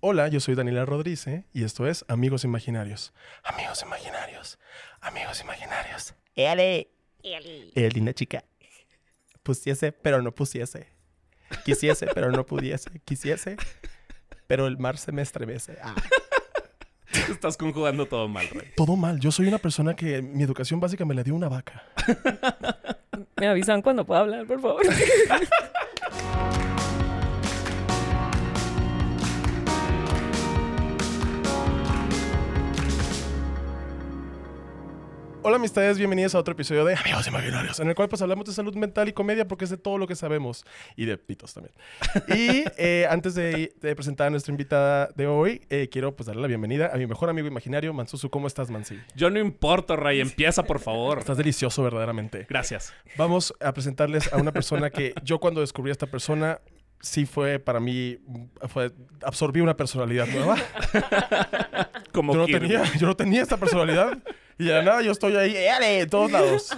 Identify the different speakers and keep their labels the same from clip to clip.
Speaker 1: Hola, yo soy Daniela Rodríguez ¿eh? y esto es Amigos Imaginarios. Amigos Imaginarios. Amigos Imaginarios.
Speaker 2: Éale,
Speaker 3: Eli.
Speaker 1: Eh, linda chica. Pusiese, pero no pusiese. Quisiese, pero no pudiese. Quisiese, pero el mar se me estremece. Ah.
Speaker 4: Estás conjugando todo mal, Rey.
Speaker 1: Todo mal. Yo soy una persona que mi educación básica me la dio una vaca.
Speaker 3: Me avisan cuando pueda hablar, por favor.
Speaker 1: Hola amistades, bienvenidos a otro episodio de Amigos Imaginarios, en el cual pues hablamos de salud mental y comedia porque es de todo lo que sabemos y de pitos también. Y eh, antes de, de presentar a nuestra invitada de hoy, eh, quiero pues darle la bienvenida a mi mejor amigo imaginario, Mansusu. ¿Cómo estás, Mansi?
Speaker 4: Yo no importo, Rey. Empieza, por favor.
Speaker 1: Estás delicioso verdaderamente.
Speaker 4: Gracias.
Speaker 1: Vamos a presentarles a una persona que yo cuando descubrí a esta persona sí fue para mí, fue, absorbí una personalidad nueva.
Speaker 4: Como
Speaker 1: Yo no,
Speaker 4: Kirby.
Speaker 1: tenía, yo no tenía esta personalidad. Y de la nada yo estoy ahí, ¡éale! En todos lados.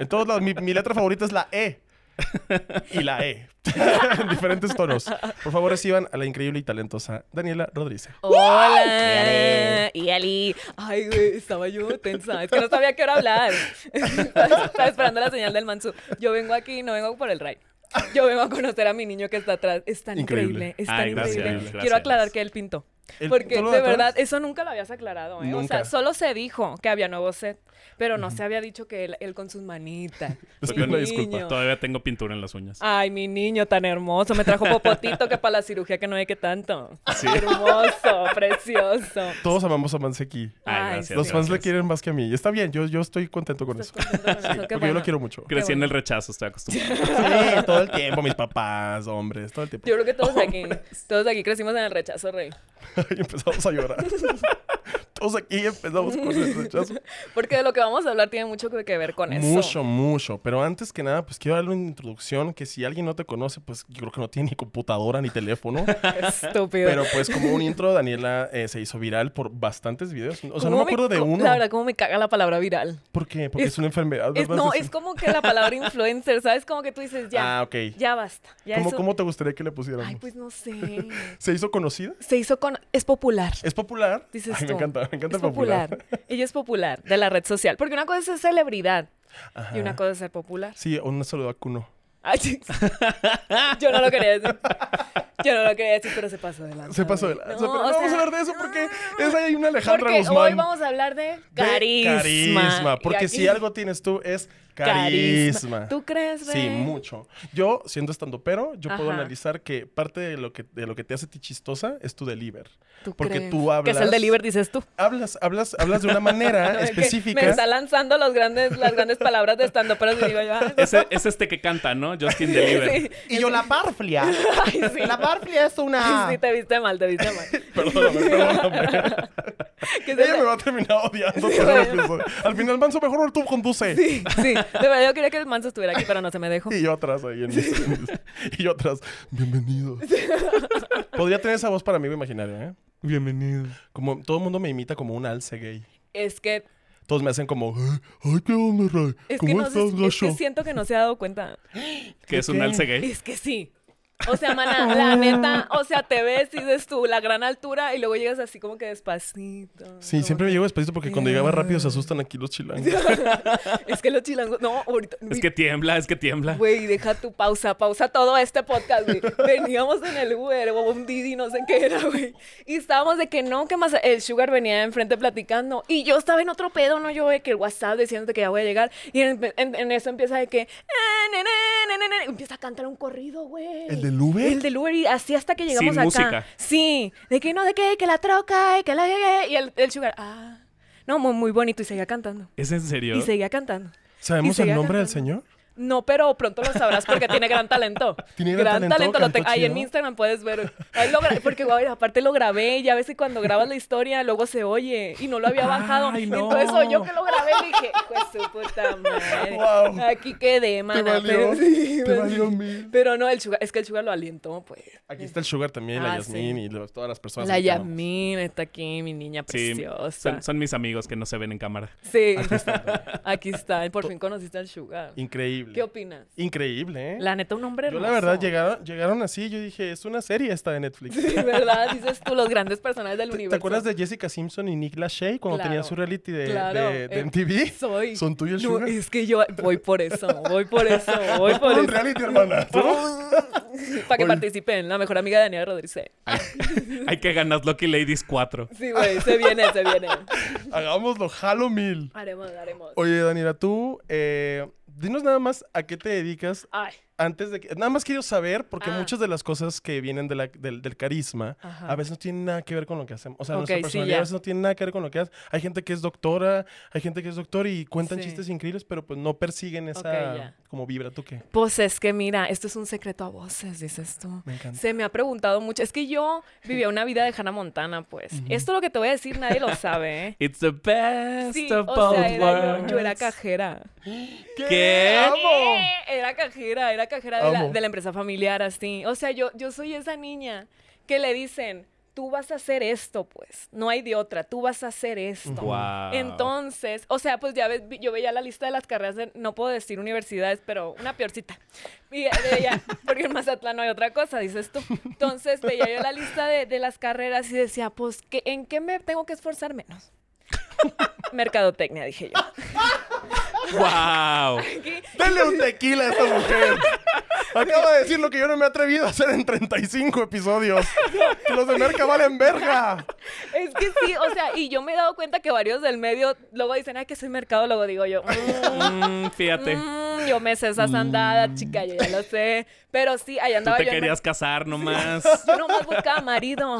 Speaker 1: En todos lados. Mi, mi letra favorita es la E. Y la E. en diferentes tonos. Por favor, reciban a la increíble y talentosa Daniela Rodríguez.
Speaker 3: Hola. Y Ali. Ay, güey, estaba yo tensa. Es que no sabía a qué hora hablar. estaba esperando la señal del Mansu. Yo vengo aquí, no vengo por el Ray. Yo vengo a conocer a mi niño que está atrás. Es tan
Speaker 1: Increíble.
Speaker 3: increíble. Es tan
Speaker 4: Ay, gracias,
Speaker 3: increíble.
Speaker 4: gracias.
Speaker 3: Quiero aclarar que él pintó.
Speaker 1: El- ¿tú
Speaker 3: Porque de
Speaker 1: lo notas?
Speaker 3: verdad, eso nunca lo habías aclarado, ¿eh? O
Speaker 1: Nunca.
Speaker 3: sea, solo se dijo que había nuevo set, pero no se había dicho que él, él con sus manitas.
Speaker 1: Les
Speaker 3: Mi
Speaker 1: pido una
Speaker 3: niño.
Speaker 1: disculpa.
Speaker 4: Pues Todavía tengo pintura en las uñas.
Speaker 3: Ay, mi niño tan hermoso. Me trajo popotito que para la cirugía que no hay que tanto. Hermoso, precioso.
Speaker 1: Todos amamos a Manseki.
Speaker 4: Ay,
Speaker 3: Ay,
Speaker 4: gracias.
Speaker 1: Los fans le
Speaker 4: gracias.
Speaker 1: quieren más que a mí. Y está bien, yo, yo estoy contento con
Speaker 3: ¿Estás
Speaker 1: eso.
Speaker 3: contento con eso? Pues,
Speaker 1: Porque
Speaker 3: Qué
Speaker 1: yo lo
Speaker 3: bueno.
Speaker 1: quiero mucho.
Speaker 4: Crecí
Speaker 3: Qué
Speaker 4: en
Speaker 3: bueno.
Speaker 4: el rechazo, estoy acostumbrado.
Speaker 1: Sí, todo el tiempo, mis papás, hombres, todo el tiempo.
Speaker 3: Yo creo que todos aquí, todos aquí crecimos en el rechazo, Rey.
Speaker 1: Y empezamos a llorar. Todos aquí empezamos con el rechazo.
Speaker 3: Porque de lo que vamos a hablar tiene mucho que que ver con eso.
Speaker 1: Mucho, mucho. Pero antes que nada, pues quiero darle una introducción que si alguien no te conoce, pues yo creo que no tiene ni computadora ni teléfono.
Speaker 3: Estúpido.
Speaker 1: pero pues como un intro, Daniela eh, se hizo viral por bastantes videos. O sea, no
Speaker 3: ¿Cómo
Speaker 1: me
Speaker 3: me-
Speaker 1: acuerdo de
Speaker 3: co-
Speaker 1: uno.
Speaker 3: La verdad, cómo me caga la palabra viral.
Speaker 1: ¿Por qué? Porque es,
Speaker 3: es-
Speaker 1: una enfermedad,
Speaker 3: Es-
Speaker 1: ¿verdad?
Speaker 3: no, es como que la palabra influencer, ¿sabes? Como que tú dices, ya,
Speaker 1: Ah, ok.
Speaker 3: ya basta. Ya
Speaker 1: ¿Cómo,
Speaker 3: eso-
Speaker 1: cómo te gustaría que le pusiéramos?
Speaker 3: Ay, pues no sé.
Speaker 1: ¿Se hizo conocida?
Speaker 3: Se hizo con... Es popular.
Speaker 1: ¿Es popular?
Speaker 3: Dices
Speaker 1: Ay, me
Speaker 3: tú.
Speaker 1: encanta, me encanta
Speaker 3: es
Speaker 1: popular.
Speaker 3: popular. Ella es popular de la red social. Porque una cosa es ser celebridad
Speaker 1: Ajá.
Speaker 3: y una cosa es ser popular.
Speaker 1: Sí, un saludo a Kuno.
Speaker 3: Ay, sí. yo no lo quería decir. Yo no lo quería decir, pero se pasó de lanza.
Speaker 1: Se pasó de
Speaker 3: güey.
Speaker 1: lanza,
Speaker 3: No,
Speaker 1: pero no
Speaker 3: o
Speaker 1: vamos a
Speaker 3: sea,
Speaker 1: hablar de eso porque es ahí una Alejandra
Speaker 3: Porque
Speaker 1: Guzmán.
Speaker 3: hoy vamos a hablar de
Speaker 1: de
Speaker 3: carisma.
Speaker 1: Carisma.
Speaker 3: Y
Speaker 1: Porque
Speaker 3: aquí-
Speaker 1: si algo tienes tú es carisma.
Speaker 3: ¿Tú crees,
Speaker 1: Sí,
Speaker 3: Rey?
Speaker 1: mucho. Yo, siendo estando pero, yo puedo
Speaker 3: Ajá.
Speaker 1: analizar que parte de lo que, de lo que te hace ti chistosa es tu deliver.
Speaker 3: ¿Tú
Speaker 1: porque
Speaker 3: crees?
Speaker 1: tú hablas-
Speaker 3: Que es el delivery, dices tú.
Speaker 1: Hablas, hablas, hablas de una manera
Speaker 3: No, es que
Speaker 1: específica.
Speaker 3: Me está lanzando los grandes, las grandes palabras de estando, pero digo yo. ah,
Speaker 4: Ese- es este que canta, ¿no? Justin Deliver.
Speaker 3: sí.
Speaker 5: Y yo la parflia.
Speaker 3: Ay, sí.
Speaker 5: La parflia es una...
Speaker 3: Sí, te viste mal, te viste mal.
Speaker 1: Perdóname, perdóname.
Speaker 3: Que se-
Speaker 1: Ella me va a terminar odiando.
Speaker 3: Sí,
Speaker 1: por el
Speaker 3: bueno.
Speaker 1: episodio. Al final, Manso, mejor tú conduce.
Speaker 3: Sí, sí. De verdad, yo quería que el manso estuviera aquí, pero no se me dejó.
Speaker 1: Y yo atrás ahí en mis- Y yo atrás, bienvenido. Podría tener esa voz para amigo imaginario, ¿eh?
Speaker 4: Bienvenido.
Speaker 1: Como todo el mundo me imita como un alce gay.
Speaker 3: Es que,
Speaker 1: Todos me hacen como, "Eh, ay, qué onda, Ray.
Speaker 3: es que,
Speaker 1: ¿Cómo
Speaker 3: no
Speaker 1: estás,
Speaker 3: sé,
Speaker 1: ¿Eh?
Speaker 3: es que
Speaker 1: gacho?
Speaker 3: siento que no se ha dado cuenta.
Speaker 4: Que es un
Speaker 1: Ok.
Speaker 4: alce gay.
Speaker 3: Es que sí. O sea, mana, la neta, o sea, te ves y dices tú la gran altura y luego llegas así como que despacito.
Speaker 1: Sí,
Speaker 3: como
Speaker 1: siempre me llego despacito porque cuando llegaba rápido se asustan aquí los chilangos.
Speaker 3: que- Es que los chilangos. No, ahorita.
Speaker 4: Es que tiembla, es que tiembla.
Speaker 3: Güey, deja tu pausa, pausa todo este podcast, güey. Veníamos en el Uber o un Didi, no sé qué era, güey. Y estábamos de que no, que más el Sugar venía enfrente platicando. Y yo estaba en otro pedo, ¿no? Yo de que el WhatsApp diciéndote que ya voy a llegar. Y en, en- en eso empieza de que... "Ah, ne, ne, ne, ne, ne", Empieza a cantar un corrido, güey.
Speaker 1: ¿El del Uber?
Speaker 3: El del Uber y así hasta que llegamos
Speaker 4: Sin
Speaker 3: acá.
Speaker 4: música.
Speaker 3: Sí, de que no, de que, que la troca, y que la... Y el, el Sugar, ah... No, muy, muy bonito y seguía cantando.
Speaker 4: ¿Es en serio?
Speaker 3: Y seguía cantando.
Speaker 1: ¿Sabemos
Speaker 3: Y
Speaker 1: el
Speaker 3: seguía
Speaker 1: nombre del
Speaker 3: cantando.
Speaker 1: señor?
Speaker 3: No, pero pronto lo sabrás porque tiene gran talento.
Speaker 1: Tiene gran talento,
Speaker 3: lo
Speaker 1: cantó
Speaker 3: tengo. Ahí en
Speaker 1: chido.
Speaker 3: mi Instagram puedes ver. Ahí lo gra- porque güey, aparte lo grabé y a veces cuando grabas la historia luego se oye y no lo había bajado.
Speaker 4: Ay, no.
Speaker 3: Entonces soy yo que lo grabé y dije, pues su puta madre.
Speaker 1: Guau.
Speaker 3: Aquí quedé, mana.
Speaker 1: valió,
Speaker 3: pero, sí,
Speaker 1: te
Speaker 3: pues,
Speaker 1: valió
Speaker 3: sí.
Speaker 1: mil.
Speaker 3: Pero no, el sugar, es que el sugar lo alientó, pues.
Speaker 1: Aquí está el Sugar también, la
Speaker 3: Ah,
Speaker 1: Yasmín
Speaker 3: sí.
Speaker 1: y lo- todas las personas.
Speaker 3: La
Speaker 1: que amamos.
Speaker 3: Yasmín está aquí, mi niña
Speaker 4: Sí,
Speaker 3: preciosa.
Speaker 4: son, son mis amigos que no se ven en cámara.
Speaker 3: Sí, aquí está. Por fin conociste al sugar.
Speaker 1: increíble.
Speaker 3: ¿Qué opinas?
Speaker 1: Increíble, ¿eh?
Speaker 3: La neta, un hombre
Speaker 1: yo
Speaker 3: hermoso.
Speaker 1: la verdad llegaron, llegaron así, yo dije, es una serie esta de Netflix.
Speaker 3: Sí, ¿verdad? Dices tú, los grandes personajes del
Speaker 1: ¿Te- ¿Te,
Speaker 3: universo.
Speaker 1: acuerdas de Jessica Simpson y Nick Lachey cuando
Speaker 3: Claro.
Speaker 1: tenían su reality de,
Speaker 3: Claro,
Speaker 1: de- de
Speaker 3: eh,
Speaker 1: MTV?
Speaker 3: Soy.
Speaker 1: ¿Son tuyos,
Speaker 3: No,
Speaker 1: Sugar?
Speaker 3: es que yo voy por eso, voy por eso, voy
Speaker 1: Por
Speaker 3: por
Speaker 1: un
Speaker 3: eso.
Speaker 1: reality, hermana.
Speaker 3: Para que
Speaker 1: Oye.
Speaker 3: participen, la mejor amiga de Daniela Rodríguez.
Speaker 4: Hay que ganar Lucky Ladies 4.
Speaker 3: Sí, güey, se viene, se viene.
Speaker 1: Hagámoslo, jalo mil.
Speaker 3: Haremos, haremos.
Speaker 1: Oye, Daniela, tú, eh, dinos nada más a qué te dedicas
Speaker 3: Ay,
Speaker 1: antes de que... Nada más quiero saber, porque
Speaker 3: Ah.
Speaker 1: muchas de las cosas que vienen de la- del, del carisma
Speaker 3: Ajá.
Speaker 1: a veces no tienen nada que ver con lo que hacemos. O sea,
Speaker 3: Ok, sí,
Speaker 1: nuestra personalidad
Speaker 3: ya.
Speaker 1: a veces no tiene nada que ver con lo que haces. Hay gente que es doctora, hay gente que es doctor y cuentan
Speaker 3: Sí.
Speaker 1: chistes increíbles, pero pues no persiguen esa
Speaker 3: ya.
Speaker 1: como vibra. ¿Tú qué?
Speaker 3: pues es que mira, esto es un secreto a voces, dices tú.
Speaker 1: Me encanta.
Speaker 3: Se me ha preguntado mucho. Es que yo vivía una vida de Hannah Montana, pues. Esto lo que te voy a decir, nadie lo sabe, ¿eh?
Speaker 4: It's the best
Speaker 3: Sí,
Speaker 4: of
Speaker 3: o
Speaker 4: both
Speaker 3: sea, era yo,
Speaker 4: worlds.
Speaker 3: yo era cajera.
Speaker 4: ¿Qué?
Speaker 1: ¡Amo!
Speaker 3: Eh, Era cajera, era cajera de la,
Speaker 1: Amo.
Speaker 3: de la empresa familiar, así. O sea, yo, yo soy esa niña que le dicen, tú vas a hacer esto, pues. No hay de otra, tú vas a hacer esto.
Speaker 4: Guau.
Speaker 3: Entonces, o sea, pues ya ves, vi- yo veía la lista de las carreras, de- no puedo decir universidades, pero una peorcita. Y veía, porque en Mazatlán no hay otra cosa, dices tú. Entonces veía yo la lista de, de las carreras y decía, pues, ¿qué- ¿en qué me tengo que esforzar menos? Mercadotecnia, dije yo.
Speaker 4: ¡Wow!
Speaker 1: Dale un tequila a esta mujer. Acaba de decir lo que yo no me he atrevido a hacer en 35 episodios. Que los de merca valen verga.
Speaker 3: Es que sí, o sea, y yo me he dado cuenta que varios del medio luego dicen, ay, que soy mercado, luego digo yo, mm,
Speaker 4: Mm, fíjate.
Speaker 3: mm, yo me sé esas andadas, chica, yo ya lo sé. Pero sí, ahí
Speaker 4: Tú
Speaker 3: andaba
Speaker 4: te
Speaker 3: yo. en
Speaker 4: querías casar nomás.
Speaker 3: mer- Yo nomás buscaba marido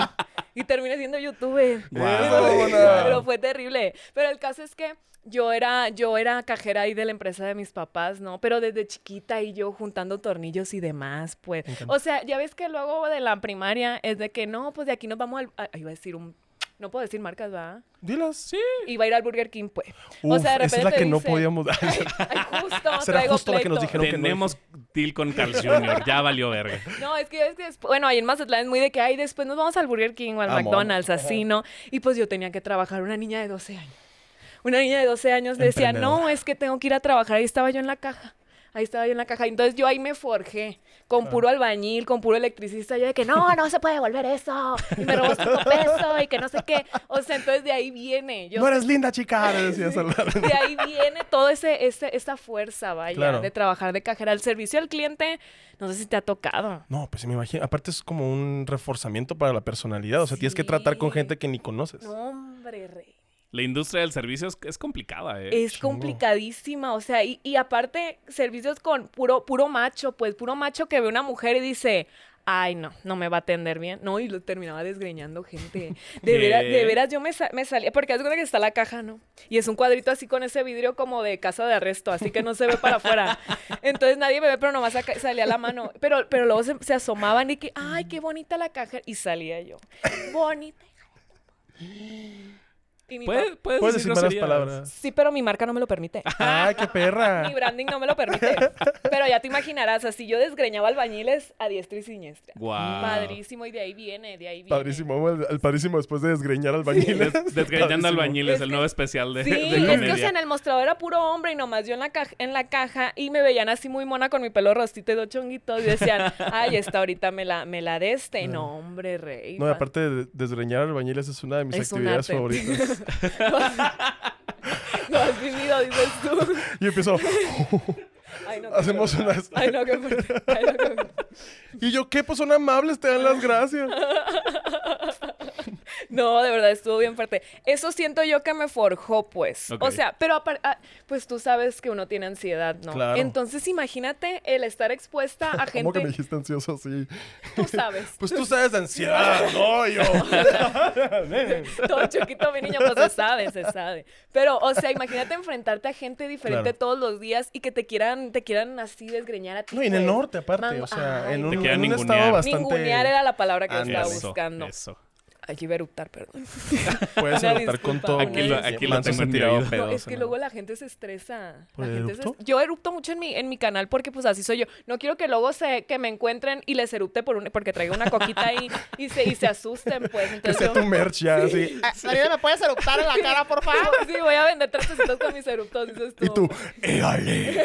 Speaker 3: y terminé siendo youtuber.
Speaker 1: Eso,
Speaker 4: Wow.
Speaker 1: buena.
Speaker 3: Pero fue terrible. Pero el caso es que yo era, yo era cajera ahí de la empresa de mis papás, ¿no? Pero desde chiquita y yo juntando tornillos y demás, pues. O sea, ya ves que luego de la primaria es de que no, pues de aquí nos vamos al. ah, iba a decir un. No puedo decir marcas, ¿va?
Speaker 1: Dilas. Sí.
Speaker 3: Iba a ir al Burger King, pues.
Speaker 1: Uf,
Speaker 3: o sea, de
Speaker 1: esa
Speaker 3: repente
Speaker 1: es la
Speaker 3: te
Speaker 1: que no
Speaker 3: dicen,
Speaker 1: podíamos dar.
Speaker 3: Ay, justo,
Speaker 1: Será
Speaker 3: traigo
Speaker 1: justo la que nos
Speaker 3: pleito".
Speaker 1: dijeron. que no
Speaker 4: Tenemos deal con Carl Jr. Ya valió verga.
Speaker 3: No, es que, es que después, bueno, ahí en Mazatlán es muy de que, ay, después nos vamos al Burger King o al
Speaker 1: Amo,
Speaker 3: McDonald's, así, ¿no? Y pues yo tenía que trabajar, una niña de 12 años. Una niña de 12 años decía, no,
Speaker 1: Emprendedora.
Speaker 3: es que tengo que ir a trabajar, ahí estaba yo en la caja. Ahí estaba yo en la caja. Entonces yo ahí me forjé con puro albañil, con puro electricista. Yo de que no, no se puede devolver eso. Y me robó cinco pesos y que no sé qué. O sea, entonces de ahí viene. Yo
Speaker 1: no eres linda, chica. le decías al-
Speaker 3: de ahí viene todo ese, ese esta fuerza, vaya,
Speaker 1: Claro.
Speaker 3: de trabajar de cajera. El servicio al cliente, no sé si te ha tocado.
Speaker 1: No, pues sí me imagino. Aparte es como un reforzamiento para la personalidad. O sea, tienes que tratar con
Speaker 3: Sí.
Speaker 1: gente que ni conoces.
Speaker 3: No, hombre, rey.
Speaker 4: La industria del servicio es, es complicada, ¿eh?
Speaker 3: Es complicadísima, o sea, y, y aparte servicios con puro puro macho, pues puro macho que ve una mujer y dice, ay no, no me va a atender bien, no, y lo terminaba desgreñando gente. De veras, de
Speaker 4: Bien.
Speaker 3: veras yo me, sa- me salía, porque haz de cuenta que está la caja, ¿no? Y es un cuadrito así con ese vidrio como de casa de arresto, así que no se ve para afuera. Entonces nadie me ve, pero nomás saca- salía la mano. Pero, pero luego se, se asomaban y que, ay, qué bonita la caja. Y salía yo. Bonita. hija de tu- Y mi
Speaker 4: Puedes, puedes,
Speaker 1: Puedes decir malas
Speaker 4: groserías.
Speaker 1: palabras.
Speaker 3: Sí, pero mi marca no me lo permite.
Speaker 1: ¡Ay, qué perra!
Speaker 3: Mi branding no me lo permite. Pero ya te imaginarás, así yo desgreñaba albañiles a diestra y siniestra.
Speaker 4: Guau.
Speaker 3: Padrísimo, y de ahí viene, de ahí viene.
Speaker 1: Padrísimo. amo al- al padrísimo después de desgreñar albañiles.
Speaker 4: Des- Desgreñando
Speaker 1: Padrísimo.
Speaker 4: albañiles,
Speaker 3: Es
Speaker 4: el
Speaker 3: que-
Speaker 4: nuevo especial de,
Speaker 3: Sí,
Speaker 4: de
Speaker 3: es que o sea,
Speaker 4: comedia.
Speaker 3: en el mostrador era puro hombre y nomás yo en la, caja, en la caja y me veían así muy mona con mi pelo rostito y dos chonguitos y decían, ay, esta ahorita me la, me la de este. No, hombre, rey.
Speaker 1: Ah. No, y
Speaker 3: va-
Speaker 1: aparte de desgreñar albañiles es una de mis
Speaker 3: Es un
Speaker 1: actividades
Speaker 3: arte.
Speaker 1: favoritas.
Speaker 3: Lo has vivido, dices tú.
Speaker 1: Y empiezo,
Speaker 3: Ay, no, qué
Speaker 1: hacemos
Speaker 3: fuerte.
Speaker 1: unas...
Speaker 3: Ay, no, qué fuerte. Ay, no, qué fuerte.
Speaker 1: Y yo, ¿qué? Pues son amables, te dan las gracias.
Speaker 3: No, de verdad estuvo bien fuerte. Eso siento yo que me forjó, pues.
Speaker 4: Ok.
Speaker 3: O sea, pero apar- ah, pues tú sabes que uno tiene ansiedad, ¿no?
Speaker 1: Claro.
Speaker 3: Entonces imagínate el estar expuesta a
Speaker 1: ¿Cómo que me
Speaker 3: gente,
Speaker 1: dijiste ansioso así?
Speaker 3: tú sabes.
Speaker 1: Pues tú sabes de ansiedad, no yo.
Speaker 3: Todo chiquito, mi niño, pues se sabe, se sabe. Pero, o sea, imagínate enfrentarte a gente diferente
Speaker 1: Claro.
Speaker 3: todos los días y que te quieran, te quieran así desgreñar a ti.
Speaker 1: No, y en el
Speaker 3: pues.
Speaker 1: norte aparte,
Speaker 3: Mango-
Speaker 1: o sea,
Speaker 3: Ay,
Speaker 1: en
Speaker 3: no.
Speaker 1: un,
Speaker 4: Te quieran
Speaker 1: en un estado
Speaker 4: ningunear.
Speaker 1: bastante...
Speaker 3: Ningunear era la palabra que yo
Speaker 1: Ándale.
Speaker 3: estaba
Speaker 1: Eso,
Speaker 3: buscando.
Speaker 4: Eso.
Speaker 3: Ay, yo iba a eruptar, perdón.
Speaker 1: Puedes
Speaker 3: Una
Speaker 1: adoptar con
Speaker 3: disculpa,
Speaker 1: todo.
Speaker 3: Aquí lo-
Speaker 1: güey.
Speaker 4: aquí lo
Speaker 1: Manso
Speaker 4: tengo en mi
Speaker 1: tirado
Speaker 4: vida.
Speaker 1: pedo,
Speaker 3: No, es que
Speaker 1: o sea,
Speaker 3: luego la gente se estresa.
Speaker 1: ¿Por
Speaker 3: La
Speaker 1: el
Speaker 3: gente se
Speaker 1: eructo?
Speaker 3: est- Yo erupto mucho en mi, en mi canal porque pues así soy yo. No quiero que luego se, que me encuentren y les erupte por un, porque traigo una coquita ahí y se, y se asusten, pues.
Speaker 1: Que
Speaker 3: Entonces
Speaker 1: sea
Speaker 3: yo-
Speaker 1: tu merch ya, así.
Speaker 5: Ah, Mariana, ¿me puedes eruptar en la cara, por favor?
Speaker 3: Sí, voy a vender trastecitos con mis eruptos, dices tú.
Speaker 1: Y tú, ¡érale!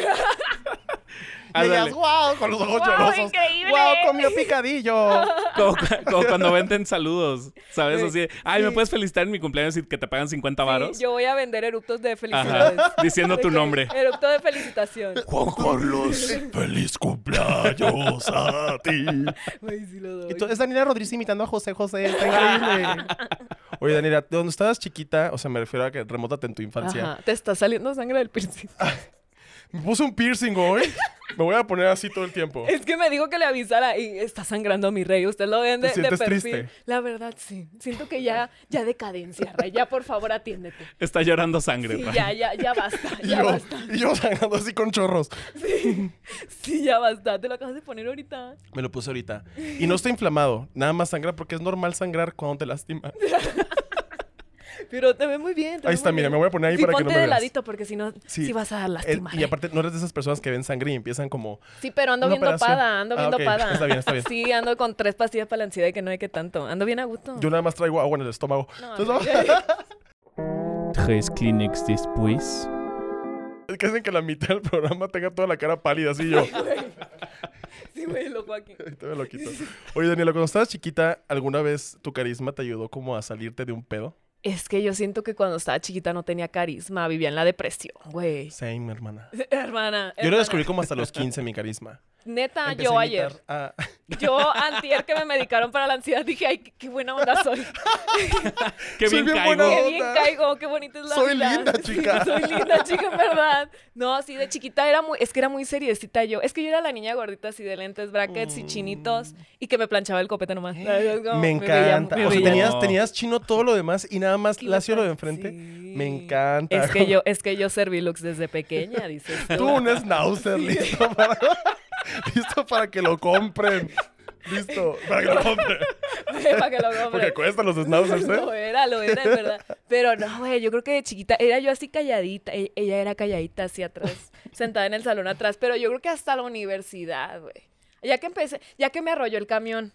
Speaker 1: Ándale.
Speaker 5: Y ellas, wow, con los ojos
Speaker 3: Guau,
Speaker 5: llorosos.
Speaker 3: increíble.
Speaker 1: ¡Wow! ¡Comió picadillo!
Speaker 4: Como, cu- como cuando venden saludos, ¿sabes?
Speaker 3: Sí,
Speaker 4: Así, de, ay, ¿me
Speaker 3: sí.
Speaker 4: puedes felicitar en mi cumpleaños y que te pagan 50 varos?
Speaker 3: Sí, yo voy a vender eructos de
Speaker 4: Ajá,
Speaker 3: felicidades.
Speaker 4: diciendo
Speaker 3: De
Speaker 4: tu
Speaker 3: que-
Speaker 4: nombre.
Speaker 3: Eructo de felicitación.
Speaker 1: Juan Carlos, feliz cumpleaños a ti.
Speaker 3: Ay, sí lo doy.
Speaker 1: Es Daniela Rodríguez imitando a José José, está increíble. Oye, Daniela, de cuando estabas chiquita, o sea, me refiero a que remótate en tu infancia.
Speaker 3: Ajá, te está saliendo sangre del piercing.
Speaker 1: Me puse un piercing hoy. Me voy a poner así todo el tiempo.
Speaker 3: Es que me dijo que le avisara y está sangrando mi rey. Usted lo ven de,
Speaker 1: ¿Te
Speaker 3: de
Speaker 1: sientes
Speaker 3: perfil.
Speaker 1: triste?
Speaker 3: La verdad, sí. Siento que ya, ya decadencia, Ray. Ya, por favor, atiéndete.
Speaker 4: Está llorando sangre.
Speaker 3: Sí,
Speaker 4: pa.
Speaker 3: ya, ya, ya basta.
Speaker 1: Y
Speaker 3: Ya
Speaker 1: yo,
Speaker 3: basta.
Speaker 1: y yo sangrando así con chorros.
Speaker 3: Sí, ya basta. Te lo acabas de poner ahorita.
Speaker 1: Me lo puse ahorita. Y no está inflamado. Nada más sangra porque es normal sangrar cuando te lastima.
Speaker 3: Pero te ve muy bien. te
Speaker 1: Ahí
Speaker 3: ve
Speaker 1: está,
Speaker 3: muy
Speaker 1: mira,
Speaker 3: bien.
Speaker 1: me voy a poner ahí
Speaker 3: Sí,
Speaker 1: para que
Speaker 3: ponte
Speaker 1: no me
Speaker 3: de
Speaker 1: veas.
Speaker 3: ladito porque si no, sí. vas a
Speaker 1: El-
Speaker 3: lastimar.
Speaker 1: y aparte, no eres de esas personas que ven sangre y empiezan como.
Speaker 3: Sí, pero ando
Speaker 1: Una
Speaker 3: bien
Speaker 1: operación.
Speaker 3: dopada, ando
Speaker 1: Ah,
Speaker 3: bien
Speaker 1: ok.
Speaker 3: dopada.
Speaker 1: Está bien, está bien.
Speaker 3: Sí, ando con tres pastillas para la ansiedad y que no hay que tanto. Ando bien a gusto.
Speaker 1: Yo nada más traigo agua en el estómago.
Speaker 3: No,
Speaker 1: Entonces, vamos-
Speaker 4: Tres Kleenex después.
Speaker 1: Es que hacen que la mitad del programa tenga toda la cara pálida, así yo.
Speaker 3: sí, güey, loco aquí.
Speaker 1: Ahorita me lo quito. Oye, Daniela, cuando estabas chiquita, ¿alguna vez tu carisma te ayudó como a salirte de un pedo?
Speaker 3: Es que yo siento que cuando estaba chiquita no tenía carisma, vivía en la depresión, güey.
Speaker 1: Same, hermana.
Speaker 3: Hermana,
Speaker 1: Yo lo
Speaker 3: hermana.
Speaker 1: descubrí como hasta los 15, mi carisma.
Speaker 3: Neta,
Speaker 1: Empecé
Speaker 3: Ah, yo
Speaker 1: a
Speaker 3: ayer.
Speaker 1: imitar ah, a-
Speaker 3: Yo antier que me medicaron para la ansiedad dije, ay, qué, qué buena onda soy.
Speaker 4: Qué
Speaker 1: Soy
Speaker 4: bien
Speaker 1: bien
Speaker 4: caigo.
Speaker 1: buena
Speaker 3: Qué bien
Speaker 1: onda.
Speaker 3: caigo, qué bonita es la
Speaker 1: Soy
Speaker 3: vida.
Speaker 1: linda,
Speaker 3: Sí,
Speaker 1: chica.
Speaker 3: soy linda, chica, en verdad. No, así de chiquita era muy, es que era muy seriecita yo. Es que yo era la niña gordita así de lentes, brackets y chinitos y que me planchaba el copete nomás.
Speaker 1: Mm. Me encanta.
Speaker 4: me
Speaker 1: o sea,
Speaker 4: brilla.
Speaker 1: tenías,
Speaker 4: No.
Speaker 1: tenías chino todo lo demás y nada más lacio lo de enfrente.
Speaker 3: Sí.
Speaker 1: Me encanta.
Speaker 3: Es que yo, es que yo serví looks desde pequeña, dices tú.
Speaker 1: Tú un schnauzer listo para, listo para que lo compren. Listo, para que lo compren.
Speaker 3: para que lo compres.
Speaker 1: Porque cuestan los schnauzers,
Speaker 3: Lo
Speaker 1: ¿eh?
Speaker 3: era, lo era, en verdad. Pero no, güey, yo creo que de chiquita era yo así calladita. e- Ella era calladita hacia atrás, sentada en el salón atrás. Pero yo creo que hasta la universidad, güey. Ya que empecé, ya que me arrolló el camión.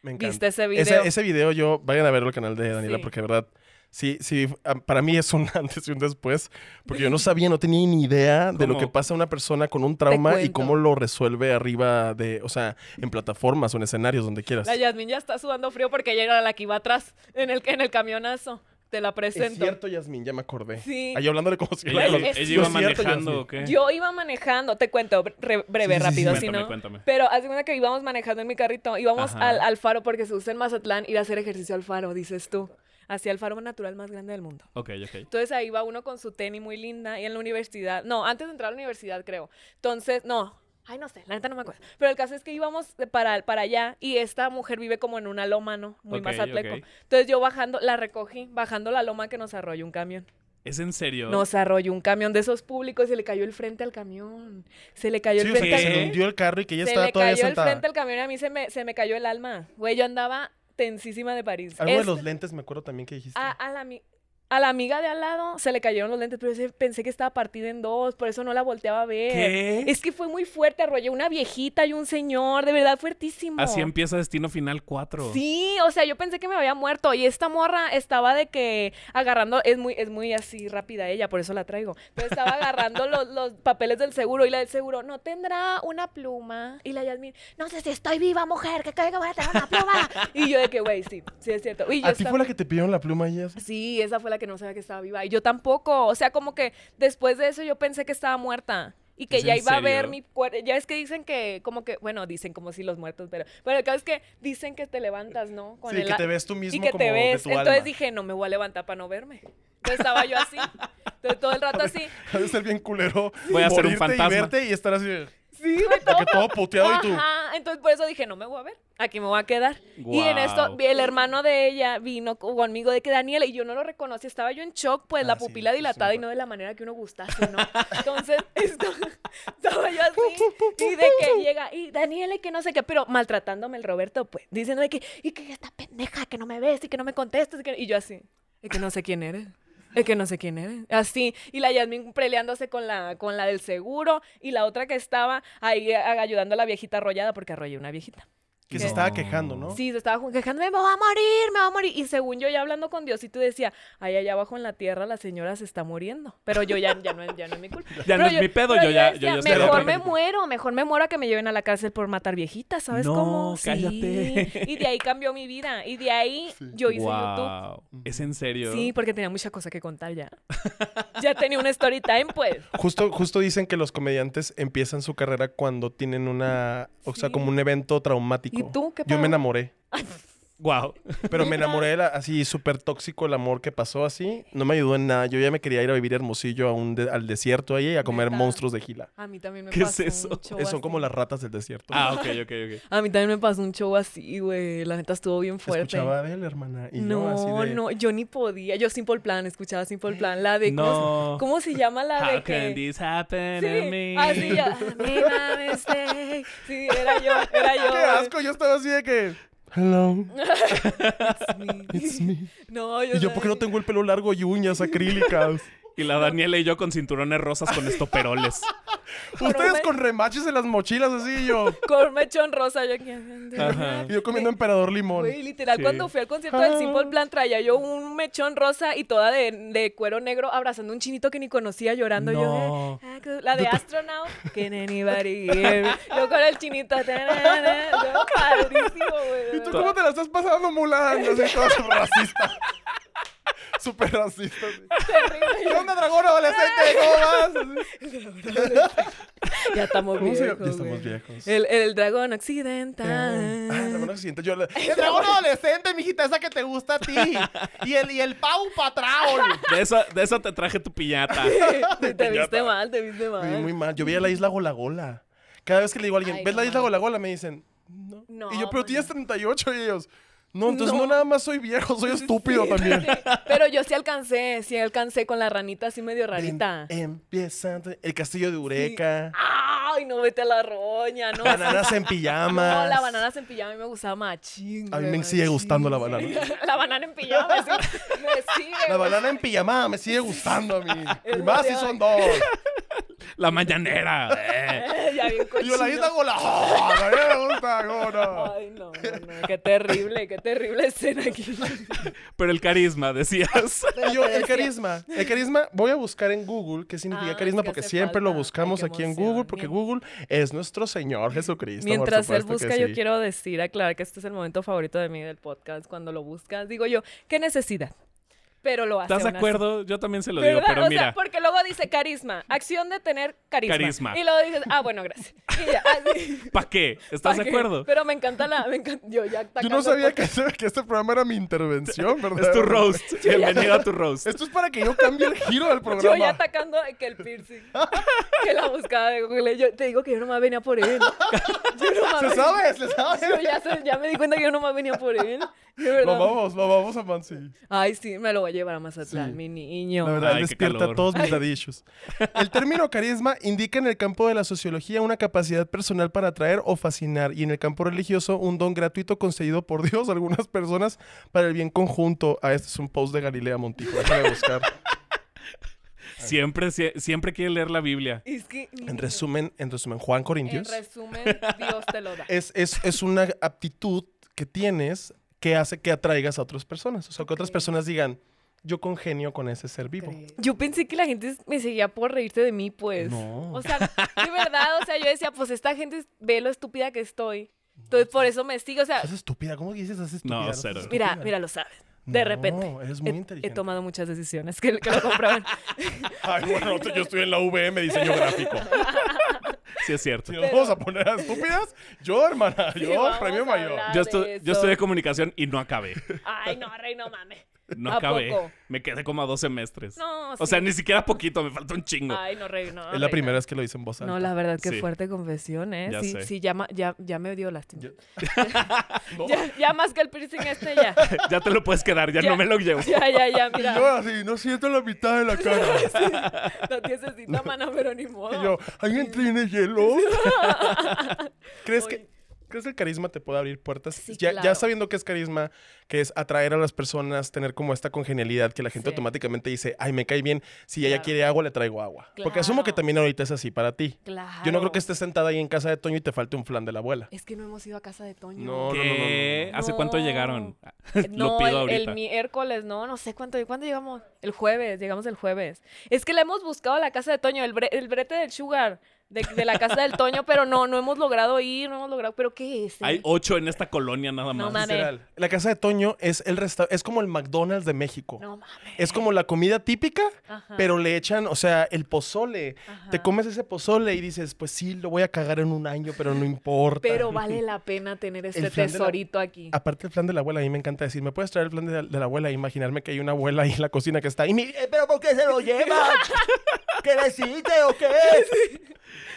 Speaker 1: Me encanta.
Speaker 3: ¿Viste ese video?
Speaker 1: Ese, ese video yo, vayan a verlo al canal de Daniela
Speaker 3: Sí.
Speaker 1: porque de verdad, sí, sí, a- para mí es un antes y un después. Porque yo no sabía, no tenía ni idea de lo
Speaker 4: ¿Cómo?
Speaker 1: que pasa a una persona con un trauma y
Speaker 3: cuento.
Speaker 1: cómo lo resuelve arriba de, o sea, en plataformas o en escenarios, donde quieras.
Speaker 3: La Yasmin ya está sudando frío porque ella era la que iba atrás en el, en el camionazo. Te la
Speaker 1: Es
Speaker 3: presento.
Speaker 1: cierto, Yasmin, ya me acordé.
Speaker 3: Sí.
Speaker 1: Ahí hablándole como si
Speaker 4: Ella,
Speaker 3: Claro,
Speaker 4: ella
Speaker 3: es-
Speaker 4: iba
Speaker 1: Lo cierto,
Speaker 4: manejando,
Speaker 1: Yasmin.
Speaker 4: ¿o qué?
Speaker 3: Yo iba manejando, te cuento re- breve,
Speaker 1: Sí, sí, sí,
Speaker 3: rápido,
Speaker 4: sí.
Speaker 3: si
Speaker 4: Cuéntame,
Speaker 3: no.
Speaker 4: cuéntame.
Speaker 3: Pero haz de cuenta que íbamos manejando en mi carrito, íbamos
Speaker 4: Ajá.
Speaker 3: al, al faro porque se usa en Mazatlán ir a hacer ejercicio al faro, dices tú. Hacia el faro natural más grande del mundo.
Speaker 4: Ok, ok.
Speaker 3: Entonces ahí va uno con su tenis muy linda y en la universidad, no, antes de entrar a la universidad creo. Entonces, no, ay no sé, la neta no me acuerdo. Pero el caso es que íbamos de para, para allá y esta mujer vive como en una loma, ¿no? Muy
Speaker 4: Ok,
Speaker 3: mazatleco.
Speaker 4: ok.
Speaker 3: Entonces yo bajando, la recogí, bajando la loma que nos arrolló un camión.
Speaker 4: ¿Es en serio?
Speaker 3: Nos arrolló un camión de esos públicos, se le cayó el frente al camión. Se le cayó
Speaker 1: Sí,
Speaker 3: el
Speaker 1: o sea,
Speaker 3: frente
Speaker 1: que
Speaker 3: al
Speaker 1: se le
Speaker 3: camión.
Speaker 1: hundió el carro y que ella
Speaker 3: Se
Speaker 1: estaba
Speaker 3: le
Speaker 1: todavía
Speaker 3: cayó el
Speaker 1: sentada.
Speaker 3: frente al camión y a mí se me, se me cayó el alma. Güey, yo andaba tensísima de París.
Speaker 1: Algo de
Speaker 3: Es-
Speaker 1: los lentes me acuerdo también que dijiste.
Speaker 3: a, a la, ami- a la amiga de al lado se le cayeron los lentes, pero yo pensé que estaba partida en dos, por eso no la volteaba a ver.
Speaker 4: ¿Qué?
Speaker 3: Es que fue muy fuerte, arrolló una viejita y un señor, de verdad fuertísimo.
Speaker 4: Así empieza Destino Final 4.
Speaker 3: Sí, o sea, yo pensé que me había muerto y esta morra estaba de que agarrando, es muy, es muy así rápida ella, por eso la traigo, pero estaba agarrando los, los papeles del seguro y la del seguro, no tendrá una pluma. Y la Yasmin, no sé si estoy viva, mujer, que creo que voy a tener una pluma. y yo de que, güey, sí, sí es cierto. Y yo
Speaker 1: ¿A ti
Speaker 3: estaba-
Speaker 1: fue la que te pidieron la pluma y eso?
Speaker 3: Sí, esa fue la que no sabía que estaba viva. Y yo tampoco. O sea, como que después de eso yo pensé que estaba muerta. Y que
Speaker 4: ¿Es
Speaker 3: ya
Speaker 4: en
Speaker 3: iba a ver
Speaker 4: serio?
Speaker 3: mi cuerpo. Ya es que dicen que, como que, bueno, dicen como si los muertos, pero. Pero el caso es que dicen que te levantas, ¿no? Con
Speaker 1: sí,
Speaker 3: el
Speaker 1: que
Speaker 3: a-
Speaker 1: te ves tú mismo
Speaker 3: y que
Speaker 1: como
Speaker 3: te ves.
Speaker 1: de tu
Speaker 3: Entonces
Speaker 1: alma.
Speaker 3: dije, no me voy a levantar para no verme. Entonces estaba yo así. Entonces todo el rato así.
Speaker 1: Ha de ser bien culero.
Speaker 4: Voy a ser un
Speaker 1: morirte
Speaker 4: fantasma.
Speaker 1: Y verte y estar así de
Speaker 3: Sí, güey,
Speaker 1: de
Speaker 3: todo
Speaker 1: que todo puteado y tú.
Speaker 3: Ajá, entonces por eso dije, no me voy a ver, aquí me voy a quedar. Y en esto,
Speaker 4: Guau.
Speaker 3: el hermano de ella vino co- conmigo de que Daniela, y yo no lo reconocí, estaba yo en shock, pues
Speaker 1: Ah,
Speaker 3: la
Speaker 1: sí,
Speaker 3: pupila
Speaker 1: sí,
Speaker 3: dilatada
Speaker 1: sí.
Speaker 3: y no de la manera que uno gustase, ¿no? Entonces, esto, estaba yo así, y de que llega, y Daniela, y que no sé qué, pero maltratándome el Roberto, pues, diciendo de que, y que esta pendeja, que no me ves, y que no me contestas, y, que- y yo así, es que no sé quién eres. Es que no sé quién eres. Así. Y la Yasmin peleándose con la, con la del seguro. Y la otra que estaba ahí a- ayudando a la viejita arrollada, porque arrollé una viejita.
Speaker 1: que
Speaker 3: No.
Speaker 1: se estaba quejando, ¿no?
Speaker 3: Sí, se estaba ju- quejando, me va a morir, me va a morir. Y según yo ya hablando con Dios, y tú decía, ay, allá abajo en la tierra la señora se está muriendo. Pero yo ya, ya, no, es- ya no es mi culpa.
Speaker 4: Ya no
Speaker 3: Pero
Speaker 4: es mi pedo,
Speaker 3: pero
Speaker 4: yo ya- yo
Speaker 3: decía,
Speaker 4: ya estoy
Speaker 3: Mejor
Speaker 1: adentro.
Speaker 3: me muero, mejor me muero a que me lleven a la cárcel por matar viejitas, ¿sabes
Speaker 4: No,
Speaker 3: cómo? Sí.
Speaker 4: cállate.
Speaker 3: Y de ahí cambió mi vida. Y de ahí yo hice YouTube.
Speaker 4: Guau. ¿Es en serio?
Speaker 3: Sí, porque tenía mucha cosa que contar ya. ya tenía un story time, pues.
Speaker 1: Justo, justo dicen que los comediantes empiezan su carrera cuando tienen una. O sea,
Speaker 3: Sí.
Speaker 1: como un evento traumático.
Speaker 3: ¿Y tú qué
Speaker 1: Yo me
Speaker 3: pedo?
Speaker 1: enamoré.
Speaker 4: Guau.
Speaker 1: Pero me
Speaker 3: Neta.
Speaker 1: enamoré de la- así súper tóxico el amor que pasó así. No me ayudó en nada. Yo ya me quería ir a vivir a hermosillo a un de- al desierto ahí a comer
Speaker 3: Neta.
Speaker 1: monstruos de gila.
Speaker 3: A mí también me
Speaker 4: ¿Qué es
Speaker 3: pasó
Speaker 4: eso?
Speaker 3: un show
Speaker 1: Eh, son
Speaker 3: así.
Speaker 1: como las ratas del desierto.
Speaker 4: Ah, ok, ok, ok.
Speaker 3: A mí también me pasó un show así, güey. La neta estuvo bien fuerte.
Speaker 1: Escuchaba de él, hermana. Y
Speaker 3: no,
Speaker 1: yo así de... "Ah,
Speaker 3: no, yo ni podía. Yo Simple Plan, escuchaba Simple Plan. La de. ¿cómo,
Speaker 4: No.
Speaker 3: se- cómo se llama la de
Speaker 4: How can
Speaker 3: que.?
Speaker 4: this happen to
Speaker 3: Sí,
Speaker 4: me?
Speaker 3: así ya. Made a mistake. Sí, era yo, era yo.
Speaker 1: ¡Qué asco! Yo estaba así de que... Hello,
Speaker 3: It's
Speaker 1: it's
Speaker 3: me.
Speaker 1: me.
Speaker 3: No, yo.
Speaker 1: Y yo, ¿por qué no tengo el pelo largo y uñas acrílicas?
Speaker 4: Y la Daniela y yo con cinturones rosas con estoperoles.
Speaker 1: Ustedes con remaches en las mochilas así y yo...
Speaker 3: Con mechón rosa, yo aquí.
Speaker 4: Ajá.
Speaker 1: Y yo comiendo emperador limón.
Speaker 3: Güey, literal,
Speaker 4: Sí.
Speaker 3: cuando fui al concierto del Simple
Speaker 1: Ah.
Speaker 3: Plan, traía yo un mechón rosa y toda de, de cuero negro abrazando un chinito que ni conocía llorando. Yo,
Speaker 4: No.
Speaker 3: eh, la de Astronaut, Can anybody hear me? Yo con el chinito. tarara, yo, padrísimo, güey.
Speaker 1: ¿Y tú cómo te la estás pasando, Mulan? Así todo súper racista. Súper racista. así. ¿Qué onda, dragón adolescente? ¿Cómo vas?
Speaker 3: Ya estamos
Speaker 1: ¿Cómo se llama? Ya
Speaker 3: viejos. güey.
Speaker 1: estamos viejos.
Speaker 5: Eh,
Speaker 3: El, el dragón
Speaker 1: Ah, el dragón
Speaker 3: occidental.
Speaker 1: accidente. Yo la-
Speaker 5: El dragón adolescente, mijita, esa que te gusta a ti. Y el, y el Pau Patraol.
Speaker 4: De esa, de esa te traje tu piñata.
Speaker 3: te viste mal, te viste mal.
Speaker 1: Sí, muy mal. Yo veía la isla Gola Gola. Cada vez que le digo a alguien,
Speaker 3: Ay,
Speaker 1: ¿ves
Speaker 3: no
Speaker 1: la isla
Speaker 3: mames.
Speaker 1: Gola Gola? Me dicen, no.
Speaker 3: No,
Speaker 1: y yo, pero
Speaker 3: bueno.
Speaker 1: tienes 38 y ellos. No, entonces
Speaker 3: No.
Speaker 1: no. nada más soy viejo, soy estúpido
Speaker 3: Sí,
Speaker 1: también.
Speaker 3: sí. Pero yo sí alcancé, sí alcancé con la ranita así medio rarita.
Speaker 1: Em- empieza el castillo de Ureca.
Speaker 3: Ay, no vete a la roña, no.
Speaker 1: Bananas en pijamas.
Speaker 3: No, la banana en pijama a mí me gustaba machín.
Speaker 1: A mí
Speaker 3: güey,
Speaker 1: me sigue gustando la
Speaker 3: machín.
Speaker 1: banana.
Speaker 3: la banana en pijama, sí. Me sigue.
Speaker 1: La
Speaker 3: güey.
Speaker 1: banana em- en pijama me sigue gustando a mí.
Speaker 3: Es
Speaker 1: Y más si
Speaker 3: variado.
Speaker 1: son dos.
Speaker 4: La mañanera. eh.
Speaker 3: Eh, ya bien
Speaker 1: Y yo la isla
Speaker 3: cochino.
Speaker 1: Gola. ¡Ah, a mí me gusta Gola!
Speaker 3: Ay, no, no, no, qué terrible, qué terrible escena aquí.
Speaker 4: Pero el carisma, decías.
Speaker 1: Y yo, el carisma. El carisma, voy a buscar en Google qué significa
Speaker 3: Ah,
Speaker 1: carisma,
Speaker 3: que
Speaker 1: porque
Speaker 3: hace
Speaker 1: siempre lo
Speaker 3: falta. Ay,
Speaker 1: buscamos
Speaker 3: qué
Speaker 1: aquí en
Speaker 3: emoción.
Speaker 1: Google, porque
Speaker 3: Mien-
Speaker 1: Google es nuestro Señor Jesucristo. por
Speaker 3: Mientras él
Speaker 1: supuesto que
Speaker 3: busca, yo
Speaker 1: sí.
Speaker 3: quiero decir, aclarar que este es el momento favorito de mí del podcast. Cuando lo buscas, digo yo, qué necesidad. Pero lo hace.
Speaker 4: ¿Estás de
Speaker 3: aún así.
Speaker 4: acuerdo? Yo también se lo digo,
Speaker 3: ¿Verdad?
Speaker 4: pero
Speaker 3: o
Speaker 4: mira.
Speaker 3: sea, porque luego dice carisma, acción de tener carisma.
Speaker 4: Carisma.
Speaker 3: Y luego dices, ah, bueno, gracias. Y ya, así.
Speaker 4: ¿Para qué? ¿Estás
Speaker 3: ¿Pa'
Speaker 4: de
Speaker 3: qué?
Speaker 4: acuerdo?
Speaker 3: Pero me encanta la. Me encanta, yo ya
Speaker 1: Yo
Speaker 3: atacando
Speaker 1: no sabía
Speaker 3: por-
Speaker 1: que, ese- que este programa era mi intervención, ¿verdad?
Speaker 4: Es tu roast. Bienvenido a tu roast.
Speaker 1: Esto es para que yo cambie el giro del
Speaker 3: Yo ya
Speaker 1: programa.
Speaker 3: atacando de que el piercing. que la buscada de Google. Yo te digo que yo nomás venía por él. Yo nomás
Speaker 1: ¿Se
Speaker 3: venía-
Speaker 1: sabe? ¿Se sabe?
Speaker 3: Yo ya, sé- ya me di cuenta que yo nomás venía por él. De
Speaker 1: Lo
Speaker 3: verdad.
Speaker 1: vamos, lo vamos a Mansi.
Speaker 3: Ay, sí, me lo voy a llevar a Mazatlán,
Speaker 1: Sí.
Speaker 3: mi niño.
Speaker 1: La verdad,
Speaker 4: Ay, qué
Speaker 1: despierta
Speaker 4: calor.
Speaker 1: todos mis dadillos. El término carisma indica en el campo de la sociología una capacidad personal para atraer o fascinar y en el campo religioso un don gratuito concedido por Dios a algunas personas para el bien conjunto. Ah, este es un post de Galilea Montijo. Déjame buscar.
Speaker 4: Ah. Siempre, sie- siempre quiere leer la Biblia.
Speaker 3: Es que. niño,
Speaker 1: En resumen, en resumen, Juan
Speaker 3: en
Speaker 1: Corintios
Speaker 3: resumen, Dios te lo da.
Speaker 1: es, es, es una aptitud que tienes que hace que atraigas a otras personas. O sea, que otras
Speaker 3: Ok.
Speaker 1: personas digan, yo congenio con ese ser vivo.
Speaker 3: Yo pensé que la gente me seguía por reírse de mí, pues.
Speaker 1: Eh, No.
Speaker 3: O sea, de verdad, o sea, yo decía, pues esta gente ve lo estúpida que estoy. Entonces por eso me sigue, o sea,
Speaker 1: Estás estúpida. ¿Cómo dices? Estás estúpida.
Speaker 4: No,
Speaker 1: seas
Speaker 4: cero.
Speaker 1: estúpida,
Speaker 3: mira,
Speaker 1: no.
Speaker 3: mira, lo sabes. De
Speaker 1: No,
Speaker 3: repente. Eh,
Speaker 1: eres muy
Speaker 3: he, he
Speaker 1: inteligente.
Speaker 3: tomado muchas decisiones que, que lo comprueban.
Speaker 1: Ay, bueno, yo estoy en la UVM diseño gráfico.
Speaker 4: Sí, es cierto.
Speaker 1: Si nos vamos a poner a estúpidas, yo, hermana,
Speaker 3: Sí,
Speaker 1: yo,
Speaker 3: vamos
Speaker 1: premio
Speaker 3: a
Speaker 1: mayor.
Speaker 3: hablar.
Speaker 4: Yo,
Speaker 3: de
Speaker 4: estu-
Speaker 3: eso.
Speaker 4: yo estudié comunicación y no acabé.
Speaker 3: Ay, no, rey, no mames.
Speaker 4: No
Speaker 3: ¿A
Speaker 4: acabé.
Speaker 3: poco?
Speaker 4: Me quedé como a dos semestres.
Speaker 3: No,
Speaker 4: o sea,
Speaker 3: sí.
Speaker 4: ni siquiera poquito, me faltó un chingo.
Speaker 3: Ay, no, rey, no.
Speaker 1: Es la
Speaker 3: rey,
Speaker 1: primera vez que lo hice en voz
Speaker 3: No,
Speaker 1: alta.
Speaker 3: No, la verdad, qué
Speaker 4: Sí.
Speaker 3: fuerte confesión, ¿eh?
Speaker 4: Ya
Speaker 3: sí,
Speaker 4: sé.
Speaker 3: sí, ya, ma- ya, ya me dio lástima.
Speaker 1: Yo-
Speaker 3: Ya, ya más que el piercing este, ya.
Speaker 4: Ya te lo puedes quedar, ya,
Speaker 3: Ya.
Speaker 4: no me lo llevo.
Speaker 3: Ya, ya, ya, mira.
Speaker 1: Yo así, no siento la mitad de la cara.
Speaker 3: No tienes cita, mana, pero ni modo.
Speaker 1: Y yo, ¿alguien tiene hielo? ¿Crees que, ¿Crees que el carisma te puede abrir puertas?
Speaker 3: Sí,
Speaker 1: ya, ya
Speaker 3: claro.
Speaker 1: sabiendo qué es carisma, que es atraer a las personas, tener como esta congenialidad que la gente
Speaker 3: Sí.
Speaker 1: automáticamente dice, ay, me cae bien, si ella
Speaker 3: Claro.
Speaker 1: quiere agua, le traigo agua. Porque asumo que
Speaker 3: Claro.
Speaker 1: también ahorita es así para ti.
Speaker 3: Claro.
Speaker 1: Yo no creo que estés sentada ahí en casa de Toño y te falte un flan de la abuela.
Speaker 3: Es que no hemos ido a casa de Toño.
Speaker 1: No, no, no, no,
Speaker 4: ¿Qué?
Speaker 1: no,
Speaker 4: ¿Hace cuánto
Speaker 3: No.
Speaker 4: llegaron?
Speaker 3: No,
Speaker 4: Lo pido
Speaker 3: el, el
Speaker 4: ahorita.
Speaker 3: miércoles, no, no sé cuánto, ¿cuándo llegamos? El jueves, llegamos el jueves. Es que la hemos buscado a la casa de Toño, el, bre- el brete del Sugar, de, de la casa del Toño, pero no, no hemos logrado ir, no hemos logrado, pero ¿qué es? eh?
Speaker 4: Hay ocho en esta colonia nada
Speaker 3: No
Speaker 4: más.
Speaker 3: mames.
Speaker 1: Literal. La casa de Toño es el resta- es como el McDonald's de México.
Speaker 3: No mames.
Speaker 1: Es como la comida típica,
Speaker 3: Ajá.
Speaker 1: pero le echan, o sea, el pozole. Te
Speaker 3: Ajá.
Speaker 1: comes ese pozole y dices, pues sí, lo voy a cagar en un año, pero no importa.
Speaker 3: Pero vale la pena tener este
Speaker 1: flan de la- Ah.
Speaker 3: tesorito aquí.
Speaker 1: Aparte el plan de la abuela, a mí me encanta decir, ¿me puedes traer el plan de, de la abuela? E imaginarme que hay una abuela ahí en la cocina que está ahí. "Mire, ¿Pero por qué se lo llevan? ¿Qué le hiciste o qué?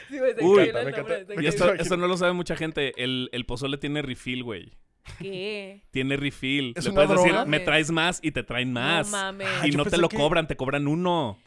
Speaker 3: Sí, güey, se cayó
Speaker 4: Uy,
Speaker 1: me
Speaker 3: el nombre,
Speaker 1: encanta-
Speaker 3: se
Speaker 1: me
Speaker 4: Y
Speaker 3: cayó.
Speaker 4: esto, esto no lo sabe mucha gente. El, el pozole tiene refill, güey.
Speaker 3: ¿Qué?
Speaker 4: Tiene refill.
Speaker 1: ¿Es
Speaker 4: Le
Speaker 1: una
Speaker 4: puedes decir,
Speaker 1: droga?
Speaker 4: me traes más y te traen más.
Speaker 3: No mames.
Speaker 1: Ah,
Speaker 4: Y
Speaker 1: yo
Speaker 4: no te
Speaker 1: pensé
Speaker 4: lo
Speaker 1: que-
Speaker 4: cobran, te cobran uno.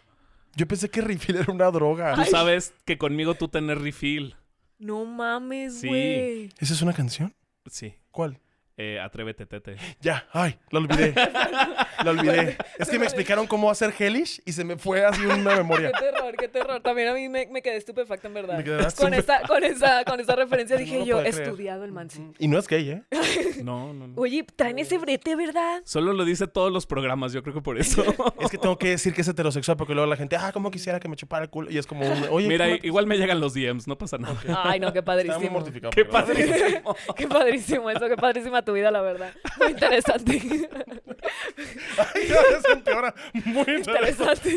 Speaker 1: Yo pensé que refill era una droga.
Speaker 4: Tú sabes que conmigo tú tenés refill.
Speaker 3: No mames,
Speaker 4: Sí.
Speaker 3: güey.
Speaker 1: ¿Esa es una canción?
Speaker 4: Sí.
Speaker 1: ¿Cuál?
Speaker 4: Eh, atrévete, tete.
Speaker 1: Ya, ay, la olvidé. La olvidé. Es que me explicaron cómo hacer Hellish y se me fue así una memoria.
Speaker 3: Qué terror, qué terror. También a mí me, me quedé estupefacta, en verdad.
Speaker 1: Me quedaste
Speaker 3: con, esa, con, esa, con esa referencia
Speaker 1: No
Speaker 3: dije
Speaker 1: lo
Speaker 3: yo,
Speaker 1: puedo creer.
Speaker 3: estudiado el Mansi.
Speaker 1: Y no es gay, ¿eh?
Speaker 4: No, no, no.
Speaker 3: Oye, traen ese brete, ¿verdad?
Speaker 4: Solo lo dice todos los programas, yo creo que por eso.
Speaker 1: Es que tengo que decir que es heterosexual porque luego la gente, ah, cómo quisiera que me chupara el culo. Y es como, un, oye,
Speaker 4: Mira,
Speaker 1: ¿qué
Speaker 4: i- igual me llegan los DMs, no pasa nada.
Speaker 3: Ay, no, qué
Speaker 1: me- Estaba muy
Speaker 3: padrísimo.
Speaker 1: mortificado.
Speaker 4: Qué
Speaker 1: porque la verdad-
Speaker 4: padrísimo.
Speaker 3: Qué padrísimo eso, qué padrísima tu vida, la verdad. Muy interesante.
Speaker 1: Ay, cada vez se empeora. Muy interesante.
Speaker 3: interesante.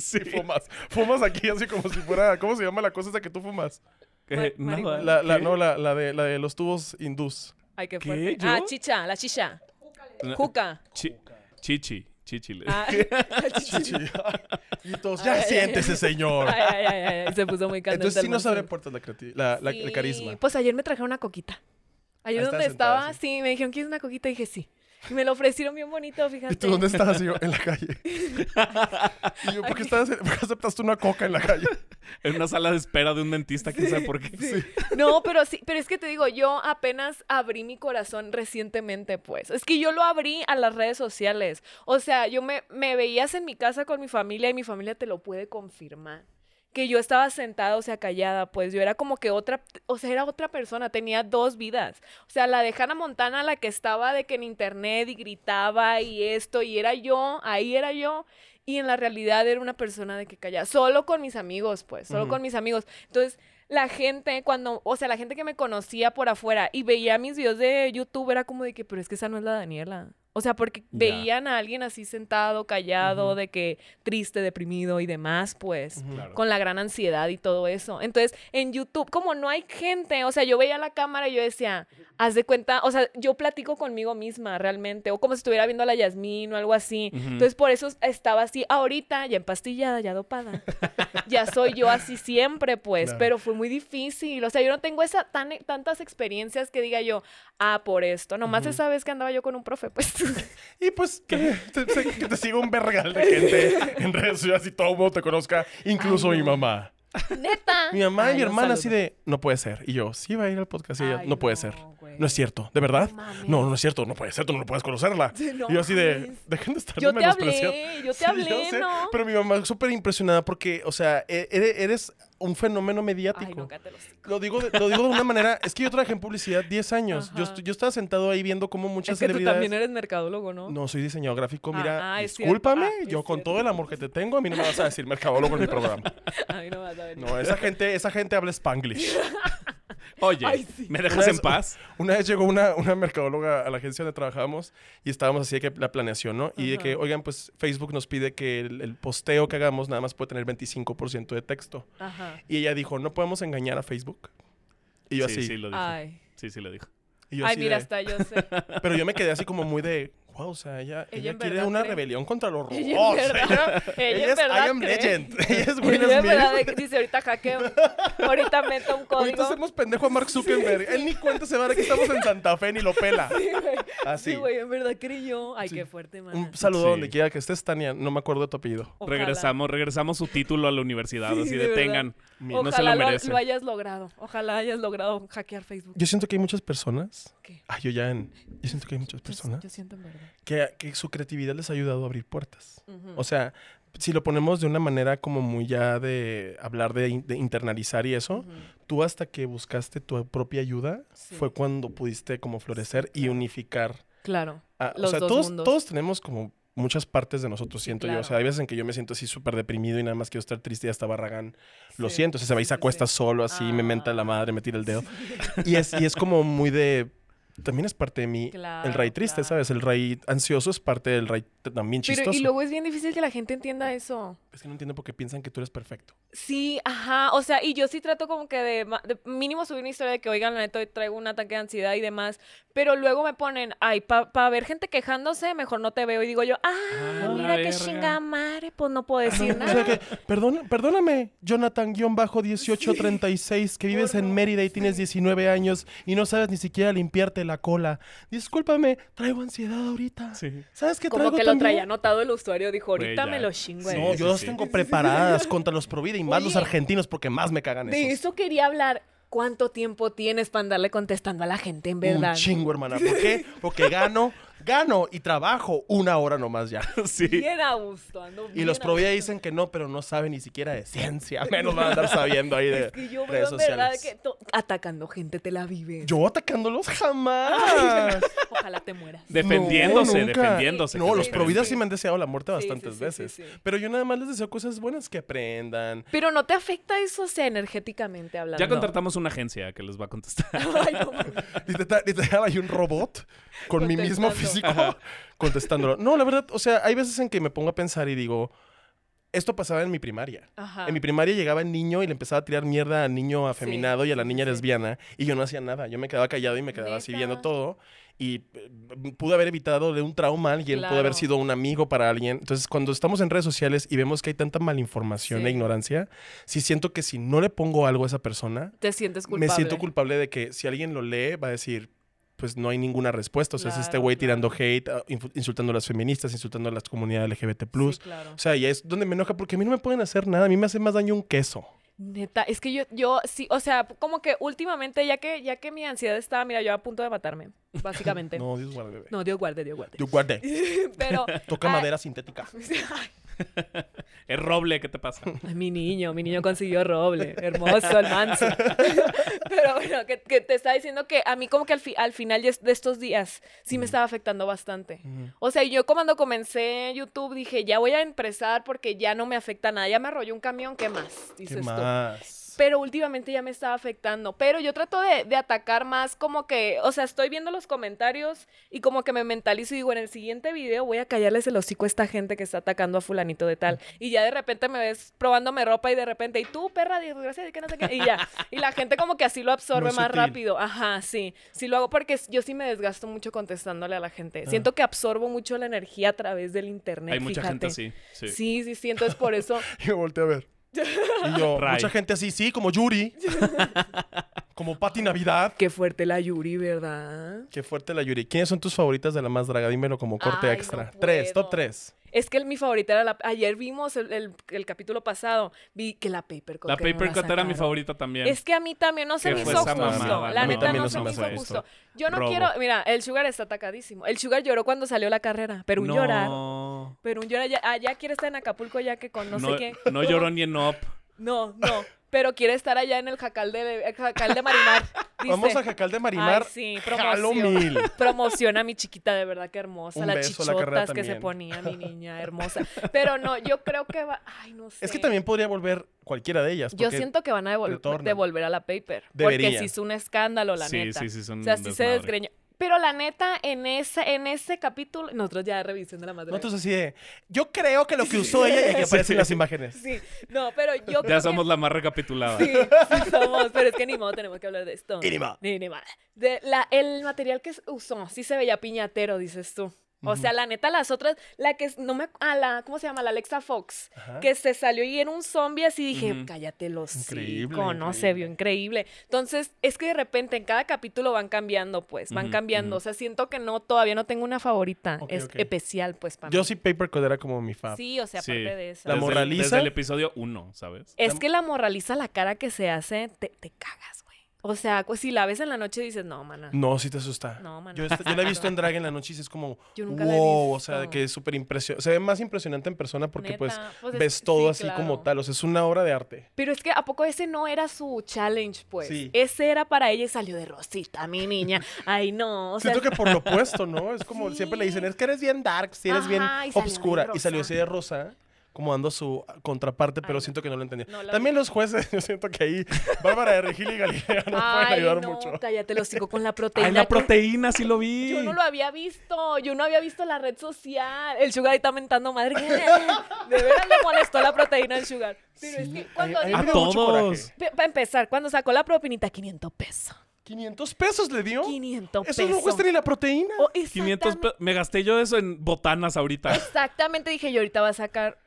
Speaker 4: sí.
Speaker 1: Y fumas. Fumas aquí así como si fuera, ¿cómo se llama la cosa esa que tú fumas?
Speaker 4: Eh,
Speaker 3: Ma-
Speaker 4: nada.
Speaker 1: La, la-
Speaker 4: ¿Qué?
Speaker 1: no, la, la de, la de los tubos hindús.
Speaker 3: Ay, qué
Speaker 4: ¿Qué?
Speaker 3: fuerte.
Speaker 4: ¿Yo?
Speaker 3: Ah, chicha, la chicha.
Speaker 4: No,
Speaker 3: Juca.
Speaker 4: chi- chichi, chichi. le-
Speaker 3: Ah, la chicha.
Speaker 1: Y todos, ya siéntese, señor.
Speaker 3: Ay, ay, ay, ay, ay, Se puso muy caliente.
Speaker 1: Entonces
Speaker 3: el
Speaker 1: sí nos
Speaker 3: Mansi.
Speaker 1: abre puertas la creati- la, la- el
Speaker 3: Sí,
Speaker 1: carisma.
Speaker 3: Pues ayer me trajeron una coquita. Ayer
Speaker 1: Ahí
Speaker 3: donde
Speaker 1: estabas sentada,
Speaker 3: estaba, sí. me dijeron, ¿quieres una coquita? Y dije, sí. Y me lo ofrecieron bien bonito, fíjate.
Speaker 1: ¿Y tú dónde estabas? Y yo, en la calle. Y yo, ¿por qué, estabas, en- por qué aceptaste una coca en la calle?
Speaker 4: En una sala de espera de un dentista, quién sabe por qué.
Speaker 3: Sí. No, pero sí, pero es que te digo, yo apenas abrí mi corazón recientemente, pues. Es que yo lo abrí a las redes sociales. O sea, yo me, me veías en mi casa con mi familia y mi familia te lo puede confirmar. Que yo estaba sentada, o sea, callada, pues yo era como que otra, o sea, era otra persona, tenía dos vidas. O sea, la de Hannah Montana, la que estaba de que en internet y gritaba y esto, y era yo, ahí era yo. Y en la realidad era una persona de que callaba, solo con mis amigos, pues, solo
Speaker 1: Ujú.
Speaker 3: con mis amigos. Entonces, la gente cuando, o sea, la gente que me conocía por afuera y veía mis videos de YouTube era como de que, pero es que esa no es la Daniela. O sea, porque
Speaker 4: Ya.
Speaker 3: veían a alguien así sentado, callado, de que triste, deprimido y demás, pues
Speaker 4: Claro.
Speaker 3: con la gran ansiedad y todo eso. Entonces, en YouTube, como no hay gente, o sea, yo veía la cámara y yo decía, haz de cuenta, o sea, yo platico conmigo misma realmente, o como si estuviera viendo a la Yasmín o algo así.
Speaker 4: Ujú.
Speaker 3: Entonces, por eso estaba así, ahorita ya empastillada, ya dopada. ya soy yo así siempre, pues,
Speaker 1: Claro.
Speaker 3: pero fue muy difícil. O sea, yo no tengo esa tan, tantas experiencias que diga yo, ah, por esto. Nomás esa vez que andaba yo con un profe, pues.
Speaker 1: Y pues que te, te- que te siga un vergal de gente en redes sociales y todo el mundo te conozca, incluso
Speaker 3: Ay,
Speaker 1: mi
Speaker 3: no.
Speaker 1: mamá.
Speaker 3: Neta.
Speaker 1: Mi mamá y
Speaker 3: Ay,
Speaker 1: mi
Speaker 3: un
Speaker 1: hermana así
Speaker 3: saludo.
Speaker 1: de, no puede ser. Y yo, sí va a ir al podcast. Y ella,
Speaker 3: Ay,
Speaker 1: no puede
Speaker 3: no,
Speaker 1: ser.
Speaker 3: güey.
Speaker 1: No es cierto. ¿De verdad?
Speaker 3: No mames.
Speaker 1: No, no es cierto. No puede ser. Tú no lo puedes conocerla.
Speaker 3: Sí, no
Speaker 1: y yo así de,
Speaker 3: mames.
Speaker 1: dejen de estar
Speaker 3: Yo te
Speaker 1: menospreciando".
Speaker 3: hablé, yo te
Speaker 1: Sí,
Speaker 3: hablé,
Speaker 1: sé,
Speaker 3: ¿no?
Speaker 1: Pero mi mamá súper impresionada porque, o sea, e- ere- eres un fenómeno mediático.
Speaker 3: Ay, no, cállate los-
Speaker 1: Lo digo, de, lo digo de una manera, es que yo trabajé en publicidad 10 años. Yo,
Speaker 3: Ajá.
Speaker 1: estu- yo estaba sentado ahí viendo cómo muchas
Speaker 3: Es que tú
Speaker 1: celebridades...
Speaker 3: también eres mercadólogo, ¿no?
Speaker 1: No, soy diseñador gráfico. Mira,
Speaker 3: Ah, ah, es cierto.
Speaker 1: discúlpame,
Speaker 3: Ah, es
Speaker 1: yo con
Speaker 3: cierto.
Speaker 1: todo el amor que te tengo, a mí no me vas a decir mercadólogo en mi programa.
Speaker 3: Ay, no vas a ver.
Speaker 1: No, esa gente, esa gente habla spanglish.
Speaker 4: Oye,
Speaker 3: Ay, sí.
Speaker 4: ¿me
Speaker 1: Una
Speaker 4: dejas
Speaker 1: vez-
Speaker 4: en paz?
Speaker 1: Una vez llegó una, una mercadóloga a la agencia donde trabajábamos y estábamos así de que la planeación, ¿no? Y de que,
Speaker 3: Ajá.
Speaker 1: oigan, pues Facebook nos pide que el, el posteo que hagamos nada más puede tener 25% de texto.
Speaker 3: Ajá.
Speaker 1: Y ella dijo, no podemos engañar a Facebook. Y yo
Speaker 4: sí,
Speaker 1: así.
Speaker 4: sí lo dijo.
Speaker 3: Ay.
Speaker 4: Sí, sí lo dijo.
Speaker 1: y yo
Speaker 3: Ay,
Speaker 1: así
Speaker 3: mira,
Speaker 1: de-
Speaker 3: hasta yo sé.
Speaker 1: Pero yo me quedé así como muy de, wow, o sea, ella,
Speaker 3: Ella
Speaker 1: ella,
Speaker 3: en
Speaker 1: quiere
Speaker 3: verdad
Speaker 1: una
Speaker 3: cree.
Speaker 1: rebelión contra los robots.
Speaker 3: Ella en
Speaker 1: Ella,
Speaker 3: verdad-
Speaker 1: Oh, ella
Speaker 3: ella en
Speaker 1: es
Speaker 3: verdad
Speaker 1: I am
Speaker 3: cree.
Speaker 1: legend. Ella es
Speaker 3: Y
Speaker 1: Will
Speaker 3: de verdad,
Speaker 1: Smith.
Speaker 3: de- dice, ahorita hackeo. Ahorita meto un
Speaker 1: Ahorita
Speaker 3: código.
Speaker 1: hacemos pendejo a Mark Zuckerberg. Él ni cuenta se va a dar que estamos en Santa Fe ni lo pela.
Speaker 3: Sí, güey.
Speaker 1: Así.
Speaker 3: Sí, güey, en verdad creyó. Ay,
Speaker 1: Sí.
Speaker 3: qué fuerte, man.
Speaker 1: Un saludo
Speaker 4: Sí.
Speaker 1: donde quiera que estés, Tania. No me acuerdo de tu apellido.
Speaker 4: Regresamos, regresamos su título a la universidad,
Speaker 3: Sí,
Speaker 4: así
Speaker 3: de verdad.
Speaker 4: detengan.
Speaker 1: Mi-
Speaker 4: no se
Speaker 3: Ojalá
Speaker 4: lo
Speaker 3: lo,
Speaker 4: merece.
Speaker 3: lo hayas logrado. Ojalá hayas logrado hackear Facebook.
Speaker 1: Yo siento que hay muchas personas.
Speaker 3: ¿Qué?
Speaker 1: Ah, yo ya en. Yo siento que hay muchas
Speaker 3: Yo-
Speaker 1: personas
Speaker 3: Yo, siento en verdad.
Speaker 1: que, que su creatividad les ha ayudado a abrir puertas.
Speaker 3: Ujú.
Speaker 1: O sea, si lo ponemos de una manera como muy ya de hablar de, in- de internalizar y eso,
Speaker 3: Ujú.
Speaker 1: tú hasta que buscaste tu propia ayuda
Speaker 3: Sí.
Speaker 1: fue cuando pudiste como florecer y
Speaker 3: claro.
Speaker 1: unificar.
Speaker 3: Claro.
Speaker 1: a- o
Speaker 3: Los
Speaker 1: sea,
Speaker 3: dos
Speaker 1: todos,
Speaker 3: mundos.
Speaker 1: todos tenemos como muchas partes de nosotros, siento yo.
Speaker 3: claro.
Speaker 1: O sea, hay veces en que yo me siento así súper deprimido y nada más quiero estar triste y hasta Barragán lo
Speaker 3: Sí,
Speaker 1: siento, o sea, se va y
Speaker 3: sí,
Speaker 1: se
Speaker 3: sí,
Speaker 1: acuesta
Speaker 3: sí. Ah.
Speaker 1: solo así, me menta la madre, me tira el dedo. Y, es, y es como muy de... También es parte de mí
Speaker 3: Claro,
Speaker 1: el rey triste,
Speaker 3: claro.
Speaker 1: ¿sabes? El rey ansioso es parte del rey t- también chistoso.
Speaker 3: Pero, y luego es bien difícil que la gente entienda eso.
Speaker 1: Es que no entiendo por qué piensan que tú eres perfecto.
Speaker 3: Sí, ajá, o sea, y yo sí trato como que de, ma- de mínimo subir una historia de que, oigan, la neta, hoy traigo un ataque de ansiedad y demás, pero luego me ponen, ay, para ver gente quejándose, mejor no te veo, y digo yo, ah,
Speaker 4: Ah, la
Speaker 3: mira qué
Speaker 4: verga.
Speaker 3: chingada madre, pues no puedo decir
Speaker 1: O sea
Speaker 3: nada.
Speaker 1: que, perdón, perdóname, Jonathan-1836, que vives en Mérida y tienes 19 años y no sabes ni siquiera limpiarte la cola. Discúlpame, traigo ansiedad ahorita.
Speaker 4: Sí.
Speaker 1: ¿Sabes qué
Speaker 3: Como
Speaker 1: traigo
Speaker 3: que lo
Speaker 1: también?
Speaker 3: traía anotado el usuario, dijo,
Speaker 4: Güey,
Speaker 3: ahorita
Speaker 4: ya.
Speaker 3: me lo chingo.
Speaker 4: Sí,
Speaker 3: eh".
Speaker 1: No, yo las
Speaker 4: sí.
Speaker 1: tengo preparadas contra los Provida y más los
Speaker 3: Oye,
Speaker 1: argentinos porque más me cagan
Speaker 3: De
Speaker 1: esos.
Speaker 3: eso quería hablar, ¿cuánto tiempo tienes para andarle contestando a la gente en verdad?
Speaker 1: Un chingo, hermana. ¿Por qué? Porque gano, gano y trabajo una hora nomás ya.
Speaker 4: sí.
Speaker 3: Bien a gusto, ando
Speaker 1: Y
Speaker 3: bien
Speaker 1: los
Speaker 3: a gusto.
Speaker 1: Provida dicen que no, pero no saben ni siquiera de ciencia. Menos van a andar sabiendo ahí de
Speaker 3: Es que
Speaker 1: Eh,
Speaker 3: yo veo
Speaker 1: redes
Speaker 3: en verdad
Speaker 1: sociales.
Speaker 3: que to- atacando gente te la vives.
Speaker 1: Yo atacándolos jamás.
Speaker 3: Ojalá te mueras.
Speaker 4: Defendiéndose,
Speaker 1: No, nunca.
Speaker 4: defendiéndose.
Speaker 1: No,
Speaker 4: que es
Speaker 1: los
Speaker 3: sí,
Speaker 1: Provida
Speaker 4: diferente.
Speaker 3: sí.
Speaker 1: sí me han deseado la muerte
Speaker 3: Sí, sí,
Speaker 1: bastantes
Speaker 3: sí, sí,
Speaker 1: veces.
Speaker 3: sí.
Speaker 1: Pero yo nada más les deseo cosas buenas que aprendan.
Speaker 3: Pero no te afecta eso, o sea, energéticamente hablando.
Speaker 4: Ya contratamos una agencia que les va a contestar.
Speaker 3: Ay, no mames.
Speaker 1: Literal, literal, hay un robot con mi mismo físico
Speaker 3: Contestando.
Speaker 1: contestándolo. No, la verdad, o sea, hay veces en que me pongo a pensar y digo, esto pasaba en mi primaria.
Speaker 3: Ajá.
Speaker 1: En mi primaria llegaba el niño y le empezaba a tirar mierda al niño afeminado y a la
Speaker 3: sí,
Speaker 1: niña
Speaker 3: sí, sí.
Speaker 1: lesbiana y yo no hacía nada. Yo me quedaba callado y me quedaba así
Speaker 3: Neta.
Speaker 1: viendo todo y eh, pude haber evitado de un trauma a alguien, pude
Speaker 3: Claro.
Speaker 1: haber sido un amigo para alguien. Entonces, cuando estamos en redes sociales y vemos que hay tanta malinformación
Speaker 3: Sí.
Speaker 1: e ignorancia, sí siento que si no le pongo algo a esa persona,
Speaker 3: Te sientes culpable.
Speaker 1: me siento culpable de que si alguien lo lee va a decir, pues no hay ninguna respuesta. O sea, es este
Speaker 3: Claro,
Speaker 1: güey
Speaker 3: claro.
Speaker 1: tirando hate, ah, infu- insultando a las feministas, insultando a las comunidades LGBT.
Speaker 3: Sí, claro.
Speaker 1: O sea, y es donde me enoja porque a mí no me pueden hacer nada. A mí me hace más daño un queso.
Speaker 3: Neta, es que yo, yo sí, o sea, como que últimamente, ya que, ya que mi ansiedad estaba, mira, yo a punto de matarme, básicamente. no.
Speaker 1: No, Dios guarde, bebé.
Speaker 3: Dios guarde, Dios guarde.
Speaker 1: Dios guarde.
Speaker 3: Pero.
Speaker 1: Toca
Speaker 3: ah,
Speaker 1: madera sintética.
Speaker 4: Es roble, ¿qué te pasa?
Speaker 3: Ay, Pues mi niño, mi niño consiguió roble. Hermoso, el manso. Pero bueno, que, que te estaba diciendo que a mí como que al, fi- al final ya es- de estos días sí me estaba afectando bastante.
Speaker 1: Ujú.
Speaker 3: O sea, yo cuando comencé YouTube dije, ya voy a empezar porque ya no me afecta nada. Ya me arrolló un camión, ¿qué más?
Speaker 1: ¿Qué
Speaker 3: Dices tú.
Speaker 1: más?
Speaker 3: Pero últimamente ya me estaba afectando. Pero yo trato de, de atacar más como que, o sea, estoy viendo los comentarios y como que me mentalizo y digo, en el siguiente video voy a callarles el hocico a esta gente que está atacando a fulanito de tal. Y ya de repente me ves probándome ropa y de repente, y tú, perra, desgracia, de que no sé qué. Y ya. Y la gente como que así lo absorbe
Speaker 1: Muy
Speaker 3: más
Speaker 1: sutil.
Speaker 3: rápido. Ajá, sí. Sí lo hago porque yo sí me desgasto mucho contestándole a la gente.
Speaker 1: Ah.
Speaker 3: Siento que absorbo mucho la energía a través del internet.
Speaker 4: Hay mucha gente
Speaker 3: fíjate.
Speaker 4: así. Sí.
Speaker 3: Sí, sí, sí. Entonces por eso...
Speaker 1: Y me volteé a ver. Y yo,
Speaker 4: Ray.
Speaker 1: mucha gente así, sí, como Yuri. como Pati Navidad.
Speaker 3: Qué fuerte la Yuri, ¿verdad?
Speaker 1: Qué fuerte la Yuri. ¿Quiénes son tus favoritas de la más draga? Dímelo como corte
Speaker 3: Ay, no
Speaker 1: extra. tres,
Speaker 3: puedo.
Speaker 1: top tres.
Speaker 3: Es que el- mi favorita era la... Ayer vimos el, el- el capítulo pasado, vi que la Papercut.
Speaker 4: La
Speaker 3: que no
Speaker 4: paper cut era
Speaker 3: sacaron.
Speaker 4: mi favorita también.
Speaker 3: Es que a mí también no se
Speaker 4: ¿Qué
Speaker 3: me
Speaker 4: fue
Speaker 3: hizo
Speaker 4: esa
Speaker 3: justo.
Speaker 4: mamada?
Speaker 3: La
Speaker 4: A mí
Speaker 3: neta
Speaker 1: también
Speaker 3: no
Speaker 1: no
Speaker 3: se
Speaker 1: se
Speaker 3: me
Speaker 1: me
Speaker 3: hizo
Speaker 1: hace
Speaker 3: justo.
Speaker 1: esto.
Speaker 3: Yo no
Speaker 4: Robo.
Speaker 3: quiero... Mira, el Sugar está atacadísimo. El Sugar lloró cuando salió la carrera, pero un
Speaker 4: no,
Speaker 3: llorar...
Speaker 4: No,
Speaker 3: Pero un llorar... Ya, ah, ya quiere estar en Acapulco ya que con no, sé qué.
Speaker 4: no lloró ni en up.
Speaker 3: No, no. Pero quiere estar allá en el jacal de, el jacal de Marimar. dice.
Speaker 1: Vamos a Jacal de Marimar.
Speaker 3: Ay, sí,
Speaker 1: Jalo
Speaker 3: promoción.
Speaker 1: mil.
Speaker 3: Promociona a mi chiquita, de verdad que hermosa.
Speaker 1: Un
Speaker 3: las
Speaker 1: beso a la
Speaker 3: chichotas
Speaker 1: carrera
Speaker 3: que se
Speaker 1: también.
Speaker 3: ponía mi niña, hermosa. Pero no, yo creo que va. Ay, no sé.
Speaker 1: Es que también podría volver cualquiera de ellas.
Speaker 3: Yo
Speaker 1: porque-
Speaker 3: siento que van a devol-
Speaker 1: retornan.
Speaker 3: devolver a la paper. Porque
Speaker 1: Deberían.
Speaker 3: sí hizo un escándalo, la
Speaker 4: sí,
Speaker 3: neta.
Speaker 4: sí, sí, son
Speaker 3: O sea, sí se
Speaker 4: desmadre.
Speaker 3: desgreñó. Pero la neta, en ese, en ese capítulo, nosotros ya revisando la madre.
Speaker 1: Nosotros así de, yo creo que lo que usó ella y aquí aparecen las imágenes.
Speaker 3: Sí, no, pero yo creo
Speaker 4: Ya somos la más recapitulada.
Speaker 3: que... Sí, sí somos, pero es que ni modo tenemos que hablar de esto.
Speaker 1: Y ni modo.
Speaker 3: Ni, ni modo. De la, el material que usó, sí se veía piñatero, dices tú. O sea, la neta, las otras, la que es- no me. A la, ¿cómo se llama? La Alexa Fox,
Speaker 1: ¿Ah?
Speaker 3: que se salió y era un zombie así dije,
Speaker 4: Ujú.
Speaker 3: cállate los.
Speaker 1: Increíble,
Speaker 3: No se vio increíble. Entonces, es que de repente en cada capítulo van cambiando, pues, van
Speaker 4: Ujú,
Speaker 3: cambiando.
Speaker 4: ujú.
Speaker 3: O sea, siento que no, todavía no tengo una favorita.
Speaker 1: Ok,
Speaker 3: es
Speaker 1: ok.
Speaker 3: especial, pues, para
Speaker 1: Yo
Speaker 3: mí.
Speaker 1: sí Papercut era como mi fab.
Speaker 3: Sí, o sea,
Speaker 4: Sí.
Speaker 3: aparte de eso. Este,
Speaker 1: La
Speaker 4: Desde el-
Speaker 1: morraliza.
Speaker 4: Desde el episodio 1, ¿sabes?
Speaker 3: Es que la morraliza, la cara que se hace, te, te cagas, güey. O sea, pues, si la ves en la noche dices, no, mana.
Speaker 1: No, sí te asusta.
Speaker 3: No, mano.
Speaker 1: Yo, esta- yo la he visto en drag en la noche y sí es como,
Speaker 3: Yo nunca
Speaker 1: wow,
Speaker 3: la he
Speaker 1: o sea,
Speaker 3: visto.
Speaker 1: que es súper impresionante. Se ve más impresionante en persona porque
Speaker 3: Neta,
Speaker 1: pues,
Speaker 3: pues es-
Speaker 1: ves todo
Speaker 3: sí,
Speaker 1: así como
Speaker 3: claro.
Speaker 1: tal, o sea, es una obra de arte.
Speaker 3: Pero es que a poco ese no era su challenge, pues.
Speaker 1: Sí.
Speaker 3: Ese era para ella y salió de Rosita, mi niña. Ay, no. O sea,
Speaker 1: Siento que por lo opuesto, ¿no? Es como siempre le dicen,
Speaker 3: Sí.
Speaker 1: es que eres bien dark, si eres
Speaker 3: Ajá,
Speaker 1: bien
Speaker 3: y salió de
Speaker 1: obscura. Y salió
Speaker 3: rosa.
Speaker 1: así de rosa, como dando su contraparte, pero
Speaker 3: Ay, no.
Speaker 1: siento que no lo entendía.
Speaker 3: No la
Speaker 1: También
Speaker 3: vi.
Speaker 1: los jueces, yo siento que ahí Bárbara de Regil y Galilea no pueden
Speaker 3: Ay,
Speaker 1: ayudar
Speaker 3: no,
Speaker 1: mucho.
Speaker 3: cállate, lo sigo con la proteína.
Speaker 4: ¡Ay, la
Speaker 3: Yo-
Speaker 4: proteína! ¡Sí lo vi!
Speaker 3: Yo no lo había visto, yo no había visto la red social. El Sugar ahí está mentando madre. que- De veras le molestó la proteína al Sugar. Pero es
Speaker 1: Sí,
Speaker 3: que
Speaker 1: a mí-
Speaker 3: cuando
Speaker 1: a mí me
Speaker 4: A
Speaker 1: dio
Speaker 3: dijo-
Speaker 1: mucho coraje.
Speaker 4: todos.
Speaker 3: Pe- Para empezar, cuando sacó la propinita, 500 pesos.
Speaker 1: 500 pesos le dio.
Speaker 3: 500
Speaker 1: Eso no
Speaker 3: pesos.
Speaker 1: cuesta ni la proteína.
Speaker 3: Oh,
Speaker 4: 500
Speaker 3: exactamente-
Speaker 4: pe- Me gasté yo eso en botanas ahorita.
Speaker 3: Exactamente, dije yo, ahorita va a sacar.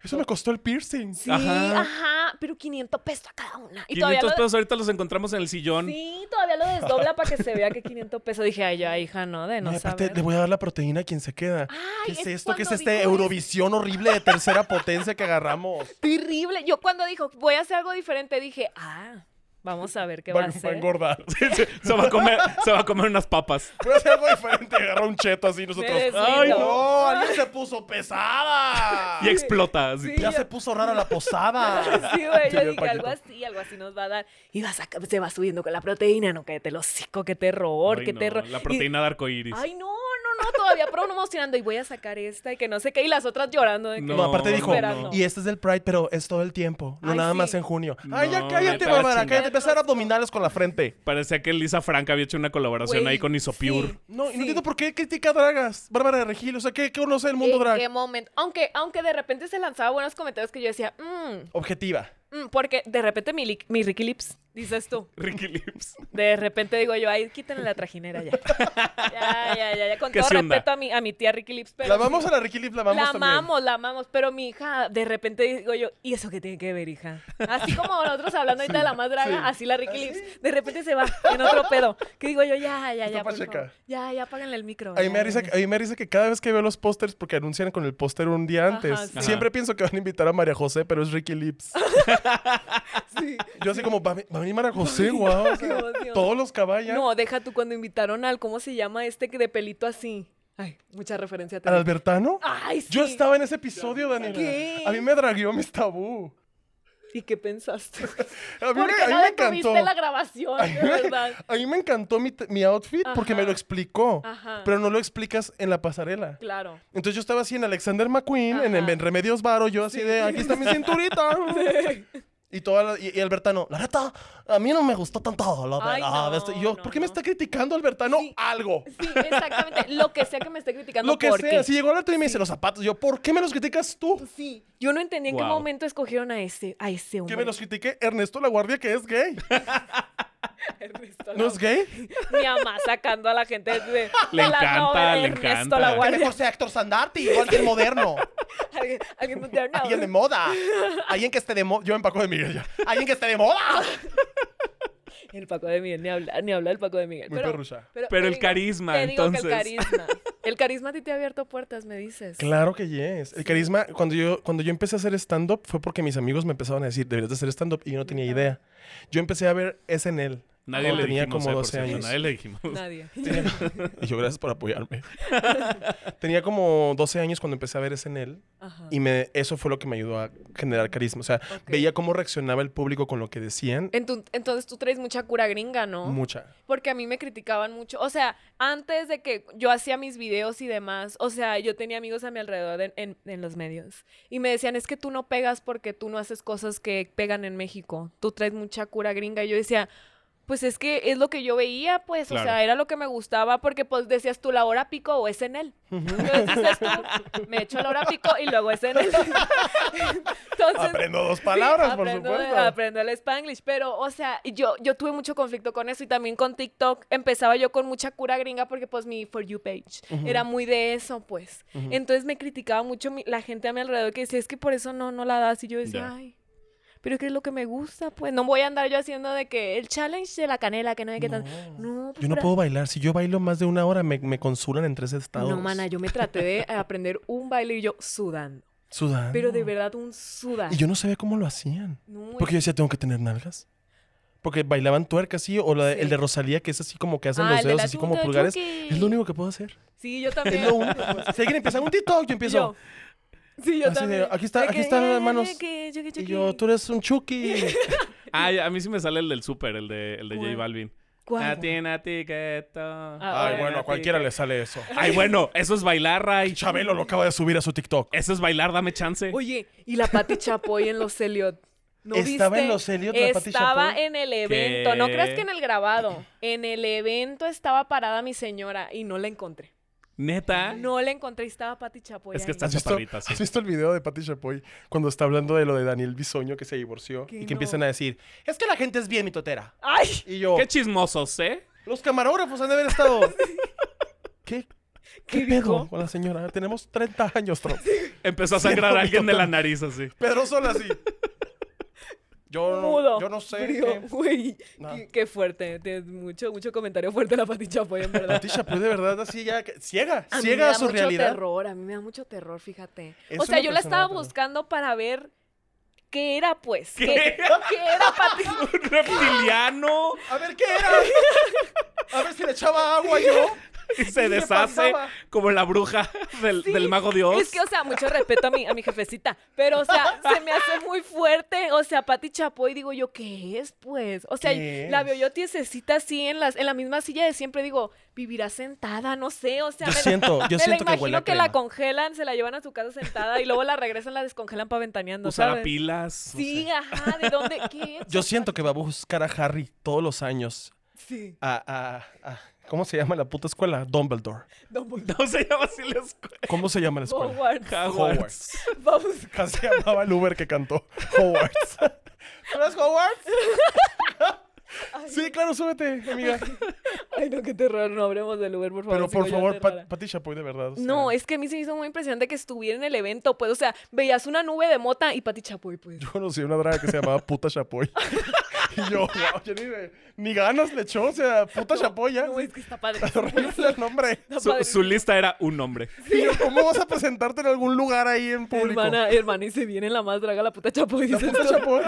Speaker 1: Eso me costó el piercing.
Speaker 3: Sí,
Speaker 4: Ajá.
Speaker 3: ajá, pero 500 pesos a cada una. Y todavía
Speaker 4: 500
Speaker 3: lo-
Speaker 4: pesos ahorita los encontramos en el sillón.
Speaker 3: Sí, todavía lo desdobla para que se vea que 500 pesos. Dije, ay, ya, hija, no, de no
Speaker 1: No, aparte,
Speaker 3: saber.
Speaker 1: le voy a dar la proteína a quien se queda. ¿Qué es,
Speaker 3: es
Speaker 1: esto? ¿Qué es
Speaker 3: cuando
Speaker 1: este
Speaker 3: dijo
Speaker 1: Eurovisión horrible de tercera potencia que agarramos?
Speaker 3: Terrible. Yo cuando dijo, voy a hacer algo diferente, dije, ah, vamos a ver qué va,
Speaker 1: Va,
Speaker 3: a
Speaker 1: va a
Speaker 3: hacer.
Speaker 1: engordar.
Speaker 4: Sí, sí, se, va a comer, se va a comer unas papas.
Speaker 1: Voy a hacer algo diferente. Agarra un cheto así nosotros.
Speaker 3: Necesito.
Speaker 1: ¡Ay, no! ¡Alguien se puso pesada!
Speaker 4: Y explota. así.
Speaker 3: Sí,
Speaker 1: Ya se puso rara la posada.
Speaker 3: Sí, güey,
Speaker 1: Sí,
Speaker 3: yo
Speaker 1: bien,
Speaker 3: dije, algo
Speaker 1: Paquito.
Speaker 3: así, algo así nos va a dar. Y va saca- se va subiendo con la proteína, no, cállate el hocico, qué terror,
Speaker 4: Ay,
Speaker 3: qué
Speaker 4: no,
Speaker 3: terror.
Speaker 4: La
Speaker 3: Y-
Speaker 4: proteína de arcoíris.
Speaker 3: Ay, no, no, no, todavía promocionando y voy a sacar esta y que no sé qué, y las otras llorando. De que,
Speaker 1: No,
Speaker 4: No,
Speaker 1: aparte dijo,
Speaker 3: esperando.
Speaker 1: y este es del Pride, pero es todo el tiempo, no
Speaker 3: Ay,
Speaker 1: nada
Speaker 3: sí.
Speaker 1: más en junio.
Speaker 4: No,
Speaker 1: Ay, ya cállate,
Speaker 4: vete a la
Speaker 1: Bárbara,
Speaker 4: chingada.
Speaker 1: cállate, empezar abdominales con la frente.
Speaker 4: Parecía que Lisa Frank había hecho una colaboración
Speaker 3: Güey,
Speaker 4: ahí con Isopure.
Speaker 3: sí.
Speaker 1: No, y no entiendo por qué critica a dragas, Bárbara de Regil, o sea, ¿qué, qué conoce el mundo
Speaker 3: ¿En
Speaker 1: drag?
Speaker 3: Eh, qué momento? Aunque, aunque de repente se lanzaba buenos comentarios que yo decía, mmm,
Speaker 1: Objetiva.
Speaker 3: mm", porque de repente mi, li- mi Ricky Lips, dices tú.
Speaker 4: Ricky Lips.
Speaker 3: De repente digo yo, ay, quítenle la trajinera ya. ya, ya, ya, ya. Con
Speaker 4: ¿Qué
Speaker 3: todo
Speaker 4: sí onda?
Speaker 3: respeto a mi, a mi tía Ricky Lips, pero.
Speaker 1: La
Speaker 3: sí,
Speaker 1: vamos a la Ricky Lip, la vamos
Speaker 3: la
Speaker 1: también.
Speaker 3: amamos, la amamos, pero mi hija, de repente digo yo, ¿y eso qué tiene que ver, hija? Así como nosotros hablando ahorita de la más draga,
Speaker 1: sí.
Speaker 3: así la Ricky Lips, de repente se va en otro pedo. Que digo yo, ya, ya,
Speaker 1: Está
Speaker 3: ya, por
Speaker 1: pacheca.
Speaker 3: favor. ya, ya, apáganle el micro.
Speaker 1: A mí,
Speaker 3: ya,
Speaker 1: me da risa,
Speaker 3: ya".
Speaker 1: que- a mí me da risa que cada vez que veo los pósters, porque anuncian con el póster un día
Speaker 3: Ajá,
Speaker 1: antes,
Speaker 3: sí.
Speaker 1: siempre
Speaker 4: Ajá.
Speaker 1: pienso que van a invitar a María José, pero es Ricky Lips. Yo así como, va a vi- va a venir María José, guau. o sea,
Speaker 3: Dios, Dios.
Speaker 1: todos los caballos.
Speaker 3: No, deja tú cuando invitaron al, ¿cómo se llama este que de pelito así? Ay, mucha referencia.
Speaker 1: ¿Al
Speaker 3: tengo.
Speaker 1: Albertano?
Speaker 3: Ay, Ah, sí.
Speaker 1: Yo estaba en ese episodio, Daniela.
Speaker 3: ¿Qué?
Speaker 1: A mí me dragueó mis tabú.
Speaker 3: ¿Y qué pensaste?
Speaker 1: A mí,
Speaker 3: ¿Por
Speaker 1: me,
Speaker 3: qué
Speaker 1: a mí
Speaker 3: no
Speaker 1: me
Speaker 3: detuviste
Speaker 1: encantó.
Speaker 3: la grabación,
Speaker 1: A mí
Speaker 3: de
Speaker 1: me-
Speaker 3: verdad?
Speaker 1: a mí me encantó mi, t- mi outfit porque me
Speaker 3: Ajá.
Speaker 1: lo explicó,
Speaker 3: Ajá.
Speaker 1: pero no lo explicas en la pasarela.
Speaker 3: Claro.
Speaker 1: Entonces yo estaba así en Alexander McQueen, en,
Speaker 3: Ajá.
Speaker 1: en Remedios Varo, yo así de, aquí está mi cinturita. Y, toda la- y, y Albertano, la neta, a mí no me gustó tanto. la
Speaker 3: Ay,
Speaker 1: verdad,
Speaker 3: no,
Speaker 1: esto". Y yo,
Speaker 3: no,
Speaker 1: ¿por qué me
Speaker 3: no.
Speaker 1: está criticando Albertano algo?
Speaker 3: Sí, exactamente. Lo que sea que me esté criticando.
Speaker 1: Lo que
Speaker 3: ¿por
Speaker 1: sea.
Speaker 3: qué?
Speaker 1: Si llegó Albertano y me dice los zapatos, yo, ¿por qué me los criticas tú?
Speaker 3: Sí. Yo no entendía en qué
Speaker 4: Guau.
Speaker 3: momento escogieron a ese, a ese
Speaker 1: Que
Speaker 3: hombre.
Speaker 1: me los critique Ernesto La Guardia, que es gay.
Speaker 3: Ernesto
Speaker 1: ¿No es
Speaker 3: Laguardia.
Speaker 1: gay?
Speaker 3: Mi mamá sacando a la gente de, de
Speaker 4: Le
Speaker 3: la
Speaker 4: encanta,
Speaker 3: novela de
Speaker 4: le
Speaker 3: Ernesto
Speaker 4: encanta.
Speaker 3: Laguardia.
Speaker 1: sea Héctor Sandarte, igual que el moderno.
Speaker 3: Alguien, alguien moderno.
Speaker 1: moda. Alguien que esté de moda. Yo me empaco de Miguel ya. Alguien que esté de moda.
Speaker 3: El Paco de Miguel, ni habla, ni habla el Paco de Miguel.
Speaker 1: Muy
Speaker 3: pero,
Speaker 1: perrucha.
Speaker 4: Pero
Speaker 3: te
Speaker 4: el carisma,
Speaker 3: te digo que
Speaker 4: entonces.
Speaker 3: el carisma. El carisma a ti te ha abierto puertas, me dices.
Speaker 1: Claro que yes. El carisma, cuando yo, cuando yo empecé a hacer stand-up, fue porque mis amigos me empezaban a decir, deberías de hacer stand-up, y yo no tenía idea. Yo empecé a ver SNL.
Speaker 4: Nadie
Speaker 1: cuando
Speaker 4: le
Speaker 1: tenía
Speaker 4: dijimos,
Speaker 1: como
Speaker 4: eh, por
Speaker 1: 12
Speaker 4: cierto,
Speaker 1: años.
Speaker 4: Nadie le dijimos.
Speaker 3: Nadie.
Speaker 1: Y yo, gracias por apoyarme. tenía como 12 años cuando empecé a ver SNL.
Speaker 3: Ajá.
Speaker 1: Y me, eso fue lo que me ayudó a generar carisma. O sea,
Speaker 3: Ok.
Speaker 1: veía cómo reaccionaba el público con lo que decían.
Speaker 3: En tu- entonces tú traes mucha cura gringa, ¿no?
Speaker 1: Mucha.
Speaker 3: Porque a mí me criticaban mucho. O sea, antes de que yo hacía mis videos y demás, o sea, yo tenía amigos a mi alrededor en, en- en los medios. Y me decían, es que tú no pegas porque tú no haces cosas que pegan en México. Tú traes mucha cura gringa. Y yo decía, pues es que es lo que yo veía, pues, o
Speaker 4: Claro.
Speaker 3: sea, era lo que me gustaba porque pues decías tú la hora pico o es en él. Entonces dices tú, me echo la hora pico y luego es en él. Entonces,
Speaker 1: Aprendo dos
Speaker 3: sí,
Speaker 1: palabras, por
Speaker 3: aprendo- eh,
Speaker 1: supuesto.
Speaker 3: Aprendo el spanglish, pero, o sea, yo, yo tuve mucho conflicto con eso y también con TikTok. Empezaba yo con mucha cura gringa porque, pues, mi For You page era muy de eso, pues. Entonces me criticaba mucho mi- la gente a mi alrededor que decía, es que por eso no, no la das. Y yo decía,
Speaker 4: Ya.
Speaker 3: ay, pero es que es lo que me gusta, pues. No voy a andar yo haciendo de que el challenge de la canela, que no hay que tan. No,
Speaker 1: Yo no
Speaker 3: pura-
Speaker 1: puedo bailar. Si yo bailo más de una hora, me, me consulan en tres estados.
Speaker 3: No, mana, yo me traté de aprender un baile y yo sudando.
Speaker 1: Sudando.
Speaker 3: Pero de verdad, un sudar.
Speaker 1: Ah, Y yo no sabía cómo lo hacían.
Speaker 3: No,
Speaker 1: Porque yo decía, tengo que tener nalgas. Porque bailaban tuerca así, o la de-
Speaker 3: Sí.
Speaker 1: el de Rosalía, que es así como que hacen
Speaker 3: Ah,
Speaker 1: los
Speaker 3: el de la
Speaker 1: dedos, así como
Speaker 3: tunca,
Speaker 1: pulgares.
Speaker 3: chuki.
Speaker 1: Es lo único que puedo hacer.
Speaker 3: Sí, yo también.
Speaker 1: Es lo único. Si alguien empieza un TikTok, yo empiezo.
Speaker 3: Yo. Sí, yo
Speaker 1: Así de,
Speaker 3: también.
Speaker 1: aquí está-
Speaker 3: De
Speaker 1: aquí
Speaker 3: que,
Speaker 1: están las
Speaker 3: eh,
Speaker 1: manos.
Speaker 3: que yo, que yo,
Speaker 1: Y
Speaker 3: que-
Speaker 1: yo, tú eres un Chucky.
Speaker 4: Ah, ya, a mí sí me sale el del súper, el de, el de J
Speaker 3: ¿Cuál?
Speaker 4: Balvin.
Speaker 3: ¿Cuál?
Speaker 1: Ah,
Speaker 4: A ti, a ti, que to-
Speaker 3: Ay, bueno,
Speaker 4: a ti, que-
Speaker 1: sale eso.
Speaker 4: Ay, bueno, eso es bailar, Ray.
Speaker 1: Chabelo lo acaba de subir a su TikTok.
Speaker 4: Eso es bailar, dame chance.
Speaker 3: Oye, y la Pati Chapoy en los Elliot. ¿No
Speaker 1: ¿Estaba
Speaker 3: viste?
Speaker 1: en los Elliot la Pati
Speaker 3: Estaba
Speaker 1: Chapoy?
Speaker 3: en el evento. No
Speaker 4: ¿Qué?
Speaker 3: creas que en el grabado. En el evento estaba parada mi señora y no la encontré.
Speaker 1: Ah.
Speaker 4: Neta.
Speaker 3: No la encontré y estaba Pati Chapoy.
Speaker 4: Es que
Speaker 3: ahí.
Speaker 4: está-
Speaker 1: ¿Has visto,
Speaker 4: chaparrita, sí.
Speaker 1: has visto el video de Pati Chapoy cuando está hablando de lo de Daniel Bisoño que se divorció
Speaker 3: Que
Speaker 1: y que
Speaker 3: no.
Speaker 1: empiezan a decir, es que la gente es bien mitotera?
Speaker 3: ¡Ay!
Speaker 1: Y yo,
Speaker 4: Qué chismosos, ¿eh?
Speaker 1: los camarógrafos han de haber estado. ¿Qué? ¿Qué,
Speaker 3: ¿Qué
Speaker 1: pedo
Speaker 3: dijo?
Speaker 1: con la señora? Tenemos 30 años, Trump.
Speaker 4: Empezó a
Speaker 1: Sí,
Speaker 4: sangrar
Speaker 1: no,
Speaker 4: a alguien
Speaker 1: no,
Speaker 4: de la
Speaker 1: no.
Speaker 4: nariz así.
Speaker 1: Pedro Sola así. Yo no,
Speaker 3: Mudo.
Speaker 1: yo no sé.
Speaker 3: frío,
Speaker 1: qué-
Speaker 3: güey.
Speaker 1: No.
Speaker 3: Qué, qué fuerte. Tienes mucho, mucho comentario fuerte la Pati Chapoy, en verdad.
Speaker 1: Pati Chapoy pues, de verdad así ya que- ciega,
Speaker 3: A mí me
Speaker 1: ciega
Speaker 3: da
Speaker 1: a su
Speaker 3: mucho
Speaker 1: realidad.
Speaker 3: terror, a mí me da mucho terror, fíjate.
Speaker 1: Es
Speaker 3: o sea,
Speaker 1: una
Speaker 3: yo la
Speaker 1: persona
Speaker 3: estaba
Speaker 1: de terror.
Speaker 3: buscando para ver qué era, pues. ¿Qué,
Speaker 4: ¿Qué?
Speaker 3: qué era Pati?
Speaker 4: Un reptiliano
Speaker 1: A ver qué era. A ver si le echaba agua yo.
Speaker 4: y se
Speaker 1: ¿Qué
Speaker 4: deshace
Speaker 1: pasaba?
Speaker 4: como la bruja del,
Speaker 3: Sí,
Speaker 4: del mago Dios.
Speaker 3: Es que, o sea, mucho respeto a mi, a mi jefecita, pero, o sea, se me hace muy fuerte, o sea, Pati Chapoy, digo yo, ¿qué es, pues? O sea,
Speaker 1: ¿Qué
Speaker 3: la
Speaker 1: es?
Speaker 3: veo yo tiesecita así en, las, en la misma silla de siempre, digo, vivirá sentada, no sé, o sea,
Speaker 1: Yo
Speaker 3: me-
Speaker 1: siento, yo
Speaker 3: me
Speaker 1: siento
Speaker 3: la
Speaker 1: que huele
Speaker 3: imagino
Speaker 1: a
Speaker 3: que,
Speaker 1: crema.
Speaker 3: la congelan, se la llevan a su casa sentada y luego la regresan, la descongelan para ventaneando,
Speaker 4: Usará
Speaker 3: ¿sabes?
Speaker 4: pilas.
Speaker 3: Sí, ajá, ¿de dónde? ¿Qué?
Speaker 1: Yo siento que va a buscar a Harry todos los años
Speaker 3: Sí,
Speaker 1: a, a- a- ¿Cómo se llama la puta escuela? Dumbledore.
Speaker 3: Dumbledore.
Speaker 4: No se llama así la escuela.
Speaker 1: ¿Cómo se llama la escuela?
Speaker 3: Hogwarts.
Speaker 4: Hogwarts.
Speaker 3: Vamos.
Speaker 1: Casi llamaba el Uber que cantó. Hogwarts.
Speaker 5: ¿Tú eres Hogwarts?
Speaker 1: Sí, claro, súbete, amiga.
Speaker 3: Ay, no, qué terror. No hablemos del Uber, por favor.
Speaker 1: Pero
Speaker 3: sigo
Speaker 1: por
Speaker 3: yo
Speaker 1: favor,
Speaker 3: aterrada.
Speaker 1: Pat- Pati Chapoy, de verdad. o sea,
Speaker 3: No, es que a mí se me hizo muy impresionante que estuviera en el evento. Pues, o sea, veías una nube de mota y Pati Chapoy, pues.
Speaker 1: Yo conocí una draga que se llamaba Puta Chapoy. y yo, wow, yo ni, de- ni ganas le echó, o sea, Puta Chapoy ya.
Speaker 3: No, es que está padre.
Speaker 1: Horrible el nombre.
Speaker 3: Está
Speaker 4: Su, su
Speaker 3: padrísimo.
Speaker 4: lista era un hombre.
Speaker 1: Y yo, ¿cómo vas a presentarte en algún lugar ahí en público?
Speaker 3: Hermana, hermana, y se viene la más draga, la puta Chapoy.
Speaker 1: La
Speaker 3: dices
Speaker 1: Puta
Speaker 3: tú.
Speaker 1: Chapoy.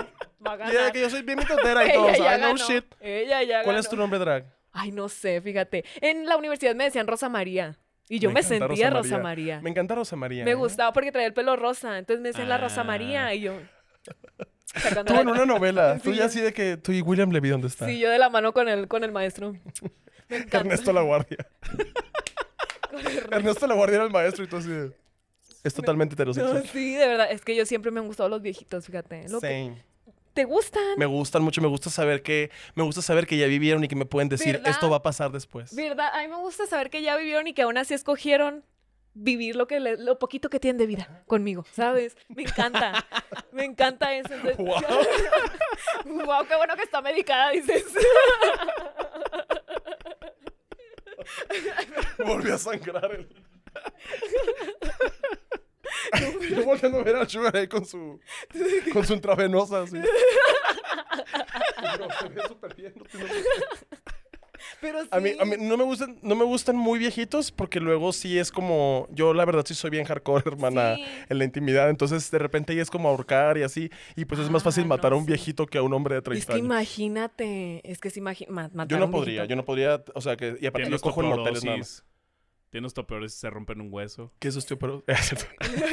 Speaker 3: Va a
Speaker 1: Y
Speaker 3: ganar.
Speaker 1: era que yo soy bien mitotera y
Speaker 3: Ella
Speaker 1: todo. I
Speaker 3: ya
Speaker 1: know
Speaker 3: ganó.
Speaker 1: shit.
Speaker 3: Ella ya
Speaker 1: ¿Cuál es tu
Speaker 3: ganó.
Speaker 1: nombre drag?
Speaker 3: Ay, no sé, fíjate. En la universidad me decían Rosa María. Y yo
Speaker 1: Me
Speaker 3: me,
Speaker 1: encanta
Speaker 3: sentía Rosa María.
Speaker 1: Me encanta Rosa María.
Speaker 3: Me
Speaker 1: ¿eh?
Speaker 3: gustaba porque traía el pelo rosa. Entonces me decían la Rosa
Speaker 4: Ah.
Speaker 3: María y yo. sacando
Speaker 1: Tú
Speaker 3: la-
Speaker 1: en una novela.
Speaker 3: Sí,
Speaker 1: tú ya
Speaker 3: ya.
Speaker 1: así de que tú y William Levy, ¿dónde está?
Speaker 3: Sí, yo de la mano con el, con el maestro. Me encanta.
Speaker 1: Ernesto La Guardia.
Speaker 3: Con el
Speaker 1: Ernesto La Guardia era el maestro y tú así de... Es totalmente
Speaker 3: No,
Speaker 1: heterosexual.
Speaker 3: sí, de verdad. Es que yo siempre me han gustado los viejitos, fíjate. Lo que-
Speaker 1: Same.
Speaker 3: ¿Te gustan?
Speaker 1: Me gustan mucho, me gusta saber que me gusta saber que ya vivieron y que me pueden decir
Speaker 3: ¿Verdad?
Speaker 1: esto va a pasar después.
Speaker 3: ¿Verdad? A mí me gusta saber que ya vivieron y que aún así escogieron vivir lo, que le- lo poquito que tienen de vida conmigo, ¿sabes? Me encanta. me encanta eso. Entonces,
Speaker 1: Guau.
Speaker 3: Guau, qué bueno que está medicada, dices.
Speaker 1: Volvió a sangrar el. Yo volviendo a ver al Sugar ahí con su. con su intravenosa así. Pero se ve súper bien. no tiene por qué.
Speaker 3: Pero sí.
Speaker 1: A mí, a mí no, me gustan, no me gustan muy viejitos porque luego sí es como. Yo la verdad sí soy bien hardcore, hermana,
Speaker 3: Sí.
Speaker 1: en la intimidad. Entonces de repente ya es como ahorcar y así. Y pues es más
Speaker 3: Ah,
Speaker 1: fácil matar
Speaker 3: no,
Speaker 1: a un
Speaker 3: sí.
Speaker 1: viejito que a un hombre de 30
Speaker 3: Es que
Speaker 1: años.
Speaker 3: imagínate. Es que es imagínate.
Speaker 1: Yo no podría, yo no podría, o sea, que, y aparte yo
Speaker 4: Tienes
Speaker 1: cojo en moteles nada más.
Speaker 4: osteoporosis. Tienes osteoporosis, se rompen un hueso.
Speaker 1: ¿Qué es osteoporosis? Es cierto.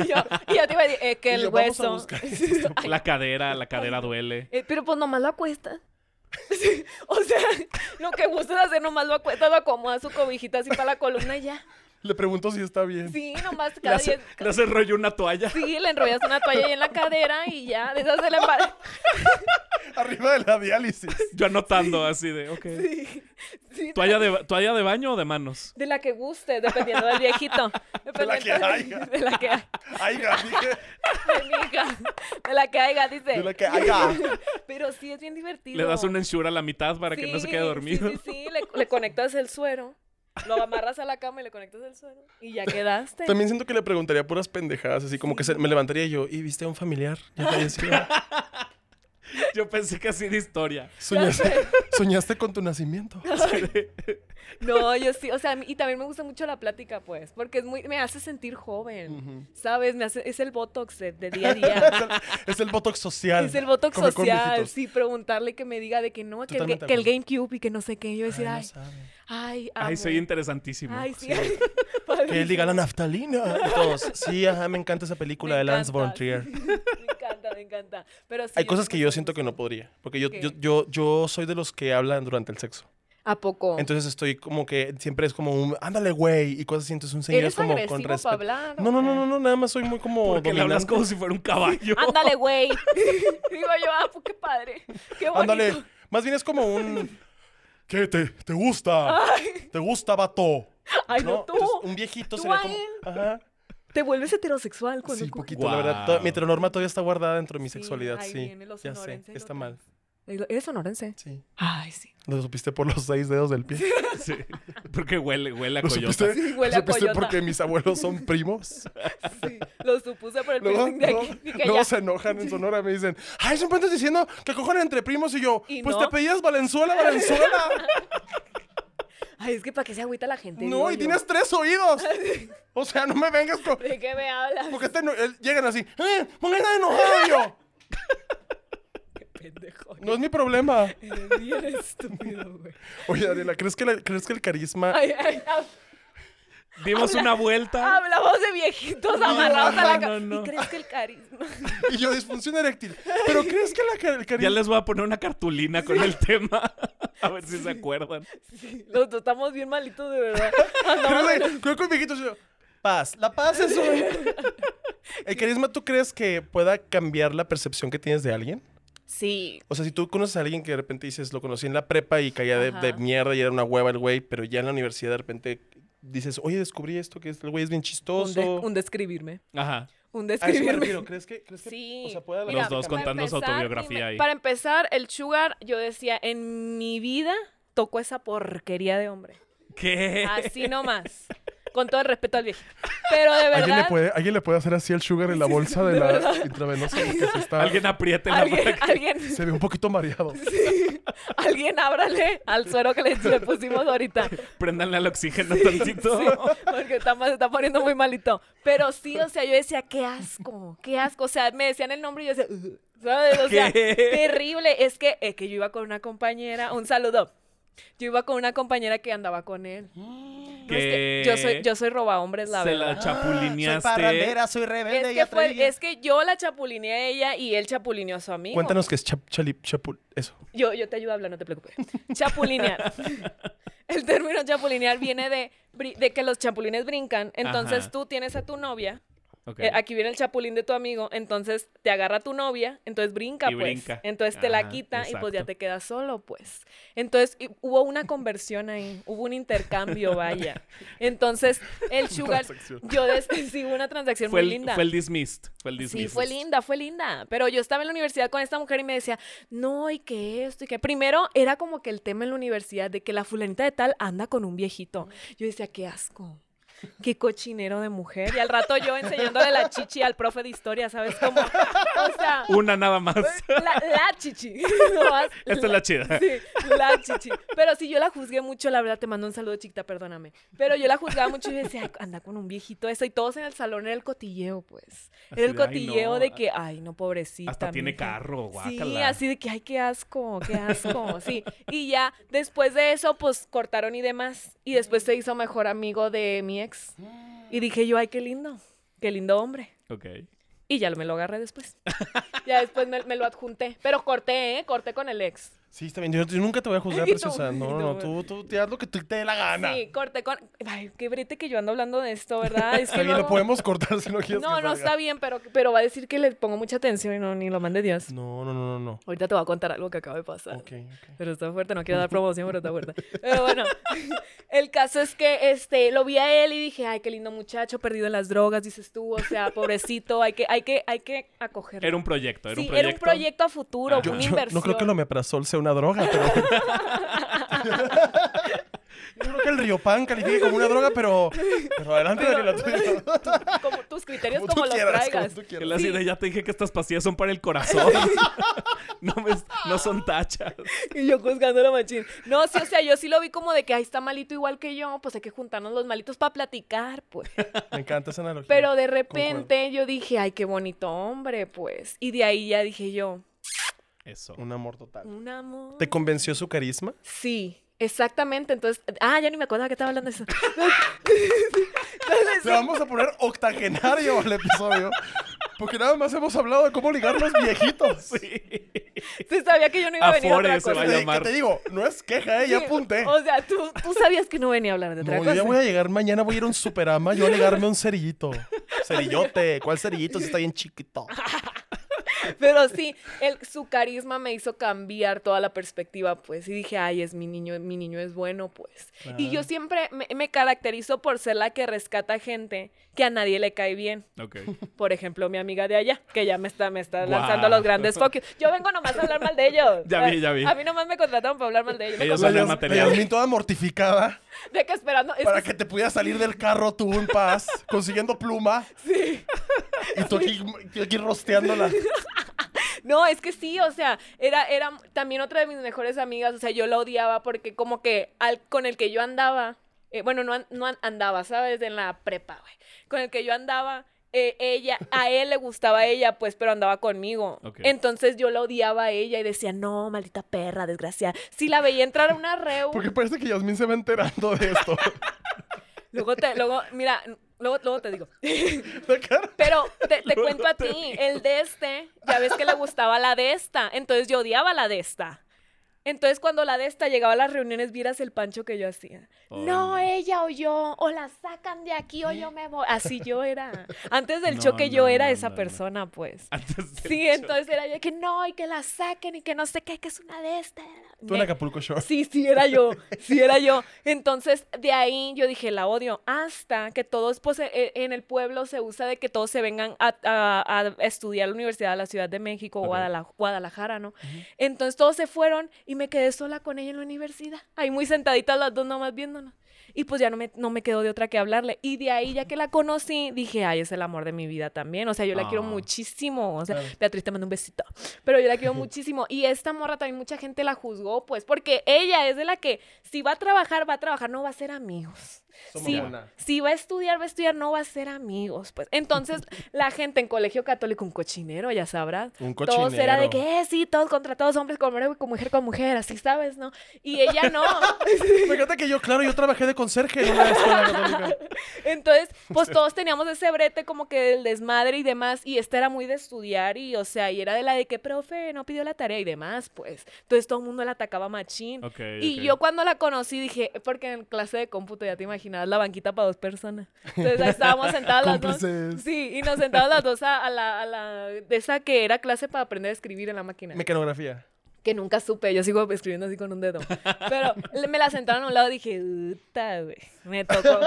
Speaker 3: y yo, y yo te iba a decir, eh, que
Speaker 1: Y
Speaker 3: el
Speaker 1: yo, vamos
Speaker 3: hueso.
Speaker 1: a buscar
Speaker 3: Ay,
Speaker 4: La cadera, la cadera duele.
Speaker 3: Eh, pero pues nomás lo acuesta. Sí, o sea, lo que gustas hacer nomás lo acuesta, lo acomoda su cobijita así para la columna y ya.
Speaker 1: Le pregunto si está bien.
Speaker 3: Sí, nomás
Speaker 4: Le
Speaker 3: cada
Speaker 4: hace,
Speaker 3: diez-
Speaker 4: le hace rollo una toalla.
Speaker 3: Sí, le enrollas una toalla ahí en la cadera y ya, deshaces el embarazo.
Speaker 1: Arriba de la diálisis.
Speaker 4: Yo anotando así de, ok.
Speaker 3: Sí, sí,
Speaker 4: ¿Toalla, de, ba- ¿Toalla de baño o de manos?
Speaker 3: De la que guste, dependiendo del
Speaker 1: la
Speaker 3: viejito.
Speaker 1: que
Speaker 3: Dependiendo
Speaker 1: haya.
Speaker 3: De la que haya.
Speaker 1: Ay, ya dije.
Speaker 3: De mi hija. De la que haya, dice.
Speaker 1: De la que haya.
Speaker 3: Pero sí es bien divertido.
Speaker 4: Le das un ensure a la mitad para que no se
Speaker 3: Sí,
Speaker 4: quede dormido.
Speaker 3: Sí, sí, sí, Le, le conectas el suero. Lo amarras a la cama y le conectas el suero. Y ya quedaste.
Speaker 1: También siento que le preguntaría puras pendejadas, así como que se- me levantaría y yo, ¿y viste a un familiar? Ya falleció.
Speaker 4: Yo pensé que así de historia.
Speaker 3: Ya
Speaker 1: ¿Soñaste,
Speaker 3: sé.
Speaker 1: soñaste con tu nacimiento.
Speaker 3: No, yo sí, o sea, y también me gusta mucho la plática, pues, porque es muy, me hace sentir joven, ¿sabes? Me hace, es el botox de, de día a día.
Speaker 1: Es el, es el botox social.
Speaker 3: Es el botox
Speaker 1: Come con
Speaker 3: social,
Speaker 1: viejitos.
Speaker 3: sí, preguntarle que me diga de que no, que el,
Speaker 1: Totalmente
Speaker 3: ga- que el
Speaker 1: de
Speaker 3: GameCube y que no sé qué. Yo decir,
Speaker 1: Ay, Ah,
Speaker 3: ay,
Speaker 1: no sabe.
Speaker 3: ay,
Speaker 4: Ay,
Speaker 3: amo.
Speaker 4: soy interesantísimo.
Speaker 3: Ay, sí.
Speaker 1: Que él diga la naftalina. Y todos, sí, ajá, me encanta esa película de Lance von Trier.
Speaker 3: me encanta, me encanta. Pero sí,
Speaker 1: Hay cosas
Speaker 3: sí
Speaker 1: que
Speaker 3: me
Speaker 1: yo
Speaker 3: gusta
Speaker 1: siento que no
Speaker 3: mucho.
Speaker 1: podría, porque yo,
Speaker 3: Ok.
Speaker 1: yo, yo, yo soy de los que hablan durante el sexo.
Speaker 3: ¿A poco?
Speaker 1: Entonces estoy como que siempre es como un, ándale, güey, y cosas así. Entonces un señor
Speaker 3: ¿Eres
Speaker 1: es como
Speaker 3: agresivo
Speaker 1: con
Speaker 3: para
Speaker 1: respeto.
Speaker 3: hablar?
Speaker 1: No, no, no, no, no, nada más soy muy como
Speaker 4: Porque le hablas
Speaker 1: dominante.
Speaker 4: como si fuera un caballo.
Speaker 3: Ándale, güey. Digo yo, ah, pues qué padre. Qué bonito.
Speaker 1: Ándale, más bien es como un, ¿qué te, te gusta? ¿Te gusta, vato?
Speaker 3: Ay, no, tú.
Speaker 1: Entonces, un viejito
Speaker 3: Tú
Speaker 1: sería
Speaker 3: a
Speaker 1: como,
Speaker 3: él.
Speaker 1: ajá.
Speaker 3: Te vuelves heterosexual cuando
Speaker 1: Sí,
Speaker 3: coges?
Speaker 1: poquito,
Speaker 4: Guau.
Speaker 1: la verdad. Toda- mi heteronorma todavía está guardada dentro de mi
Speaker 3: Sí,
Speaker 1: sexualidad,
Speaker 3: ahí
Speaker 1: sí.
Speaker 3: viene lo
Speaker 1: ya sé,
Speaker 3: sonorense y lo
Speaker 1: está mal.
Speaker 3: ¿Eres sonorense?
Speaker 1: Sí.
Speaker 3: Ay, sí.
Speaker 1: Lo supiste por los seis dedos del pie.
Speaker 4: Sí. Porque huele, huele a
Speaker 1: Lo
Speaker 4: coyota.
Speaker 1: supiste,
Speaker 3: Sí,
Speaker 1: lo
Speaker 3: huele a
Speaker 1: supiste
Speaker 3: coyota.
Speaker 1: porque mis abuelos son primos.
Speaker 3: Sí, lo supuse por el
Speaker 1: Luego,
Speaker 3: piercing de
Speaker 1: luego-
Speaker 3: aquí. Dije,
Speaker 1: luego
Speaker 3: ya.
Speaker 1: se enojan en Sonora, me dicen, ay, siempre andas diciendo que cojan entre primos y yo,
Speaker 3: ¿Y
Speaker 1: pues
Speaker 3: no?
Speaker 1: te pedías Valenzuela, Valenzuela.
Speaker 3: Ay, es que para qué se agüita la gente.
Speaker 1: no,
Speaker 3: digo
Speaker 1: y
Speaker 3: yo.
Speaker 1: tienes tres oídos. O sea, no me vengas con...
Speaker 3: ¿De qué me hablas?
Speaker 1: Porque este no- él- llegan así, eh, pónganla enojado yo.
Speaker 3: Pendejo.
Speaker 1: No es mi problema.
Speaker 3: Eres bien estúpido, güey.
Speaker 1: Oye, Daniela, ¿crees que, la- ¿crees que el carisma
Speaker 3: Ay, ay, hab-
Speaker 4: Dimos una vuelta.
Speaker 3: hablamos de viejitos amarrados a la
Speaker 4: no,
Speaker 3: cama.
Speaker 4: no.
Speaker 3: ¿Y crees que el carisma?
Speaker 1: Y yo, disfunción eréctil. Pero ¿crees que la, car- el
Speaker 4: Ya
Speaker 1: carisma...
Speaker 4: les voy a poner una cartulina con el tema. A ver si se acuerdan.
Speaker 3: Los dos estamos bien malitos, de verdad.
Speaker 1: Creo
Speaker 3: Andamos en-
Speaker 1: que, creo que un viejito se- Paz. La paz es un... ¿El carisma tú crees que pueda cambiar la percepción que tienes de alguien?
Speaker 3: Sí.
Speaker 1: O sea, si tú conoces a alguien que de repente dices, lo conocí en la prepa y caía de,
Speaker 3: Ajá.
Speaker 1: de mierda y era una hueva el güey, pero ya en la universidad de repente dices, oye, descubrí esto, que el güey es bien
Speaker 3: Un,
Speaker 1: chistoso.
Speaker 3: de- un describirme.
Speaker 4: Ajá.
Speaker 3: Un
Speaker 1: A eso me
Speaker 3: describirme.
Speaker 1: refiero. ¿Crees que, crees que
Speaker 3: Sí.
Speaker 1: o sea, pueda la-
Speaker 4: Mira, Los dos
Speaker 3: para
Speaker 4: contando su
Speaker 3: empezar,
Speaker 4: autobiografía
Speaker 3: dime-
Speaker 4: ahí.
Speaker 3: Para empezar, el Sugar, yo decía, en mi vida tocó esa porquería de hombre.
Speaker 4: ¿Qué?
Speaker 3: Así nomás. Con todo el respeto al viejito. Pero de verdad.
Speaker 1: ¿Alguien le, puede, alguien le puede hacer así el sugar en la bolsa de la intravenosa porque se está...
Speaker 4: Alguien apriétenla
Speaker 3: Alguien,
Speaker 4: para que-
Speaker 3: alguien,
Speaker 1: Se ve un poquito mareado.
Speaker 3: alguien ábrale al suero que le, le pusimos ahorita.
Speaker 4: Préndanle al oxígeno tantito.
Speaker 3: Porque está, más- se está poniendo muy malito. Pero sí, o sea, yo decía, qué asco, qué asco. O sea, me decían el nombre y yo decía, "Ugh", ¿sabes? O sea,
Speaker 4: ¿Qué?
Speaker 3: terrible. Es que, es que yo iba con una compañera, un saludo. Yo iba con una compañera que andaba con él. No, es que
Speaker 4: Que
Speaker 3: yo soy, yo soy roba hombres, la
Speaker 4: se
Speaker 3: verdad.
Speaker 4: la chapulineaste.
Speaker 5: Ah, Soy parrandera, soy rebelde
Speaker 3: Es
Speaker 5: y
Speaker 3: que, fue-
Speaker 5: atrevida.
Speaker 3: es que yo la chapulineé a ella y él chapulineó a su amigo.
Speaker 1: Cuéntanos qué es chap, chalip, chapul... Eso.
Speaker 3: Yo, yo te ayudo a hablar, no te preocupes. Chapulinear. El término chapulinear viene de, bri- de que los chapulines brincan. Entonces
Speaker 4: Ajá.
Speaker 3: tú tienes a tu novia.
Speaker 4: Ok.
Speaker 3: eh, aquí viene el chapulín de tu amigo. Entonces te agarra tu novia. Entonces brinca,
Speaker 4: Y
Speaker 3: pues.
Speaker 4: brinca.
Speaker 3: Entonces te la
Speaker 4: Ajá,
Speaker 3: quita y pues ya
Speaker 4: exacto.
Speaker 3: te quedas solo, pues. Entonces y- hubo una conversión ahí. Hubo un intercambio, vaya. Entonces el sugar.
Speaker 1: transacción.
Speaker 3: Yo des- sí, hubo una transacción
Speaker 4: fue,
Speaker 3: muy
Speaker 4: el,
Speaker 3: linda.
Speaker 4: fue el dismissed. Fue el
Speaker 3: Sí,
Speaker 4: dismissed.
Speaker 3: fue linda, fue linda. Pero yo estaba en la universidad con esta mujer y me decía, no, y que esto, y que primero era como que el tema en la universidad de que la fulanita de tal anda con un viejito.
Speaker 4: Mm.
Speaker 3: Yo decía, qué asco. Qué cochinero de mujer. Y al rato yo enseñándole la chichi al profe de historia, ¿sabes cómo? O sea,
Speaker 4: Una nada más.
Speaker 3: la, la chichi. nomás
Speaker 4: Esta es la chida.
Speaker 3: Sí, la chichi. Pero sí, yo la juzgué mucho, la verdad, te mando un saludo, chiquita, perdóname. Pero yo la juzgaba mucho y decía, "Ay, anda con un viejito eso. Y todos en el salón era el cotilleo, pues.
Speaker 4: Así
Speaker 3: Era el
Speaker 4: de, "Ay,
Speaker 3: cotilleo
Speaker 4: no,
Speaker 3: de que, ay, no, pobrecita.
Speaker 4: Hasta tiene
Speaker 3: mija".
Speaker 4: carro,
Speaker 3: Sí,
Speaker 4: guácala.
Speaker 3: así de que, ay, qué asco, qué asco, sí. Y ya, después de eso, pues, cortaron y demás. Y después se hizo mejor amigo de mi ex. Y dije yo, ay, qué lindo, qué lindo hombre.
Speaker 4: Ok.
Speaker 3: Y ya me lo agarré después. ya después me, me lo adjunté. Pero corté, ¿eh? Corté con el ex.
Speaker 1: Sí, está bien. Yo, yo nunca te voy a juzgar,
Speaker 3: Y tú,
Speaker 1: preciosa. No, no,
Speaker 3: y
Speaker 1: no. Tú,
Speaker 3: tú,
Speaker 1: tú te haz lo que tú te dé la gana.
Speaker 3: Sí, corte con. Ay, qué brete que yo ando hablando de esto, ¿verdad? Es que
Speaker 1: Está bien, lo
Speaker 3: luego-
Speaker 1: podemos cortar si no quieres
Speaker 3: No,
Speaker 1: que
Speaker 3: no
Speaker 1: salga.
Speaker 3: está bien, pero, pero va a decir que le pongo mucha atención y no, ni lo mande Dios.
Speaker 1: No, no, no, no, no.
Speaker 3: Ahorita te voy a contar algo que acaba de pasar.
Speaker 1: Mm. Ok, ok.
Speaker 3: Pero está fuerte, no quiero dar promoción, pero está fuerte. Pero bueno, el caso es que este, lo vi a él y dije, ay, qué lindo muchacho, perdido en las drogas, dices tú, o sea, pobrecito, hay que, hay que, hay que acogerlo.
Speaker 4: Era un proyecto, era
Speaker 3: sí,
Speaker 4: un proyecto.
Speaker 3: era un proyecto a futuro,
Speaker 4: Ah.
Speaker 1: Yo-
Speaker 3: una
Speaker 1: yo
Speaker 3: inversión.
Speaker 1: no creo que el omeprazol sea una droga, pero... yo creo que el riopan califique como una droga, pero... Pero adelante, Daniela, tú-
Speaker 3: Como tus criterios
Speaker 1: como
Speaker 3: como,
Speaker 1: tú
Speaker 3: los
Speaker 1: quieras, como
Speaker 3: traigas.
Speaker 1: tú
Speaker 4: Que
Speaker 1: quieras.
Speaker 4: la
Speaker 3: Sí.
Speaker 4: de, ya te dije que estas pastillas son para el corazón. no, me- no son tachas.
Speaker 3: Y yo juzgando la machín. No, sí, o sea, yo sí lo vi como de que ahí está malito igual que yo, pues hay que juntarnos los malitos para platicar, pues.
Speaker 1: Me encanta esa analogía.
Speaker 3: Pero de repente yo dije, ay, qué bonito hombre, pues. Y de ahí ya dije yo,
Speaker 4: Eso.
Speaker 1: Un amor total.
Speaker 3: un amor.
Speaker 1: ¿Te convenció su carisma?
Speaker 3: Sí, exactamente. Entonces, ah, ya ni me acordaba que estaba hablando de eso.
Speaker 1: Le vamos a poner octagenario al episodio. Porque nada más hemos hablado de cómo ligar los viejitos.
Speaker 4: Sí.
Speaker 3: Sí, sabía que yo no iba a venir a otra
Speaker 4: Afore, se
Speaker 3: cosa.
Speaker 1: Oye,
Speaker 4: vaya.
Speaker 1: que
Speaker 4: llamar.
Speaker 1: te digo, no es queja, ¿eh? ya
Speaker 3: Sí,
Speaker 1: apunté.
Speaker 3: O sea, tú, tú sabías que no venía a hablar de otra
Speaker 1: No, yo
Speaker 3: cosa.
Speaker 1: ya voy a llegar mañana, voy a ir a un superama, yo voy a ligarme un cerillito. Cerillote, ¿cuál cerillito? Si está bien chiquito.
Speaker 3: Ah, Pero sí, el, su carisma me hizo cambiar toda la perspectiva, pues. Y dije, ay, es mi niño, mi niño es bueno, pues. Y yo siempre me, me caracterizo por ser la que rescata gente que a nadie le cae bien.
Speaker 4: Ok.
Speaker 3: Por ejemplo, mi amiga de allá, que ya me está, me está
Speaker 4: Guau.
Speaker 3: lanzando los grandes focos. Yo vengo nomás a hablar mal de ellos.
Speaker 4: Ya vi, ya vi.
Speaker 3: A mí nomás me contrataron para hablar mal de ellos. Me
Speaker 4: Ellos
Speaker 3: contrataron
Speaker 4: Salió
Speaker 1: Yas-
Speaker 4: el material.
Speaker 1: Yasmín toda mortificada
Speaker 3: De que esperando. es
Speaker 1: para
Speaker 3: que
Speaker 1: que te pudieras salir del carro tú en paz, consiguiendo pluma.
Speaker 3: sí.
Speaker 1: Y tú aquí, yo aquí rosteándola.
Speaker 3: No, es que sí, o sea, era, era también otra de mis mejores amigas. O sea, yo la odiaba porque como que al, con el que yo andaba, eh, bueno, no, an- no an- andaba, ¿sabes? En la prepa, güey. Con el que yo andaba. eh, ella, a él le gustaba ella, pues, pero andaba conmigo.
Speaker 4: Ok.
Speaker 3: Entonces yo la odiaba a ella y decía, no, maldita perra, desgraciada. Si la veía entrar a una reu,
Speaker 1: Porque parece que Yasmín se va enterando de esto.
Speaker 3: Luego te, luego, mira, luego, luego te digo.
Speaker 1: La cara.
Speaker 3: Pero te, te cuento a ti, el de este, ya ves que le gustaba la de esta, entonces yo odiaba la de esta. Entonces cuando la de esta llegaba a las reuniones, vieras el pancho que yo hacía.
Speaker 4: Oh,
Speaker 3: no,
Speaker 4: no.
Speaker 3: ella o yo, o la sacan de aquí o yo me voy. Así yo era. Antes del
Speaker 4: No,
Speaker 3: choque yo
Speaker 4: no,
Speaker 3: era
Speaker 4: no,
Speaker 3: esa
Speaker 4: no, no.
Speaker 3: persona, pues.
Speaker 4: Antes del
Speaker 3: Sí,
Speaker 4: show.
Speaker 3: entonces era yo que no, y que la saquen y que no sé qué, que es una de estas.
Speaker 1: Tú en Acapulco Shore.
Speaker 3: Sí, sí, era yo, sí, era yo. Entonces, de ahí yo dije, la odio, hasta que todos, pues, e- e- en el pueblo se usa de que todos se vengan a, a- a estudiar a la Universidad de la Ciudad de México o
Speaker 4: Ok.
Speaker 3: Guadala- Guadalajara, ¿no? Entonces, todos se fueron y me quedé sola con ella en la universidad, ahí muy sentaditas las dos nomás viéndonos. Y pues ya no me, no me quedó de otra que hablarle. Y de ahí, ya que la conocí, dije, ay, es el amor de mi vida también. O sea, yo la quiero
Speaker 4: Ah.
Speaker 3: muchísimo. O sea, Beatriz te mando un besito. Pero yo la quiero muchísimo. Y esta morra también mucha gente la juzgó, pues, porque ella es de la que si va a trabajar, va a trabajar, no va a ser amigos.
Speaker 1: Somos
Speaker 3: Si,
Speaker 1: una.
Speaker 3: si va a estudiar, va a estudiar, no va a ser amigos. Pues entonces la gente en colegio católico, un cochinero, ya sabrás.
Speaker 1: Un
Speaker 3: Todos era de
Speaker 1: cochinero.
Speaker 3: que, eh, sí, todos contra todos, hombres con hombre, con mujer con mujer, así sabes, ¿no? Y ella no.
Speaker 1: Me encanta que yo, claro, yo trabajé de conserje en una escuela católica.
Speaker 3: Entonces, pues todos teníamos ese brete como que del desmadre y demás, y esta era muy de estudiar y, o sea, y era de la de que, profe, no pidió la tarea y demás, pues. Entonces todo el mundo la atacaba machín.
Speaker 4: Ok,
Speaker 3: Y
Speaker 4: ok.
Speaker 3: yo cuando la conocí dije, porque en clase de cómputo ya te imaginabas la banquita para dos personas. Entonces ahí estábamos sentadas las dos.
Speaker 1: Cómplices.
Speaker 3: Sí, y nos sentábamos las dos a, a la, a la- de esa que era clase para aprender a escribir en la máquina
Speaker 1: Mecanografía.
Speaker 3: que nunca supe. Yo sigo escribiendo así con un dedo. Pero le- me la sentaron a un lado y dije, "Uta, güey. Me tocó.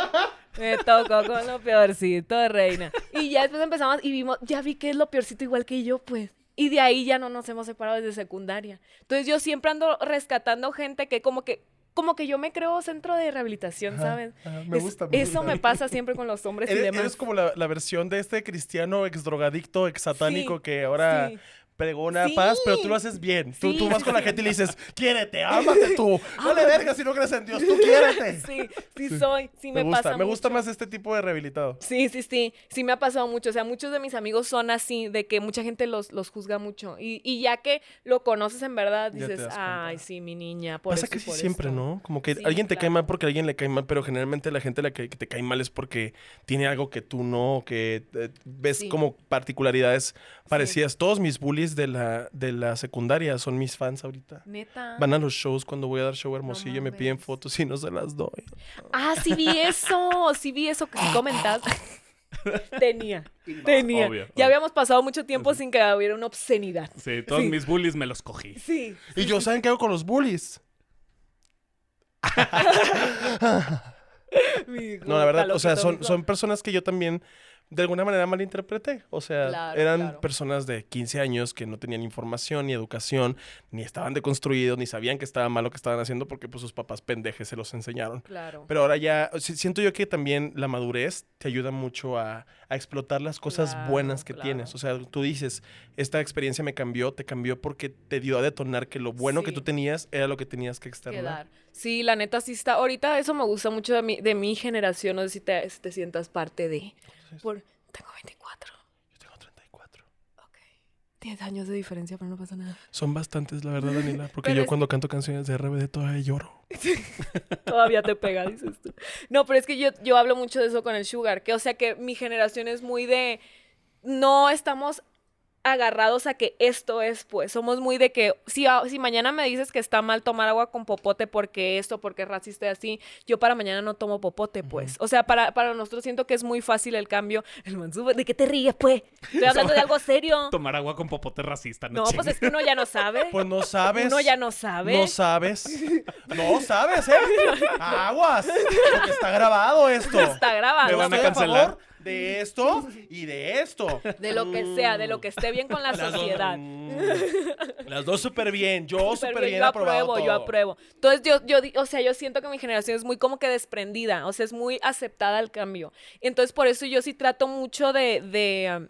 Speaker 3: Me tocó con lo peorcito, reina. Y ya después empezamos y vimos, ya vi que es lo peorcito igual que yo, pues. Y de ahí ya no nos hemos separado desde secundaria. Entonces yo siempre ando rescatando gente que como que como que yo me creo centro de rehabilitación,
Speaker 1: Ajá,
Speaker 3: ¿sabes?
Speaker 1: ajá, me
Speaker 3: Es-
Speaker 1: gusta, me
Speaker 3: eso
Speaker 1: gusta.
Speaker 3: me pasa siempre con los hombres y
Speaker 1: Eres,
Speaker 3: Pues demás.
Speaker 1: eres como la, la versión de este cristiano ex drogadicto, ex satánico
Speaker 3: Sí,
Speaker 1: que ahora
Speaker 3: sí.
Speaker 1: pregona
Speaker 3: Sí.
Speaker 1: paz, pero tú lo haces bien. Tú,
Speaker 3: Sí,
Speaker 1: tú vas
Speaker 3: sí,
Speaker 1: con la
Speaker 3: sí.
Speaker 1: gente y le dices, quiérete, ámate tú. No le vergas si no crees en Dios, tú quiérete.
Speaker 3: Sí, sí, soy, sí me,
Speaker 1: me, gusta,
Speaker 3: pasa
Speaker 1: me gusta
Speaker 3: mucho.
Speaker 1: más este tipo de rehabilitado.
Speaker 3: Sí, sí, sí, sí me ha pasado mucho. O sea, muchos de mis amigos son así, de que mucha gente los, los juzga mucho. Y, y ya que lo conoces en verdad,
Speaker 1: Ya te
Speaker 3: dices,
Speaker 1: das cuenta.
Speaker 3: ay, sí, mi niña, por
Speaker 1: Pasa
Speaker 3: esto y
Speaker 1: casi
Speaker 3: por
Speaker 1: siempre,
Speaker 3: esto".
Speaker 1: ¿no? Como que
Speaker 3: Sí,
Speaker 1: alguien te cae
Speaker 3: claro.
Speaker 1: mal porque a alguien le cae mal, pero generalmente la gente a la que, que te cae mal es porque tiene algo que tú no, que eh, ves
Speaker 3: Sí.
Speaker 1: como particularidades parecidas. Todos mis bullies compis de la, de la secundaria son mis fans ahorita.
Speaker 3: Neta.
Speaker 1: Van a los shows cuando voy a dar show a hermosillo y me piden
Speaker 3: mames.
Speaker 1: fotos y no se las doy.
Speaker 3: Ah, sí vi eso, sí vi eso que sí comentaste. Tenía, tenía.
Speaker 4: Obvio,
Speaker 3: ya
Speaker 4: obvio.
Speaker 3: habíamos pasado mucho tiempo sin que hubiera una obscenidad.
Speaker 4: Sí, todos
Speaker 3: Sí.
Speaker 4: mis bullies me los cogí.
Speaker 3: Sí.
Speaker 1: Y yo, ¿saben qué hago con los bullies?
Speaker 3: mi hijo,
Speaker 1: No, la verdad, o sea,
Speaker 3: paloquito,
Speaker 1: son,
Speaker 3: mijo.
Speaker 1: son personas que yo también de alguna manera malinterpreté. O sea,
Speaker 3: Claro,
Speaker 1: eran
Speaker 3: claro.
Speaker 1: personas de 15 años que no tenían información ni educación, ni estaban deconstruidos, ni sabían que estaba mal lo que estaban haciendo porque pues sus papás pendejes se los enseñaron.
Speaker 3: Claro.
Speaker 1: Pero ahora ya, si- siento yo que también la madurez te ayuda mucho a, a explotar las cosas
Speaker 3: Claro,
Speaker 1: buenas que
Speaker 3: claro.
Speaker 1: tienes. O sea, tú dices, esta experiencia me cambió, te cambió porque te dio a detonar que lo bueno que
Speaker 3: Sí.
Speaker 1: tú tenías era lo que tenías que externar.
Speaker 3: Quedar. Sí, la neta sí está. Ahorita eso me gusta mucho de mi, de mi generación. No sé si te, si te sientas parte de. Por, tengo 24.
Speaker 1: Yo tengo 34.
Speaker 3: Ok. 10 años de diferencia, pero no pasa nada.
Speaker 1: Son bastantes, la verdad, Daniela, porque
Speaker 3: Pero
Speaker 1: yo
Speaker 3: es-
Speaker 1: cuando canto canciones de RBD todavía lloro.
Speaker 3: Todavía te pega, dices tú. No, pero es que yo, yo hablo mucho de eso con el Sugar, que o sea que mi generación es muy de, no estamos agarrados a que esto es, pues, somos muy de que, si, a- si mañana me dices que está mal tomar agua con popote porque esto, porque es racista y así, yo para mañana no tomo popote, pues. O sea, para, para nosotros siento que es muy fácil el cambio. El man sube, ¿de qué te ríes, pues? Estoy hablando de algo serio.
Speaker 4: Tomar agua con popote racista, no,
Speaker 3: No, pues
Speaker 4: chingues.
Speaker 3: es que uno ya no sabe.
Speaker 1: Pues no sabes.
Speaker 3: Uno ya no sabe.
Speaker 1: No sabes. No sabes, ¿eh? Aguas. Porque está grabado esto.
Speaker 3: Está grabado.
Speaker 1: Me van a
Speaker 4: Estoy a favor
Speaker 1: cancelar. De esto y de esto.
Speaker 3: De lo que sea, de lo que esté bien con la
Speaker 1: Las dos-
Speaker 3: sociedad.
Speaker 1: Mm. Las dos súper bien. Yo
Speaker 3: Súper
Speaker 1: súper bien,
Speaker 3: yo
Speaker 1: aprobado
Speaker 3: apruebo, yo
Speaker 1: todo.
Speaker 3: apruebo. Entonces yo, yo, di- o sea, yo siento que mi generación es muy como que desprendida, o sea, es muy aceptada al cambio. Entonces por eso yo sí trato mucho de, de, um,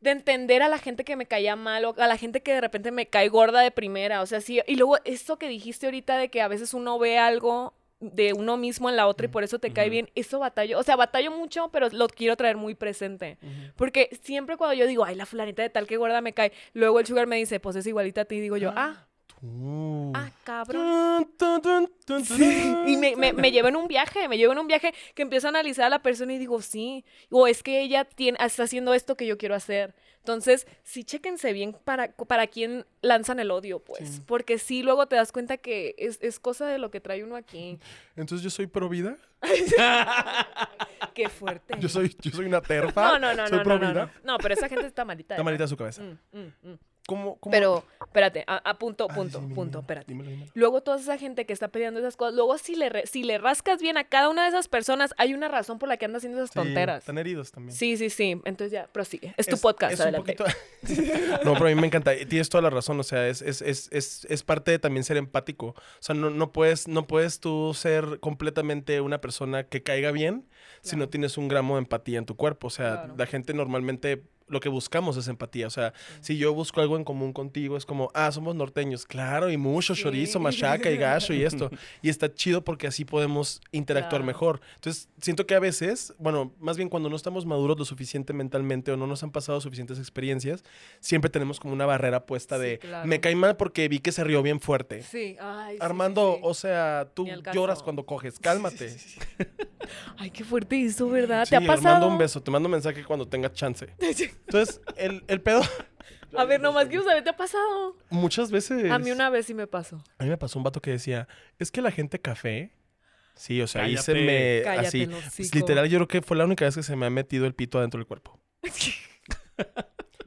Speaker 3: de entender a la gente que me caía mal o a la gente que de repente me cae gorda de primera, o sea, sí. Y luego esto que dijiste ahorita de que a veces uno ve algo de uno mismo en la otra y por eso te cae
Speaker 4: Ujú.
Speaker 3: bien, eso batallo, o sea, batallo mucho, pero lo quiero traer muy presente. Porque siempre cuando yo digo, ay, la fulanita de tal que gorda me cae, luego el sugar me dice, pues es igualita a ti, y digo yo, ah,
Speaker 1: Tú.
Speaker 3: ah, cabrón.
Speaker 1: Uh. Tun, tun, tun, tun,
Speaker 3: Sí,
Speaker 1: tun.
Speaker 3: y me, me, me lleva en un viaje, me lleva en un viaje que empiezo a analizar a la persona y digo, sí, o es que ella tiene, está haciendo esto que yo quiero hacer. Entonces, sí, chéquense bien para, para quién lanzan el odio, pues,
Speaker 1: Sí.
Speaker 3: porque sí, luego te das cuenta que es, es cosa de lo que trae uno aquí.
Speaker 1: Entonces yo soy pro vida.
Speaker 3: Qué fuerte.
Speaker 1: Yo soy, yo soy una terfa.
Speaker 3: no, no, no,
Speaker 1: soy
Speaker 3: no,
Speaker 1: pro
Speaker 3: no, no,
Speaker 1: vida.
Speaker 3: no. No, pero esa gente está malita.
Speaker 1: Está malita su cabeza.
Speaker 3: Mm, mm, mm.
Speaker 1: ¿Cómo, cómo?
Speaker 3: Pero, espérate, a, a punto,
Speaker 1: Ah,
Speaker 3: punto,
Speaker 1: sí, sí,
Speaker 3: punto,
Speaker 1: dímelo,
Speaker 3: espérate.
Speaker 1: dímelo, dímelo.
Speaker 3: Luego toda esa gente que está peleando esas cosas, luego si le, re- si le rascas bien a cada una de esas personas, hay una razón por la que anda haciendo esas
Speaker 1: Sí,
Speaker 3: tonteras.
Speaker 1: Están heridos también.
Speaker 3: Sí, sí, sí. Entonces ya, prosigue. Es tu podcast,
Speaker 1: es un
Speaker 3: adelante.
Speaker 1: poquito- no, pero a mí me encanta. Y Tienes toda la razón. O sea, es, es, es, es, es parte de también ser empático. O sea, no, no, puedes, no puedes tú ser completamente una persona que caiga bien si no
Speaker 3: Claro.
Speaker 1: tienes un gramo de empatía en tu cuerpo. O sea,
Speaker 3: Claro.
Speaker 1: la gente normalmente lo que buscamos es empatía. O sea, si yo busco algo en común contigo, es como, ah, somos norteños. Claro, y mucho
Speaker 3: Sí.
Speaker 1: chorizo, machaca y gacho y esto. Y está chido porque así podemos interactuar
Speaker 3: Claro.
Speaker 1: mejor. Entonces, siento que a veces, bueno, más bien cuando no estamos maduros lo suficiente mentalmente o no nos han pasado suficientes experiencias, siempre tenemos como una barrera puesta
Speaker 3: Sí,
Speaker 1: de,
Speaker 3: claro.
Speaker 1: me cae mal porque vi que se rió bien fuerte.
Speaker 3: Sí, ay, sí,
Speaker 1: Armando,
Speaker 3: sí, sí.
Speaker 1: o sea, tú
Speaker 3: Ni al caso.
Speaker 1: lloras cuando coges, cálmate.
Speaker 3: Ay, qué fuerte eso, ¿verdad?
Speaker 1: Sí,
Speaker 3: ¿Ah, ¿Te ha pasado?
Speaker 1: Armando, un beso, te mando mensaje cuando tengas chance. Entonces, el, el pedo,
Speaker 3: A ver, nomás quiero saber, ¿te ha pasado?
Speaker 1: muchas veces...
Speaker 3: A mí una vez sí me pasó.
Speaker 1: A mí me pasó un vato que decía, es que la gente café. Sí, o sea, ahí se
Speaker 4: Cállate.
Speaker 1: me.
Speaker 3: Cállate
Speaker 1: eh, así. pues,
Speaker 3: el hocico.
Speaker 1: Literal, yo creo que fue la única vez que se me ha metido el pito adentro del cuerpo.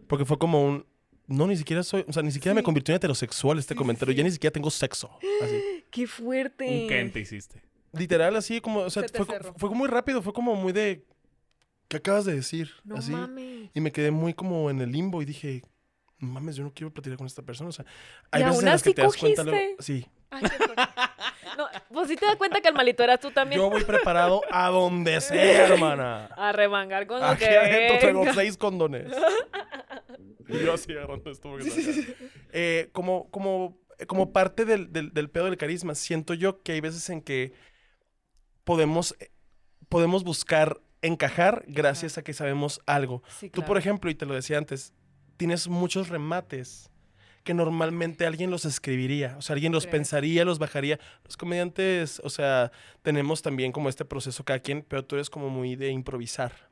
Speaker 1: Porque fue como un. No, ni siquiera soy. O sea, ni siquiera me convirtió en heterosexual este comentario. Ya ni siquiera tengo sexo. Así.
Speaker 3: Qué fuerte.
Speaker 4: Un Ken te hiciste.
Speaker 1: Literal, así como. O sea,
Speaker 3: Se te
Speaker 1: fue,
Speaker 3: cerró.
Speaker 1: fue como muy rápido. Fue como muy de. ¿Qué acabas de decir?
Speaker 3: No
Speaker 1: así.
Speaker 3: mames.
Speaker 1: Y me quedé muy como en el limbo y dije. "No Mames, yo no quiero platicar con esta persona. O sea, hay
Speaker 3: Y
Speaker 1: veces
Speaker 3: aún
Speaker 1: en las que
Speaker 3: así
Speaker 1: te das cuenta. luego-
Speaker 3: cogiste.
Speaker 1: sí,
Speaker 3: Ay, qué fuerte. no, pues sí te das cuenta que el malito eras tú también.
Speaker 1: Yo voy preparado a donde sea, hermana.
Speaker 3: A remangar con lo
Speaker 1: Aquí
Speaker 3: que
Speaker 1: adentro traigo
Speaker 3: venga.
Speaker 1: seis condones. Y yo así agarrando esto. porque estaba acá. Eh, como, como, como parte del, del, del pedo del carisma, siento yo que hay veces en que podemos, eh, podemos buscar encajar gracias a que sabemos algo.
Speaker 3: Sí,
Speaker 1: Tú,
Speaker 3: claro.
Speaker 1: por ejemplo, y te lo decía antes, tienes muchos remates que normalmente alguien los escribiría, o sea, alguien los
Speaker 3: ¿Crees?
Speaker 1: pensaría, los bajaría. Los comediantes, o sea, tenemos también como este proceso cada quien, pero tú eres como muy de improvisar.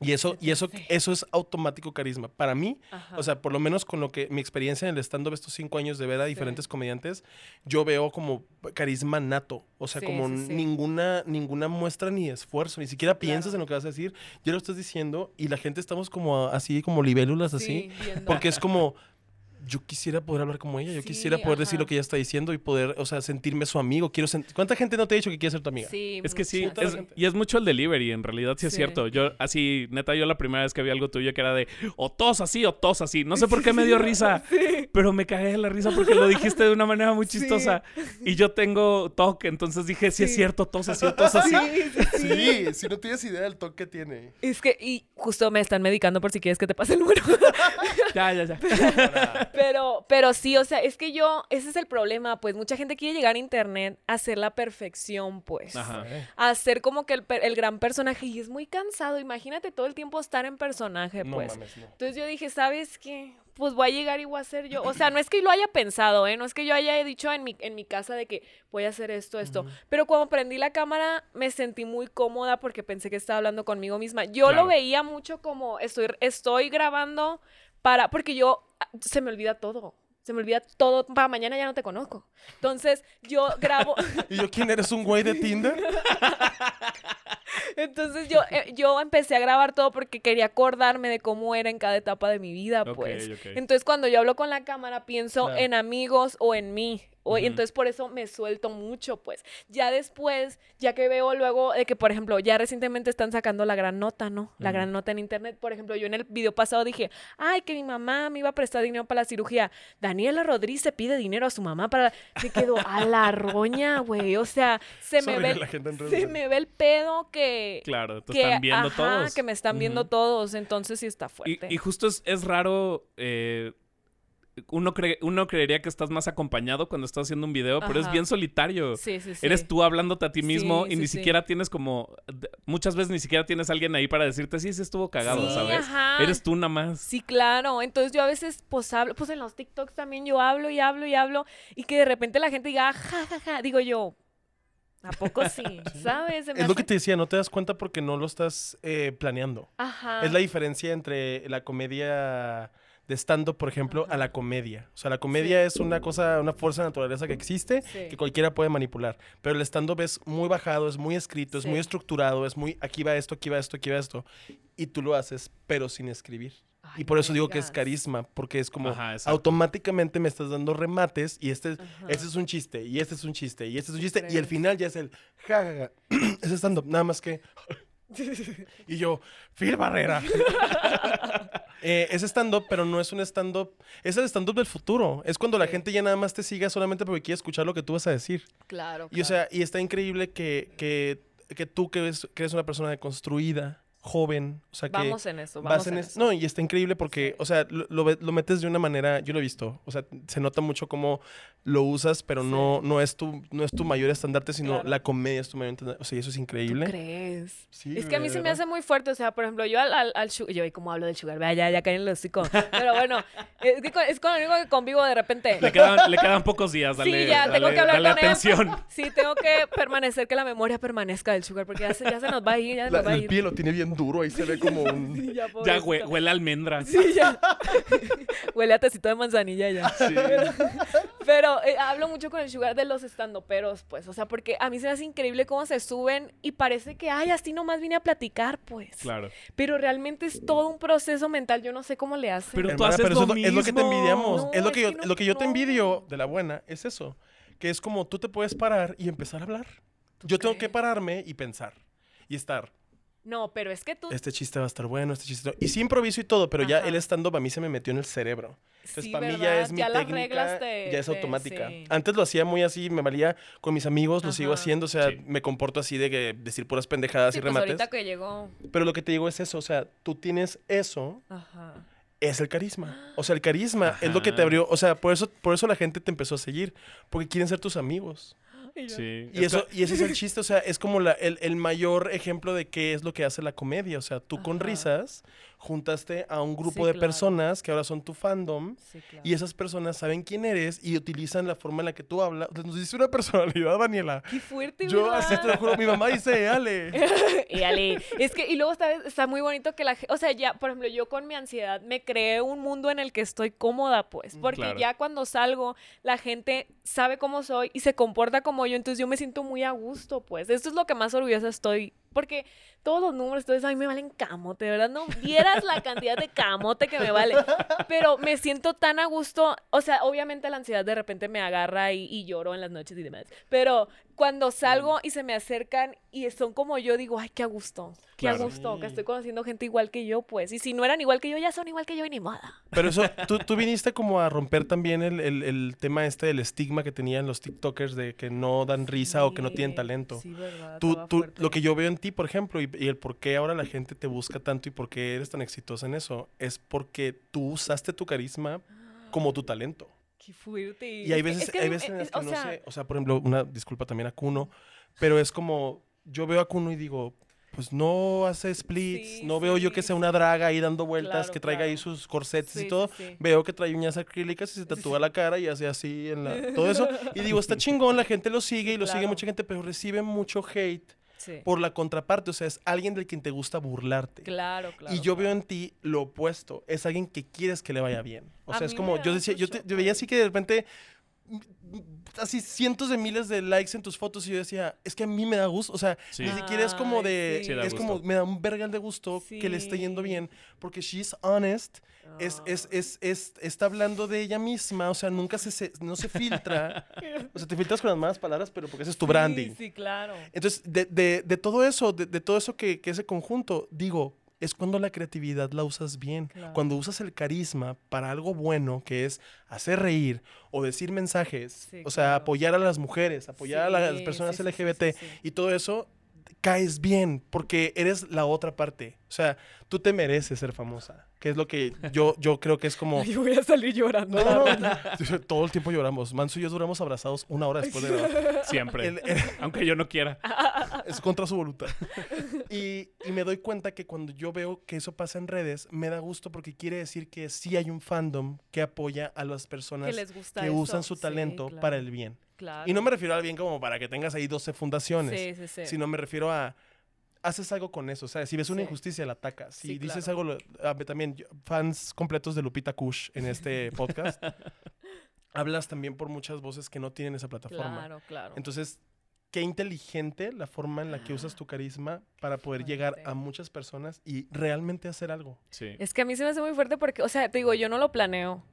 Speaker 1: Y eso, y eso, eso es automático carisma. Para mí,
Speaker 3: Ajá.
Speaker 1: o sea, por lo menos con lo que mi experiencia en el stand-up estos cinco años de ver a diferentes comediantes, yo veo como carisma nato. O sea,
Speaker 3: Sí,
Speaker 1: como
Speaker 3: sí, sí.
Speaker 1: ninguna, ninguna muestra ni esfuerzo. Ni siquiera piensas
Speaker 3: Claro.
Speaker 1: en lo que vas a decir. Ya lo estás diciendo y la gente estamos como a- así, como libélulas así.
Speaker 3: Sí, viendo.
Speaker 1: Porque es como, yo quisiera poder hablar como ella, yo
Speaker 3: Sí,
Speaker 1: quisiera poder decir
Speaker 3: ajá.
Speaker 1: lo que ella está diciendo y poder, o sea, sentirme su amigo. Quiero sent- ¿Cuánta gente no te ha dicho que quiere ser tu amiga?
Speaker 3: Sí,
Speaker 4: Es que sí,
Speaker 3: muchas.
Speaker 1: la
Speaker 4: es-
Speaker 1: gente.
Speaker 4: y es mucho el delivery, en realidad sí es
Speaker 3: Sí.
Speaker 4: cierto. Yo, así, neta, yo la primera vez que vi algo tuyo que era de o tos así o tos así. No sé por qué me dio risa, pero me cagué de la risa porque lo dijiste de una manera muy
Speaker 3: Sí.
Speaker 4: chistosa. Y yo tengo TOC, entonces dije, sí, es
Speaker 3: Sí.
Speaker 4: cierto, tos así o tos así.
Speaker 3: Sí, sí, sí.
Speaker 1: Sí, si no tienes idea del toque que tiene.
Speaker 3: Es que, y justo me están medicando por si quieres que te pase el número.
Speaker 4: Ya, ya, ya.
Speaker 3: Pues, Pero, pero sí, o sea, es que yo, ese es el problema, pues mucha gente quiere llegar a internet a hacer la perfección, pues.
Speaker 4: Ajá.
Speaker 3: A hacer como que el, per- el gran personaje. Y es muy cansado, imagínate todo el tiempo estar en personaje,
Speaker 1: No
Speaker 3: pues.
Speaker 1: mames, no.
Speaker 3: Entonces yo dije, ¿sabes qué? Pues voy a llegar y voy a hacer yo. O sea, no es que lo haya pensado, ¿eh? No es que yo haya dicho en mi, en mi casa de que voy a hacer esto, esto. Pero cuando prendí la cámara, me sentí muy cómoda porque pensé que estaba hablando conmigo misma. Yo
Speaker 4: Claro.
Speaker 3: lo veía mucho como estoy, estoy grabando para. Porque yo. ah, Se me olvida todo. Se me olvida todo. Para mañana ya no te conozco. Entonces yo grabo.
Speaker 1: ¿Y yo quién eres? ¿Un güey de Tinder?
Speaker 3: Entonces yo, eh, yo empecé a grabar todo porque quería acordarme de cómo era en cada etapa de mi vida,
Speaker 4: Ok,
Speaker 3: pues.
Speaker 4: ok.
Speaker 3: Entonces cuando yo hablo con la cámara pienso
Speaker 1: Claro.
Speaker 3: en amigos o en mí. O, y
Speaker 4: Ujú.
Speaker 3: entonces por eso me suelto mucho, pues. Ya después, ya que veo luego de que, por ejemplo, ya recientemente están sacando la gran nota, ¿no? La gran nota en internet. Por ejemplo, yo en el video pasado dije, ay, que mi mamá me iba a prestar dinero para la cirugía. Daniela Rodríguez se pide dinero a su mamá para... Se quedó a la roña, güey. O sea, se me
Speaker 1: Sorry,
Speaker 3: ve...
Speaker 1: la gente en redes
Speaker 3: Se
Speaker 1: sociales.
Speaker 3: me ve el pedo que.
Speaker 4: Claro, te
Speaker 3: que,
Speaker 4: están viendo
Speaker 3: ajá,
Speaker 4: todos.
Speaker 3: que me están viendo
Speaker 4: Ujú.
Speaker 3: todos. Entonces sí está
Speaker 4: Y,
Speaker 3: fuerte.
Speaker 4: y justo es, es raro. eh, uno, cree, uno creería que estás más acompañado cuando estás haciendo un video, pero es
Speaker 3: Ajá.
Speaker 4: bien solitario.
Speaker 3: sí, sí, sí.
Speaker 4: Eres tú hablándote a ti mismo
Speaker 3: Sí,
Speaker 4: y
Speaker 3: sí,
Speaker 4: ni
Speaker 3: sí.
Speaker 4: siquiera tienes como. d- Muchas veces ni siquiera tienes alguien ahí para decirte, sí, sí estuvo cagado,
Speaker 3: Sí,
Speaker 4: ¿sabes?
Speaker 3: ajá.
Speaker 4: Eres tú nada más.
Speaker 3: Sí, claro. Entonces yo a veces pues hablo, pues en los TikToks también yo hablo y hablo y hablo y que de repente la gente diga, "Ah, ja, ja, ja. Digo yo, ¿a poco sí? ¿Sabes? Se me
Speaker 1: Es lo que
Speaker 3: hace-
Speaker 1: te decía, no te das cuenta porque no lo estás eh, planeando.
Speaker 3: Ajá.
Speaker 1: Es la diferencia entre la comedia de stand-up, por ejemplo, a la comedia. O sea, la comedia es una cosa, una fuerza de naturaleza que existe,
Speaker 3: Sí.
Speaker 1: que cualquiera puede manipular. Pero el stand-up es muy bajado, es muy escrito, es
Speaker 3: Sí.
Speaker 1: muy estructurado, es muy aquí va esto, aquí va esto, aquí va esto. Y tú lo haces, pero sin escribir.
Speaker 3: Ay,
Speaker 1: Y por
Speaker 3: no
Speaker 1: eso digo que es
Speaker 3: digas.
Speaker 1: carisma, porque es como
Speaker 4: Ajá, exacto.
Speaker 1: automáticamente me estás dando remates y este,
Speaker 3: Ajá.
Speaker 1: este es un chiste, y este es un chiste, y este es un chiste, y el
Speaker 3: Increíble.
Speaker 1: final ya es el ja, ja, ja. es stand-up, nada más que. y yo, Phil Barrera. Eh, es stand-up, pero no es un stand-up. Es el stand-up del futuro. Es cuando la
Speaker 3: Sí.
Speaker 1: gente ya nada más te siga solamente porque quiere escuchar lo que tú vas a decir.
Speaker 3: Claro.
Speaker 1: Y o sea, y está increíble que, que, que tú que eres, que eres una persona deconstruida, joven, o sea que
Speaker 3: vamos en eso.
Speaker 1: vas
Speaker 3: Vamos
Speaker 1: en
Speaker 3: en
Speaker 1: es-
Speaker 3: eso.
Speaker 1: No, y está increíble porque, o sea, lo, lo ve- lo metes de una manera, yo lo he visto, o sea, se nota mucho cómo lo usas, pero no, no, es tu, no es tu mayor estandarte, sino
Speaker 3: Claro.
Speaker 1: la comedia es tu mayor estandarte. O sea, y eso es
Speaker 3: ¿Tú
Speaker 1: increíble.
Speaker 3: crees?
Speaker 1: Sí,
Speaker 3: Es que a mí
Speaker 1: de
Speaker 3: se me
Speaker 1: verdad.
Speaker 3: hace muy fuerte, o sea, por ejemplo, yo al, al, al su- yo y como hablo del sugar, vea, ya, ya caen el hocico. Pero bueno, es, que con, es con lo único que convivo de repente.
Speaker 4: Le quedan, le quedan pocos días, dale.
Speaker 3: sí, ya, tengo
Speaker 4: dale-
Speaker 3: que hablar
Speaker 4: dale
Speaker 3: con él.
Speaker 4: atención.
Speaker 3: Sí, tengo que permanecer, que la memoria permanezca del sugar, porque ya se, ya se nos va a ir, ya se
Speaker 1: La-
Speaker 3: nos va a
Speaker 1: el
Speaker 3: ir.
Speaker 1: pie lo tiene bien duro, ahí se ve como un...
Speaker 3: Sí, ya,
Speaker 4: Ya
Speaker 3: pobrecito.
Speaker 4: hue- huele a almendra.
Speaker 3: Sí, ya. Huele a tecito de manzanilla ya. Pero eh, hablo mucho con el sugar de los estandoperos, pues. O sea, porque a mí se me hace increíble cómo se suben y parece que, ay, así nomás vine a platicar, pues.
Speaker 4: Claro.
Speaker 3: Pero realmente es todo un proceso mental. Yo no sé cómo le hacen.
Speaker 4: Pero- tú
Speaker 1: Hermana,
Speaker 4: haces
Speaker 1: pero eso
Speaker 4: lo
Speaker 1: es, lo, es lo que te
Speaker 4: mismo.
Speaker 1: envidiamos.
Speaker 3: No,
Speaker 1: es lo que,
Speaker 3: es
Speaker 1: yo,
Speaker 3: que no-
Speaker 1: lo que yo te
Speaker 3: no.
Speaker 1: envidio de la buena, es eso. Que es como tú te puedes parar y empezar a hablar. Yo tengo que
Speaker 3: crees?
Speaker 1: pararme y pensar. Y estar,
Speaker 3: no, pero es que tú.
Speaker 1: este chiste va a estar bueno, este chiste... no. Y sí improviso y todo, pero ya
Speaker 3: Ajá.
Speaker 1: el stand-up a mí se me metió en el cerebro. Entonces,
Speaker 3: sí,
Speaker 1: para pues, mí ya
Speaker 3: ¿verdad?
Speaker 1: es mi
Speaker 3: las
Speaker 1: técnica,
Speaker 3: reglas te-
Speaker 1: ya es
Speaker 3: te-
Speaker 1: automática.
Speaker 3: sí.
Speaker 1: Antes lo hacía muy así, me valía con mis amigos, lo sigo
Speaker 3: Ajá.
Speaker 1: haciendo, o sea,
Speaker 4: Sí.
Speaker 1: me comporto así de que decir puras pendejadas
Speaker 3: Sí,
Speaker 1: y
Speaker 3: pues
Speaker 1: remates.
Speaker 3: ahorita que llegó.
Speaker 1: Pero lo que te digo es eso, o sea, tú tienes eso
Speaker 3: Ajá.
Speaker 1: es el carisma. O sea, el carisma es lo que te
Speaker 4: Ajá.
Speaker 1: abrió. O sea, por eso, por eso la gente te empezó a seguir. Porque quieren ser tus amigos.
Speaker 4: Sí.
Speaker 1: Y, eso, y ese es el chiste. O sea, es como la- el, el mayor ejemplo de qué es lo que hace la comedia. O sea, tú con
Speaker 3: Ajá.
Speaker 1: risas juntaste a un grupo
Speaker 3: Sí,
Speaker 1: de
Speaker 3: claro.
Speaker 1: personas que ahora son tu fandom.
Speaker 3: Sí, claro.
Speaker 1: Y esas personas saben quién eres y utilizan la forma en la que tú hablas. O sea, Nos dice una personalidad, Daniela.
Speaker 3: Qué fuerte,
Speaker 1: Yo
Speaker 3: ¿verdad?
Speaker 1: así te lo juro, mi mamá dice, Ale.
Speaker 3: Y ale, es que, y luego está, está muy bonito que la gente, o sea, ya, por ejemplo, yo con mi ansiedad me creé un mundo en el que estoy cómoda,
Speaker 1: Mm,
Speaker 3: pues, porque
Speaker 4: claro.
Speaker 3: ya cuando salgo, la gente sabe cómo soy y se comporta como yo, entonces yo me siento muy a gusto, pues, esto es lo que más orgullosa estoy, porque todos los números, entonces a mí me valen camote, de verdad, no vieras la cantidad de camote que me vale, pero me siento tan a gusto, o sea, obviamente la ansiedad de repente me agarra y, y lloro en las noches y demás, pero cuando salgo y se me acercan y son como yo, digo, ay, qué a gusto, qué a
Speaker 4: Claro.
Speaker 3: gusto, que estoy conociendo gente igual que yo, pues, y si no eran igual que yo, ya son igual que yo y ni moda.
Speaker 1: Pero eso, tú, tú viniste como a romper también el, el- el tema este del estigma que tenían los TikTokers de que no dan risa o que no tienen talento. Tú, tú- lo que yo veo en ti, por ejemplo, y, y el por qué ahora la gente te busca tanto y por qué eres tan exitosa en eso, es porque tú usaste tu carisma como tu talento.
Speaker 3: Qué fuerte.
Speaker 1: Y hay veces, hay veces en las que no sé, o sea, por ejemplo, una disculpa también a Kuno, pero es como, yo veo a Kuno y digo, pues no hace splits,
Speaker 3: Sí,
Speaker 1: no veo yo que
Speaker 3: sí.
Speaker 1: sea una draga ahí dando vueltas,
Speaker 3: Claro,
Speaker 1: que traiga ahí
Speaker 3: claro.
Speaker 1: sus corsets
Speaker 3: Sí,
Speaker 1: y
Speaker 3: sí,
Speaker 1: todo.
Speaker 3: sí.
Speaker 1: Veo que trae uñas acrílicas y se tatúa la cara y hace así en la, todo eso. Y digo, está chingón, la gente lo sigue y lo sigue
Speaker 3: Claro.
Speaker 1: mucha gente, pero recibe mucho hate
Speaker 3: Sí.
Speaker 1: por la contraparte, o sea, es alguien del quien te gusta burlarte.
Speaker 3: Claro, claro.
Speaker 1: y yo
Speaker 3: claro.
Speaker 1: veo en ti lo opuesto, es alguien que quieres que le vaya bien. O
Speaker 3: A
Speaker 1: sea, es
Speaker 3: mí
Speaker 1: como,
Speaker 3: me
Speaker 1: yo
Speaker 3: da
Speaker 1: decía, yo,
Speaker 3: mucho
Speaker 1: te- yo veía así que de repente, mm, mm, así cientos de miles de likes en tus fotos y yo decía, es que a mí me da gusto, o sea,
Speaker 4: Sí.
Speaker 1: ni siquiera es como
Speaker 3: Ay,
Speaker 1: de,
Speaker 3: sí. Sí,
Speaker 4: da
Speaker 1: es como,
Speaker 4: gusto.
Speaker 1: me da un vergal de gusto que le esté yendo
Speaker 3: Sí.
Speaker 1: bien, porque she's honest, es,
Speaker 3: Ah,
Speaker 1: es, es, es- está hablando de ella misma, o sea, nunca se, se- no se filtra, o sea, te filtras con las malas palabras, pero porque ese es tu branding.
Speaker 3: Sí, sí, claro.
Speaker 1: Entonces, de, de- de todo eso, de, de todo eso que, que ese conjunto, digo, es cuando la creatividad la usas bien.
Speaker 3: Claro.
Speaker 1: Cuando usas el carisma para algo bueno, que es hacer reír o decir mensajes,
Speaker 3: Sí,
Speaker 1: o sea,
Speaker 3: claro.
Speaker 1: apoyar a las mujeres, apoyar a las
Speaker 3: Sí,
Speaker 1: personas
Speaker 3: sí, sí, sí,
Speaker 1: LGBT
Speaker 3: sí, sí.
Speaker 1: y todo eso, caes bien porque eres la otra parte. O sea, tú te mereces ser famosa, que es lo que yo, yo creo que es como...
Speaker 3: Yo voy a salir llorando.
Speaker 1: No, no, no. Todo el tiempo lloramos. Manso y yo duramos abrazados una hora después de grabar.
Speaker 4: Siempre.
Speaker 1: El- el-
Speaker 4: Aunque yo no quiera.
Speaker 3: Ah.
Speaker 1: es contra su voluntad. Y, y me doy cuenta que cuando yo veo que eso pasa en redes, me da gusto porque quiere decir que sí hay un fandom que apoya a las personas
Speaker 3: Que les gusta
Speaker 1: que
Speaker 3: eso.
Speaker 1: usan su
Speaker 3: Sí,
Speaker 1: talento
Speaker 3: claro,
Speaker 1: para el bien.
Speaker 3: claro.
Speaker 1: Y no me refiero al bien como para que tengas ahí 12 fundaciones,
Speaker 3: Sí, sí, sí.
Speaker 1: sino me refiero a haces algo con eso, o sea, si ves una
Speaker 3: Sí.
Speaker 1: injusticia la atacas, si
Speaker 3: Sí,
Speaker 1: dices
Speaker 3: claro.
Speaker 1: algo, lo- a ver, también yo- fans completos de Lupita Kush en este podcast, hablas también por muchas voces que no tienen esa plataforma.
Speaker 3: Claro, claro.
Speaker 1: Entonces, qué inteligente la forma en la que usas
Speaker 4: Ah.
Speaker 1: tu carisma para poder llegar
Speaker 3: fuerte.
Speaker 1: a muchas personas y realmente hacer algo.
Speaker 4: Sí.
Speaker 3: Es que a mí se me hace muy fuerte porque, o sea, te digo, yo no lo planeo.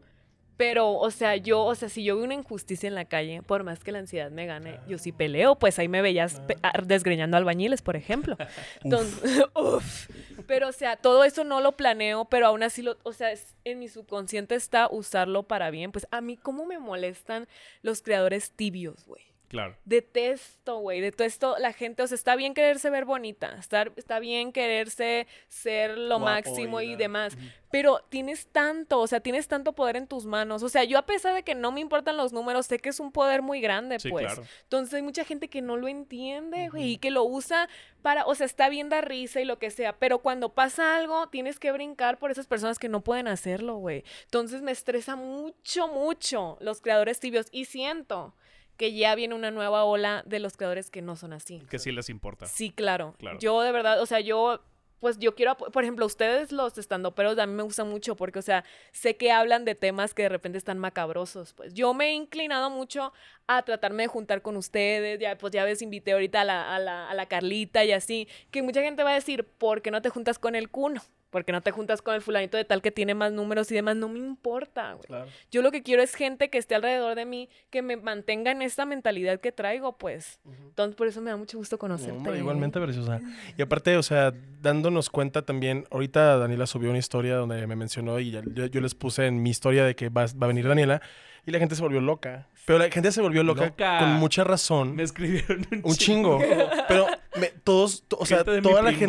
Speaker 3: Pero, o sea, yo, o sea, si yo veo una injusticia en la calle, por más que la ansiedad me gane, yo sí peleo, pues ahí me veías pe- a- desgreñando albañiles, por ejemplo. Entonces, uf. Pero, o sea, todo eso no lo planeo, pero aún así, lo, o sea, es- en mi subconsciente está usarlo para bien. Pues a mí, ¿cómo me molestan los creadores tibios, güey?
Speaker 4: Claro.
Speaker 3: Detesto, güey, detesto la gente. O sea, está bien quererse ver bonita, estar, está bien quererse ser lo
Speaker 1: Guapo
Speaker 3: máximo
Speaker 1: y
Speaker 3: y
Speaker 1: la-
Speaker 3: demás, pero tienes tanto, o sea, tienes tanto poder en tus manos. O sea, yo a pesar de que no me importan los números, sé que es un poder muy grande,
Speaker 4: Sí,
Speaker 3: pues.
Speaker 4: claro.
Speaker 3: Entonces hay mucha gente que no lo entiende, güey, y que lo usa para, o sea, está bien dar risa y lo que sea, pero cuando pasa algo, tienes que brincar por esas personas que no pueden hacerlo, güey. Entonces me estresa mucho, mucho los creadores tibios y siento que ya viene una nueva ola de los creadores que no son así.
Speaker 4: Que sí les importa.
Speaker 3: Sí, claro.
Speaker 4: Claro.
Speaker 3: Yo de verdad, o sea, yo pues yo quiero, apo- por ejemplo, ustedes los estandoperos a mí me gustan mucho porque, o sea, sé que hablan de temas que de repente están macabrosos. Pues yo me he inclinado mucho a tratarme de juntar con ustedes, ya, pues ya ves, invité ahorita a la, a la- a la Carlita y así, que mucha gente va a decir, ¿por qué no te juntas con el cuno? ¿Por qué no te juntas con el fulanito de tal que tiene más números y demás? No me importa, güey. Yo lo que quiero es gente que esté alrededor de mí, que me mantenga en esta mentalidad que traigo, pues. Entonces, por eso me da mucho gusto conocerte.
Speaker 1: Hombre,
Speaker 3: ¿eh?
Speaker 1: igualmente preciosa. Y aparte, o sea, dándonos cuenta también, ahorita Daniela subió una historia donde me mencionó y ya- yo, yo les puse en mi historia de que va, va a venir Daniela y la gente se volvió loca. Pero la gente se volvió loca,
Speaker 4: Loca.
Speaker 1: con mucha razón.
Speaker 4: Me escribieron un,
Speaker 1: un chingo. Pero me- todos, to- o sea,
Speaker 4: Gente de mi
Speaker 1: toda la gente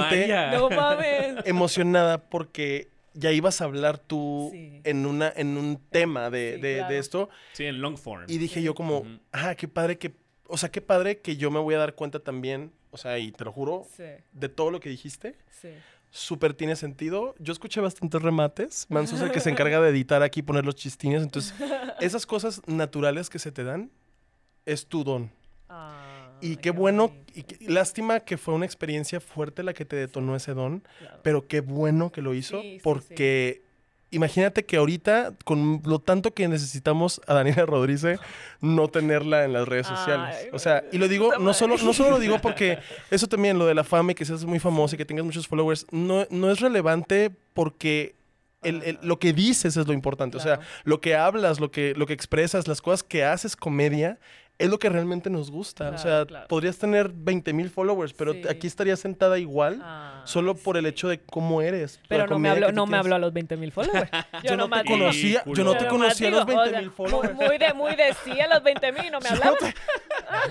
Speaker 4: primaria.
Speaker 3: No mames.
Speaker 1: emocionada porque ya ibas a hablar tú
Speaker 3: Sí.
Speaker 1: en, una, en un tema de,
Speaker 3: Sí,
Speaker 1: de- de
Speaker 3: claro.
Speaker 1: esto.
Speaker 4: Sí, en long form.
Speaker 1: Y dije yo como,
Speaker 4: Ujú.
Speaker 1: ah, qué padre que, o sea, qué padre que yo me voy a dar cuenta también, o sea, y te lo juro,
Speaker 3: Sí,
Speaker 1: de todo lo que dijiste,
Speaker 3: sí.
Speaker 1: súper tiene sentido. Yo escuché bastantes remates. Manso es el que se encarga de editar aquí, poner los chistines. Entonces, esas cosas naturales que se te dan es tu don. Y qué bueno, y qué- lástima que fue una experiencia fuerte la que te detonó ese don, pero qué bueno que lo hizo,
Speaker 3: Sí, sí,
Speaker 1: porque imagínate que ahorita, con lo tanto que necesitamos a Daniela Rodríguez, no tenerla en las redes sociales.
Speaker 3: Ay,
Speaker 1: o sea, y lo digo,
Speaker 3: puta
Speaker 1: no solo,
Speaker 3: madre.
Speaker 1: no solo lo digo porque eso también, lo de la fama y que seas muy famoso y que tengas muchos followers, no, no es relevante porque... el- el- lo que dices es lo importante, o
Speaker 3: Claro.
Speaker 1: sea, lo que hablas, lo que, lo que expresas, las cosas que haces comedia, es lo que realmente nos gusta. o
Speaker 3: Claro,
Speaker 1: sea,
Speaker 3: claro.
Speaker 1: podrías tener 20 mil followers, pero
Speaker 3: Sí.
Speaker 1: aquí estarías sentada igual,
Speaker 3: Ah,
Speaker 1: solo por el hecho de cómo eres. por la
Speaker 3: Pero no me
Speaker 1: comedia
Speaker 3: habló,
Speaker 1: que tú
Speaker 3: no me
Speaker 1: tienes.
Speaker 3: habló a los 20 mil followers. Yo,
Speaker 1: Yo no te
Speaker 3: nomás digo-
Speaker 1: conocía, yo no te
Speaker 3: yo
Speaker 4: Ridículo.
Speaker 1: conocía a los
Speaker 3: nomás digo,
Speaker 1: 20 mil
Speaker 3: o sea,
Speaker 1: followers.
Speaker 3: Muy, muy de, muy de sí a los 20 mil, no me hablaba.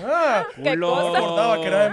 Speaker 1: Ah,
Speaker 3: ¿Qué
Speaker 4: Culo.
Speaker 3: cosa?
Speaker 1: recordaba que era de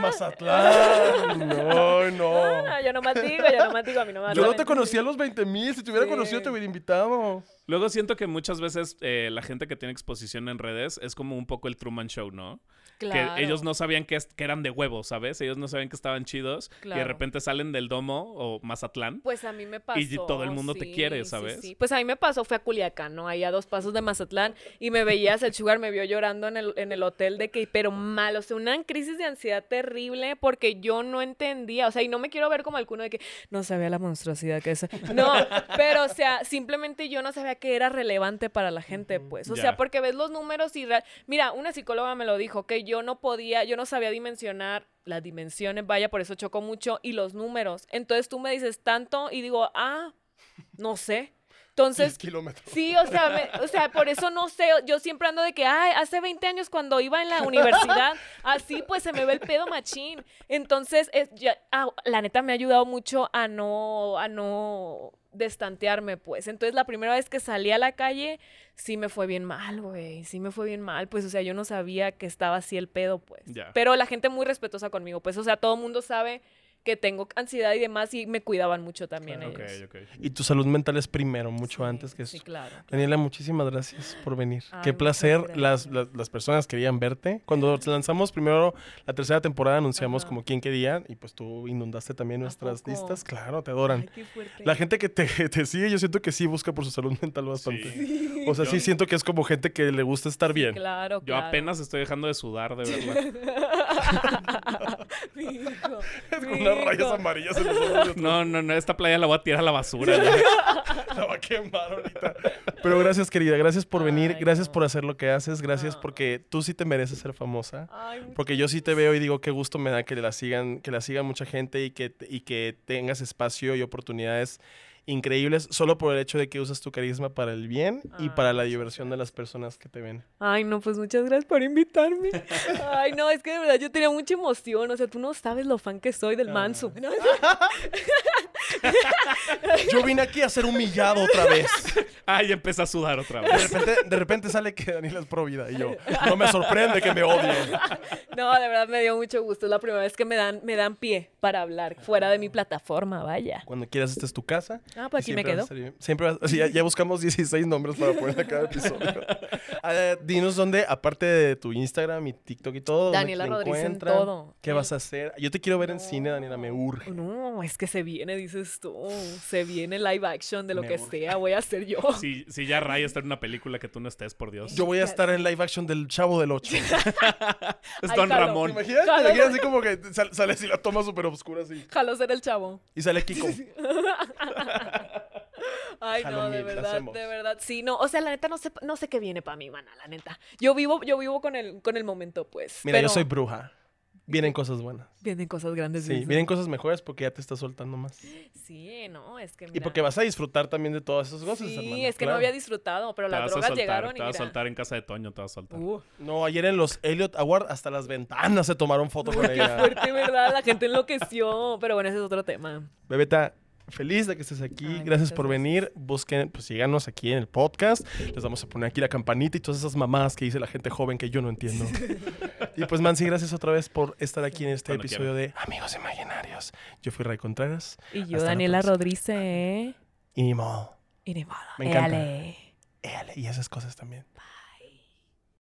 Speaker 1: Mazatlán. No, no.
Speaker 3: Ah, yo nomás digo, yo nomás digo, a mí no me
Speaker 1: Yo no
Speaker 3: hablan.
Speaker 1: te conocía a los 20 mil. Si te hubiera
Speaker 3: Sí.
Speaker 1: conocido, te hubiera invitado.
Speaker 4: Luego siento que muchas veces eh, la gente que tiene exposición en redes es como un poco el Truman Show, ¿no?
Speaker 3: Claro.
Speaker 4: Que ellos no sabían que, es- que eran de huevo, ¿sabes? Ellos no sabían que estaban chidos y de
Speaker 3: Claro.
Speaker 4: repente salen del domo o Mazatlán.
Speaker 3: Pues a mí me pasó.
Speaker 4: todo el mundo te quiere, ¿sabes?
Speaker 3: Pues a mí me pasó, fue a Culiacán, ¿no? Ahí a dos pasos de Mazatlán y me veías, el Sugar me vio llorando en el, en el hotel de que, pero mal, o sea, una crisis de ansiedad terrible porque yo no entendía, o sea, y no me quiero ver como alguno de que no sabía la monstruosidad que es. No, pero o sea, simplemente yo no sabía que era relevante para la gente, pues. O
Speaker 4: Ya.
Speaker 3: sea, porque ves los números y... real- Mira, una psicóloga me lo dijo, que yo no podía, yo no sabía dimensionar las dimensiones, vaya, por eso choco mucho, y los números. Entonces tú me dices tanto y digo, ah, no sé.
Speaker 1: 10
Speaker 3: Entonces,
Speaker 1: kilómetros.
Speaker 3: sí, o sea, me- o sea, por eso no sé, yo siempre ando de que, ay, hace 20 años cuando iba en la universidad, así pues se me ve el pedo machín. Entonces, es, ya- ah, la neta me ha ayudado mucho a no, a no destantearme, pues. Entonces, la primera vez que salí a la calle, sí me fue bien mal, güey, sí me fue bien mal, pues, o sea, yo no sabía que estaba así el pedo, pues.
Speaker 4: Ya.
Speaker 3: Pero la gente muy respetuosa conmigo, pues, o sea, todo el mundo sabe que tengo ansiedad y demás y me cuidaban mucho también
Speaker 4: Ok,
Speaker 3: ellos.
Speaker 4: ok.
Speaker 1: Y tu salud mental es primero, Ah, mucho antes que eso.
Speaker 3: Sí, claro.
Speaker 1: Daniela, muchísimas gracias por venir.
Speaker 3: Ay,
Speaker 1: Qué
Speaker 3: muchas
Speaker 1: placer.
Speaker 3: gracias.
Speaker 1: Las, las, las personas querían verte. Cuando lanzamos primero la tercera temporada, anunciamos
Speaker 3: Ajá.
Speaker 1: como quién quería y pues tú inundaste también
Speaker 3: ¿A
Speaker 1: nuestras
Speaker 3: poco?
Speaker 1: listas. Claro, te adoran.
Speaker 3: Ay, qué fuerte.
Speaker 1: La gente que te, te sigue, yo siento que sí busca por su salud mental bastante. O sea, sí
Speaker 4: Yo-
Speaker 1: siento que es como gente que le gusta estar bien.
Speaker 3: Claro,
Speaker 4: Yo
Speaker 3: claro.
Speaker 4: apenas estoy dejando de sudar, de verdad.
Speaker 3: Mi hijo,
Speaker 1: Con
Speaker 3: mi
Speaker 1: unas rayas
Speaker 3: hijo.
Speaker 1: amarillas en los ojos, yo
Speaker 4: No, no, no, esta playa la voy a tirar a la basura. ya.
Speaker 1: la va a quemar ahorita. Pero gracias, querida. Gracias por venir.
Speaker 3: Ay,
Speaker 1: Gracias
Speaker 3: no.
Speaker 1: por hacer lo que haces. Gracias
Speaker 3: Ah.
Speaker 1: porque tú sí te mereces ser famosa.
Speaker 3: Ay, muchas
Speaker 1: Porque yo sí te veo y digo qué gusto me da que la sigan, que la siga mucha gente y que, y que tengas espacio y oportunidades increíbles solo por el hecho de que usas tu carisma para el bien y
Speaker 3: Ay,
Speaker 1: para la diversión de las personas que te ven.
Speaker 3: Ay, no, pues muchas gracias por invitarme. Ay, no, es que de verdad yo tenía mucha emoción. O sea, tú no sabes lo fan que soy
Speaker 1: Ah.
Speaker 3: del manso. No,
Speaker 1: Yo vine aquí a ser humillado otra vez.
Speaker 4: Ay, empecé a sudar otra
Speaker 1: De
Speaker 4: vez.
Speaker 1: repente, de repente sale que Daniela es pro vida y yo, no me sorprende que me odien.
Speaker 3: no, de verdad me dio mucho gusto. Es la primera vez que me dan, me dan pie para
Speaker 1: Ah.
Speaker 3: hablar fuera de mi plataforma, vaya.
Speaker 1: Cuando quieras, esta es tu casa.
Speaker 3: Ah, pues
Speaker 1: Y
Speaker 3: aquí
Speaker 1: siempre
Speaker 3: me quedo.
Speaker 1: vas a estar bien. siempre vas- sí, ya, ya buscamos 16 nombres para poner a cada episodio. Ah, dinos dónde, aparte de tu Instagram y TikTok y todo. dónde
Speaker 3: Daniela
Speaker 1: te
Speaker 3: Rodríguez en
Speaker 1: encuentran,
Speaker 3: todo.
Speaker 1: ¿Qué
Speaker 3: En-
Speaker 1: vas a hacer? Yo te quiero ver en cine, Daniela, me urge.
Speaker 3: No, es que se viene, dices tú. Se viene live action de lo
Speaker 1: Me
Speaker 3: que
Speaker 1: urge.
Speaker 3: sea, voy a hacer yo.
Speaker 4: Si, si ya Ray está en una película que tú no estés, por Dios.
Speaker 1: Yo voy a estar en live action del Chavo del 8.
Speaker 4: es
Speaker 3: Ay, Carlos.
Speaker 4: Don
Speaker 1: ¿Te
Speaker 4: Ramón.
Speaker 1: imaginas? ¿Te imaginas así como que sal- sale así la toma súper oscura así?
Speaker 3: Jalo ser el chavo.
Speaker 1: Y sale Kiko.
Speaker 3: Ay, no, de
Speaker 1: Jalomil, la
Speaker 3: verdad,
Speaker 1: hacemos.
Speaker 3: de verdad. Sí, no, o sea, la neta no sé, no sé qué viene para mí, mana, la neta. Yo vivo, yo vivo con el, con el momento, pues.
Speaker 1: Mira, yo
Speaker 3: pero
Speaker 1: soy bruja. Vienen cosas buenas.
Speaker 3: Vienen cosas grandes.
Speaker 1: Sí,
Speaker 3: dices.
Speaker 1: vienen cosas mejores porque ya te estás soltando más.
Speaker 3: Sí, no, es que
Speaker 1: Y
Speaker 3: mira.
Speaker 1: porque vas a disfrutar también de todas esas cosas,
Speaker 3: Sí,
Speaker 1: hermana,
Speaker 3: es que
Speaker 1: claro.
Speaker 3: no había disfrutado, pero
Speaker 4: Te
Speaker 3: las
Speaker 4: vas a
Speaker 3: drogas
Speaker 4: soltar,
Speaker 3: llegaron y
Speaker 4: te vas a
Speaker 3: mira.
Speaker 4: soltar en casa de Toño, te vas a soltar.
Speaker 3: Uh,
Speaker 1: No, ayer en los Elliot Award hasta las ventanas se tomaron fotos con
Speaker 3: qué
Speaker 1: ella.
Speaker 3: fuerte, ¿verdad? La gente enloqueció, pero bueno, ese es otro tema.
Speaker 1: Bebeta, feliz de que estés aquí.
Speaker 3: Ay,
Speaker 1: gracias
Speaker 3: muchas
Speaker 1: por
Speaker 3: gracias.
Speaker 1: venir. Busquen, pues síganos aquí en el podcast. Les vamos a poner aquí la campanita y todas esas mamadas que dice la gente joven que yo no entiendo. y pues, Mansi, gracias otra vez por estar aquí en este
Speaker 4: Cuando
Speaker 1: episodio de Amigos Imaginarios. Yo fui Ray Contreras
Speaker 3: Y
Speaker 1: Hasta
Speaker 3: yo,
Speaker 1: la
Speaker 3: Daniela
Speaker 1: próxima.
Speaker 3: Rodríguez, eh,
Speaker 1: y ni modo.
Speaker 3: y ni modo,
Speaker 1: Me encanta.
Speaker 3: éale.
Speaker 1: Éale, y esas cosas también.